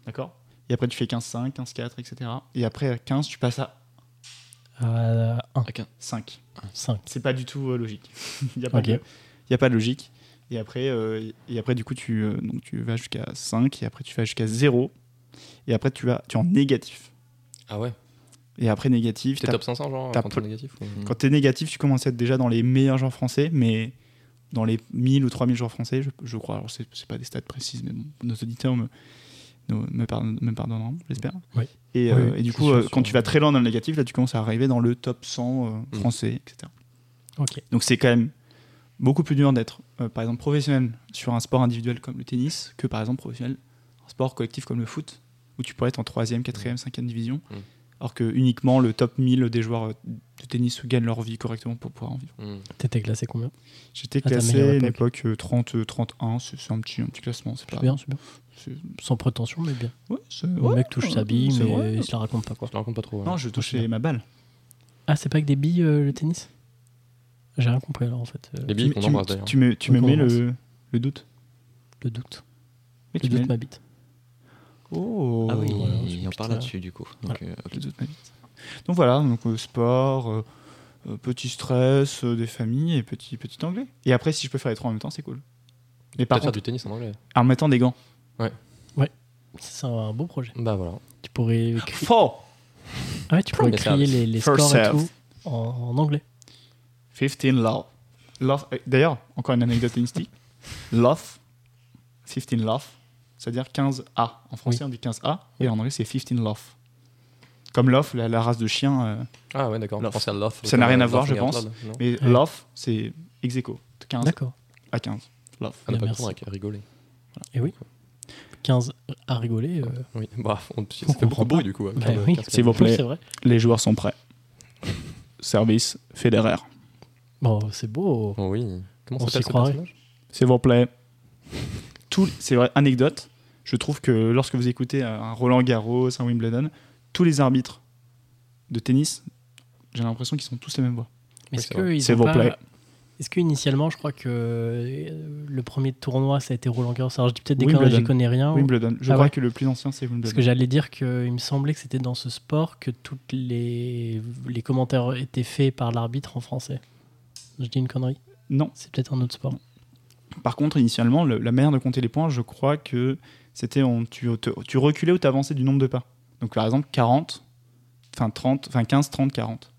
S9: D'accord Et après, tu fais 15, 5, 15, 4, etc. Et après, à 15, tu passes à
S6: 1,
S9: 5.
S6: 5.
S9: C'est pas du tout euh, logique. Il n'y a, pas
S6: Ok.
S9: de- il y a pas de logique. Et après, euh, et après du coup, tu, euh, donc, tu vas jusqu'à 5, et après, tu vas jusqu'à 0. Et après, tu, vas, tu es en négatif.
S8: Ah ouais
S9: Et après négatif,
S8: T'es
S9: t'as-
S8: top 500, genre,
S9: t'as
S8: quand
S9: peu-
S8: t'es négatif ou-
S9: quand t'es négatif, tu commences à être déjà dans les meilleurs joueurs français, mais dans les 1000 ou 3000 joueurs français, je, je crois. Alors, c'est c'est pas des stats précises, mais bon, nos auditeurs me, nous- me, pardon- me pardonneront, j'espère.
S6: Oui.
S9: Et,
S6: Oui,
S9: euh,
S6: oui,
S9: et du
S6: c'est
S9: coup,
S6: sûr,
S9: euh,
S6: sûr.
S9: quand tu vas très loin dans le négatif, là, tu commences à arriver dans le top 100 euh,
S8: Mm.
S9: français, etc.
S6: Ok.
S9: Donc, c'est quand même beaucoup plus dur d'être, euh, par exemple, professionnel sur un sport individuel comme le tennis que, par exemple, professionnel un sport collectif comme le foot, où tu pourrais être en 3e, 4e, 5e division,
S8: Mm.
S9: alors que uniquement le top 1000 des joueurs euh, de tennis gagnent leur vie correctement pour pouvoir en vivre.
S8: Hmm.
S6: T'étais classé combien
S9: J'étais
S6: ta
S9: classé
S6: Ah, meilleure
S9: à une époque euh, 30, euh, 31, c'est c'est un petit, un petit classement, c'est
S6: C'est
S9: pas.
S6: bien, c'est bien.
S9: c'est-
S6: Sans prétention, mais bien.
S9: ouais, c'est-
S6: Le
S9: ouais,
S6: mec touche sa
S9: ouais,
S6: bille,
S9: c'est
S6: mais
S9: vrai.
S6: il se la raconte pas quoi.
S8: Je le raconte pas trop. ouais.
S9: Non, je touchais ma balle.
S6: Ah, c'est pas que des billes euh, le tennis J'ai rien compris alors en fait. euh,
S8: Les
S9: Tu,
S8: billes
S9: me-
S8: qu'on
S9: tu
S8: embrasse
S9: me-
S8: d'ailleurs.
S9: tu me, tu
S6: Donc,
S9: me
S6: on
S9: mets
S6: embrasse.
S9: le, le doute.
S6: Le doute.
S9: Mais
S6: Le
S9: tu mets-
S6: doute m'habite.
S9: Oh.
S3: Ah oui,
S6: voilà,
S3: on
S6: putain.
S3: parle là-dessus du coup. Donc, euh, ok.
S9: Le doute m'habite. Donc voilà, donc, euh, sport, euh, euh, petit stress, euh, des familles et petit, petit anglais. Et après, si je peux faire les trois en même temps, c'est cool. Mais par
S8: Peut-être faire
S9: contre,
S8: du tennis en anglais.
S9: en mettant des gants.
S6: C'est un beau projet.
S8: Bah voilà.
S6: Tu pourrais crier,
S10: Four,
S6: ah ouais, tu pourrais
S8: Premier
S6: crier
S8: service.
S6: les, les
S9: First
S6: scores et
S9: serve.
S6: tout en, en anglais.
S9: 15 love. love. euh, D'ailleurs, encore une anecdote mystique. Love, 15 love, c'est-à-dire 15 A. En français, on dit 15 A, et en anglais, c'est 15 love. Comme love, la, la race de chien. euh,
S8: Ah ouais, d'accord.
S9: Love.
S8: Pensez à Love.
S9: Ça n'a
S8: comme,
S9: rien à
S8: euh,
S9: voir, je
S8: Laughing Out
S9: pense.
S8: Loud, non
S9: mais
S6: Ouais.
S9: love, c'est ex aequo, de 15
S6: D'accord.
S9: à 15. Love.
S8: Ah,
S6: Bien,
S8: n'a pas
S6: merci.
S8: besoin avec rigoler.
S6: 15 à rigoler. euh,
S8: Oui, bah, on, ça
S6: On
S8: fait beaucoup
S6: comprend
S8: de bruit du coup. hein,
S6: bah
S8: avec un-
S6: oui,
S8: qu'un
S9: S'il vous plaît,
S6: c'est vrai.
S9: les joueurs sont prêts. Service Federer.
S6: Bon, c'est beau.
S8: Oh oui. Comment
S6: On
S8: s'appelle
S6: s'y
S8: ce
S6: croirait.
S8: personnage
S9: S'il vous plaît. Tout- C'est vrai, anecdote. Je trouve que lorsque vous écoutez un Roland Garros, un Wimbledon, tous les arbitres de tennis, j'ai l'impression qu'ils sont tous les mêmes voix.
S6: Mais
S8: Oui,
S6: est-ce
S8: c'est
S6: que
S8: vrai.
S6: ils
S9: S'il
S6: ont
S9: vous
S6: pas- Ah
S9: plaît.
S6: Est-ce qu'initialement, je crois que euh, le premier tournoi, ça a été Roland Garros Alors, je dis peut-être des
S9: Wimbledon.
S6: conneries, j'y connais rien.
S9: Wimbledon. Je
S6: Ah
S9: crois
S6: ouais.
S9: que le plus ancien, c'est
S6: Parce
S9: Wimbledon.
S6: que j'allais dire qu'il me semblait que c'était dans ce sport que tous les, les commentaires étaient faits par l'arbitre en français. Je dis une connerie
S9: Non.
S6: C'est peut-être un autre sport.
S9: Par contre, initialement, le- la manière de compter les points, je crois que c'était en- tu, te- tu reculais ou t'avançais du nombre de pas. Donc par exemple, 40, enfin 30, enfin 15, 30, 40.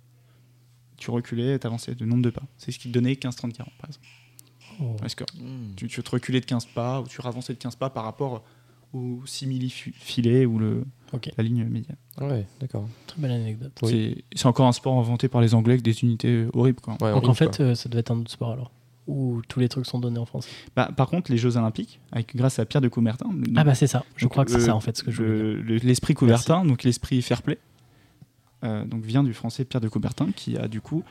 S9: Tu reculais et t'avançais du nombre de pas. C'est ce qui te donnait 15, 30, 40, par exemple.
S6: Oh.
S9: Parce que
S3: euh,
S9: tu, tu te reculais de 15 pas ou tu ravançais de 15 pas par rapport au simili-filet ou le,
S6: Ok.
S9: la ligne médiane.
S8: Ah Ouais, d'accord.
S6: Très belle anecdote.
S9: C'est- C'est encore un sport inventé par les Anglais avec des unités horribles. Quoi.
S8: Ouais, on
S6: Donc en
S8: rit,
S6: fait,
S8: quoi.
S6: euh, ça devait être un autre sport alors. Où tous les trucs sont donnés en français.
S9: Bah, par contre, les Jeux Olympiques, avec, grâce à Pierre de Coubertin, le-
S6: ah bah c'est ça. Je
S9: donc,
S6: crois que c'est
S9: le-
S6: ça en fait ce que je voulais dire.
S9: le- le- l'esprit Coubertin, donc l'esprit fair play, euh, donc vient du français Pierre de Coubertin qui a du coup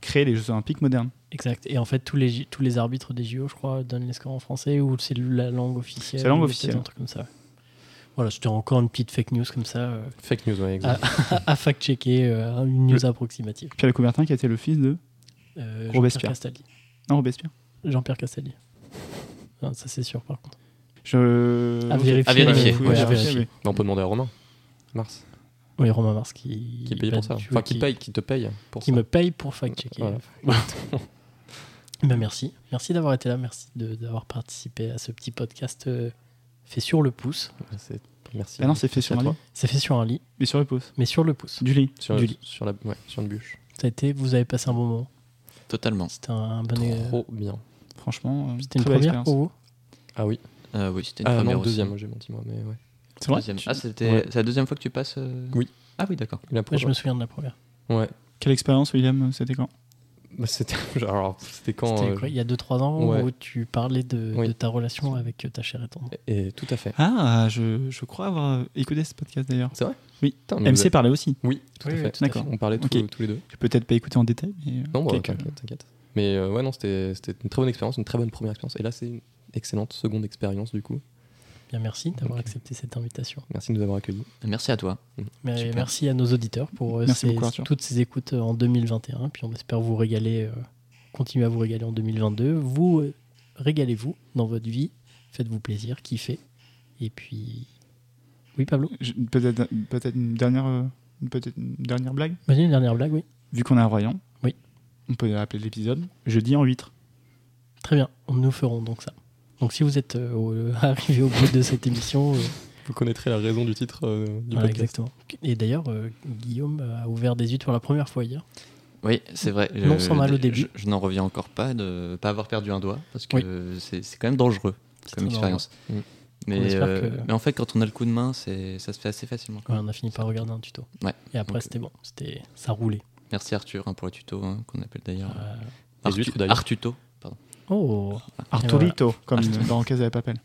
S9: créé les Jeux Olympiques modernes.
S6: Exact. Et en fait, tous les, J- tous les arbitres des JO, je crois, donnent les scores en français ou c'est la langue officielle.
S9: C'est la langue
S6: ou peut-être
S9: officielle.
S6: Un truc comme ça. ouais. Voilà, c'était encore une petite fake news comme ça, euh,
S8: Fake news, ouais, exact.
S6: à, à fact-checker, euh, une news approximative.
S9: Pierre de Coubertin qui était le fils de
S6: Euh, Jean-Pierre
S9: Robespierre.
S6: Castaldi.
S9: non, Robespierre.
S6: Jean-Pierre Castaldi. Non, ça c'est sûr par contre.
S9: Je... Ah,
S6: À vérifier.
S3: à vérifier,
S9: Oui,
S6: ouais,
S9: Ah, à
S6: à
S9: vérifier,
S6: vérifier.
S9: oui.
S8: Mais Bah, on peut demander à Romain. Mars.
S6: Oui, Romain Mars qui,
S8: Qui est payé pour ça.
S6: Bah, tu vois,
S8: Enfin, qui, paye, qui te paye pour
S6: qui
S8: ça.
S6: me paye pour fact-checker.
S8: Voilà.
S6: Ben, merci. Merci d'avoir été là. Merci de- d'avoir participé à ce petit podcast euh, fait sur le pouce.
S8: C'est- Merci.
S9: Ah non, c'est fait sur
S8: à
S9: un lit,
S8: toi.
S6: C'est fait sur un lit,
S9: mais sur les pauses.
S6: mais sur le pouce.
S9: Du lit.
S8: Sur,
S6: Du lit.
S8: sur la, ouais, sur une bûche.
S6: Ça a été, vous avez passé un bon moment.
S3: Totalement.
S6: C'était un, un bon. euh,
S8: Trop bien.
S9: Franchement, euh,
S6: C'était une
S9: très belle
S6: première
S9: expérience.
S6: pour vous.
S8: Ah oui.
S3: Euh, oui, c'était une
S8: Ah
S3: première
S8: non,
S3: aussi.
S8: deuxième, moi, j'ai menti moi, mais ouais.
S9: C'est vrai
S3: Deuxième.
S9: Tu-
S3: Ah, c'était
S8: Ouais.
S3: c'est la deuxième fois que tu passes. euh,
S8: Oui.
S3: Ah oui, d'accord.
S8: La
S6: Ouais, je
S8: première.
S6: me souviens de la première.
S8: Ouais.
S9: Quelle expérience, William C'était quand
S8: Bah, c'était alors c'était quand
S6: C'était
S8: euh,
S6: quoi Il y a 2-3 ans
S8: ouais.
S6: où tu parlais de,
S8: Oui.
S6: de ta relation avec euh, ta chère et tendre.
S8: et, et tout à fait.
S9: Ah, je, je crois avoir euh, écouté ce podcast d'ailleurs.
S8: Putain, mais vous
S9: MC parlait aussi.
S8: avez- Oui, tout à
S6: Oui, oui,
S8: fait.
S6: tout à
S9: D'accord.
S6: fait.
S8: On parlait tous,
S9: Ok.
S8: tous les deux.
S9: J'ai peut-être pas écouté en détail, mais. euh,
S8: Non, bah,
S9: quelqu'un.
S8: t'inquiète, t'inquiète. Mais euh, ouais, non, c'était c'était une très bonne expérience, une très bonne première expérience. Et là, c'est une excellente seconde expérience du coup.
S6: Bien, merci d'avoir
S8: Ok.
S6: accepté cette invitation.
S8: Merci de nous avoir accueillis.
S3: Merci à toi.
S6: Mais
S3: Super.
S6: merci à nos auditeurs pour euh,
S9: Merci
S6: ces-
S9: beaucoup, Arthur.
S6: toutes ces écoutes euh, en 2021. Puis on espère vous régaler, euh, continuer à vous régaler en 2022. Vous, euh, régalez-vous dans votre vie. Faites-vous plaisir, kiffez. Et puis. Oui, Pablo
S9: Je- Peut-être peut une, dernière, euh, une- peut-être une dernière blague
S6: Vas-y, une dernière blague, oui.
S9: Vu qu'on est un voyant,
S6: Oui.
S9: on peut appeler l'épisode Jeudi en huître.
S6: Très bien, nous ferons donc ça. Donc si vous êtes euh, au- arrivé au bout de cette émission. euh,
S8: Vous connaîtrez la raison du titre euh, du
S6: voilà,
S8: podcast.
S6: exactement. Et d'ailleurs, euh, Guillaume a ouvert des huîtres pour la première fois hier.
S3: Oui, c'est vrai.
S6: Non
S3: Je-
S6: sans mal au
S3: je-
S6: début.
S3: Je, n'en reviens encore pas de pas avoir perdu un doigt parce que c'est c'est quand même dangereux
S6: C'est
S3: comme
S6: très
S3: expérience.
S8: dangereux.
S6: On
S3: Mais,
S6: espère
S3: euh,
S6: que-
S3: mais en fait, quand on a le coup de main, c'est ça se fait assez facilement.
S6: marrant. Ouais, on a fini par regarder un tuto.
S3: Ouais.
S6: Et après,
S3: Donc, euh,
S6: c'était bon. C'était, ça roulait.
S3: Merci Arthur hein, pour les tutos hein, qu'on appelle d'ailleurs.
S6: Euh,
S8: Les
S3: Artu-
S8: huîtres, d'ailleurs.
S3: Artuto.
S6: Oh,
S9: Arturito, comme dans Casa de Papel.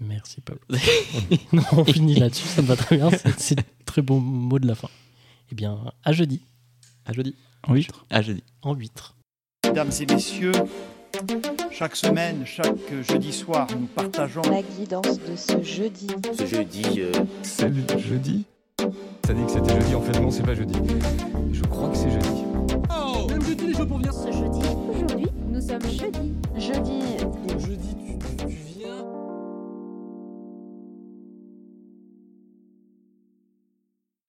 S6: merci Pablo. non, on finit là-dessus, ça me va très bien. C'est, c'est le très bon mot de la fin. Eh bien, à jeudi,
S8: À jeudi.
S9: En huître
S3: Ah, j'ai dit.
S6: en huître.
S1: Mesdames et messieurs, chaque semaine, chaque jeudi soir, nous partageons
S2: la guidance de ce jeudi.
S11: Ce jeudi, euh,
S7: C'est le jeudi T'as dit que c'était jeudi, en fait non, c'est pas jeudi. Je crois que c'est jeudi.
S5: jeux pour venir. Ce jeudi, aujourd'hui, nous sommes jeudi. Jeudi.
S2: Jeudi.
S5: Jeudi, tu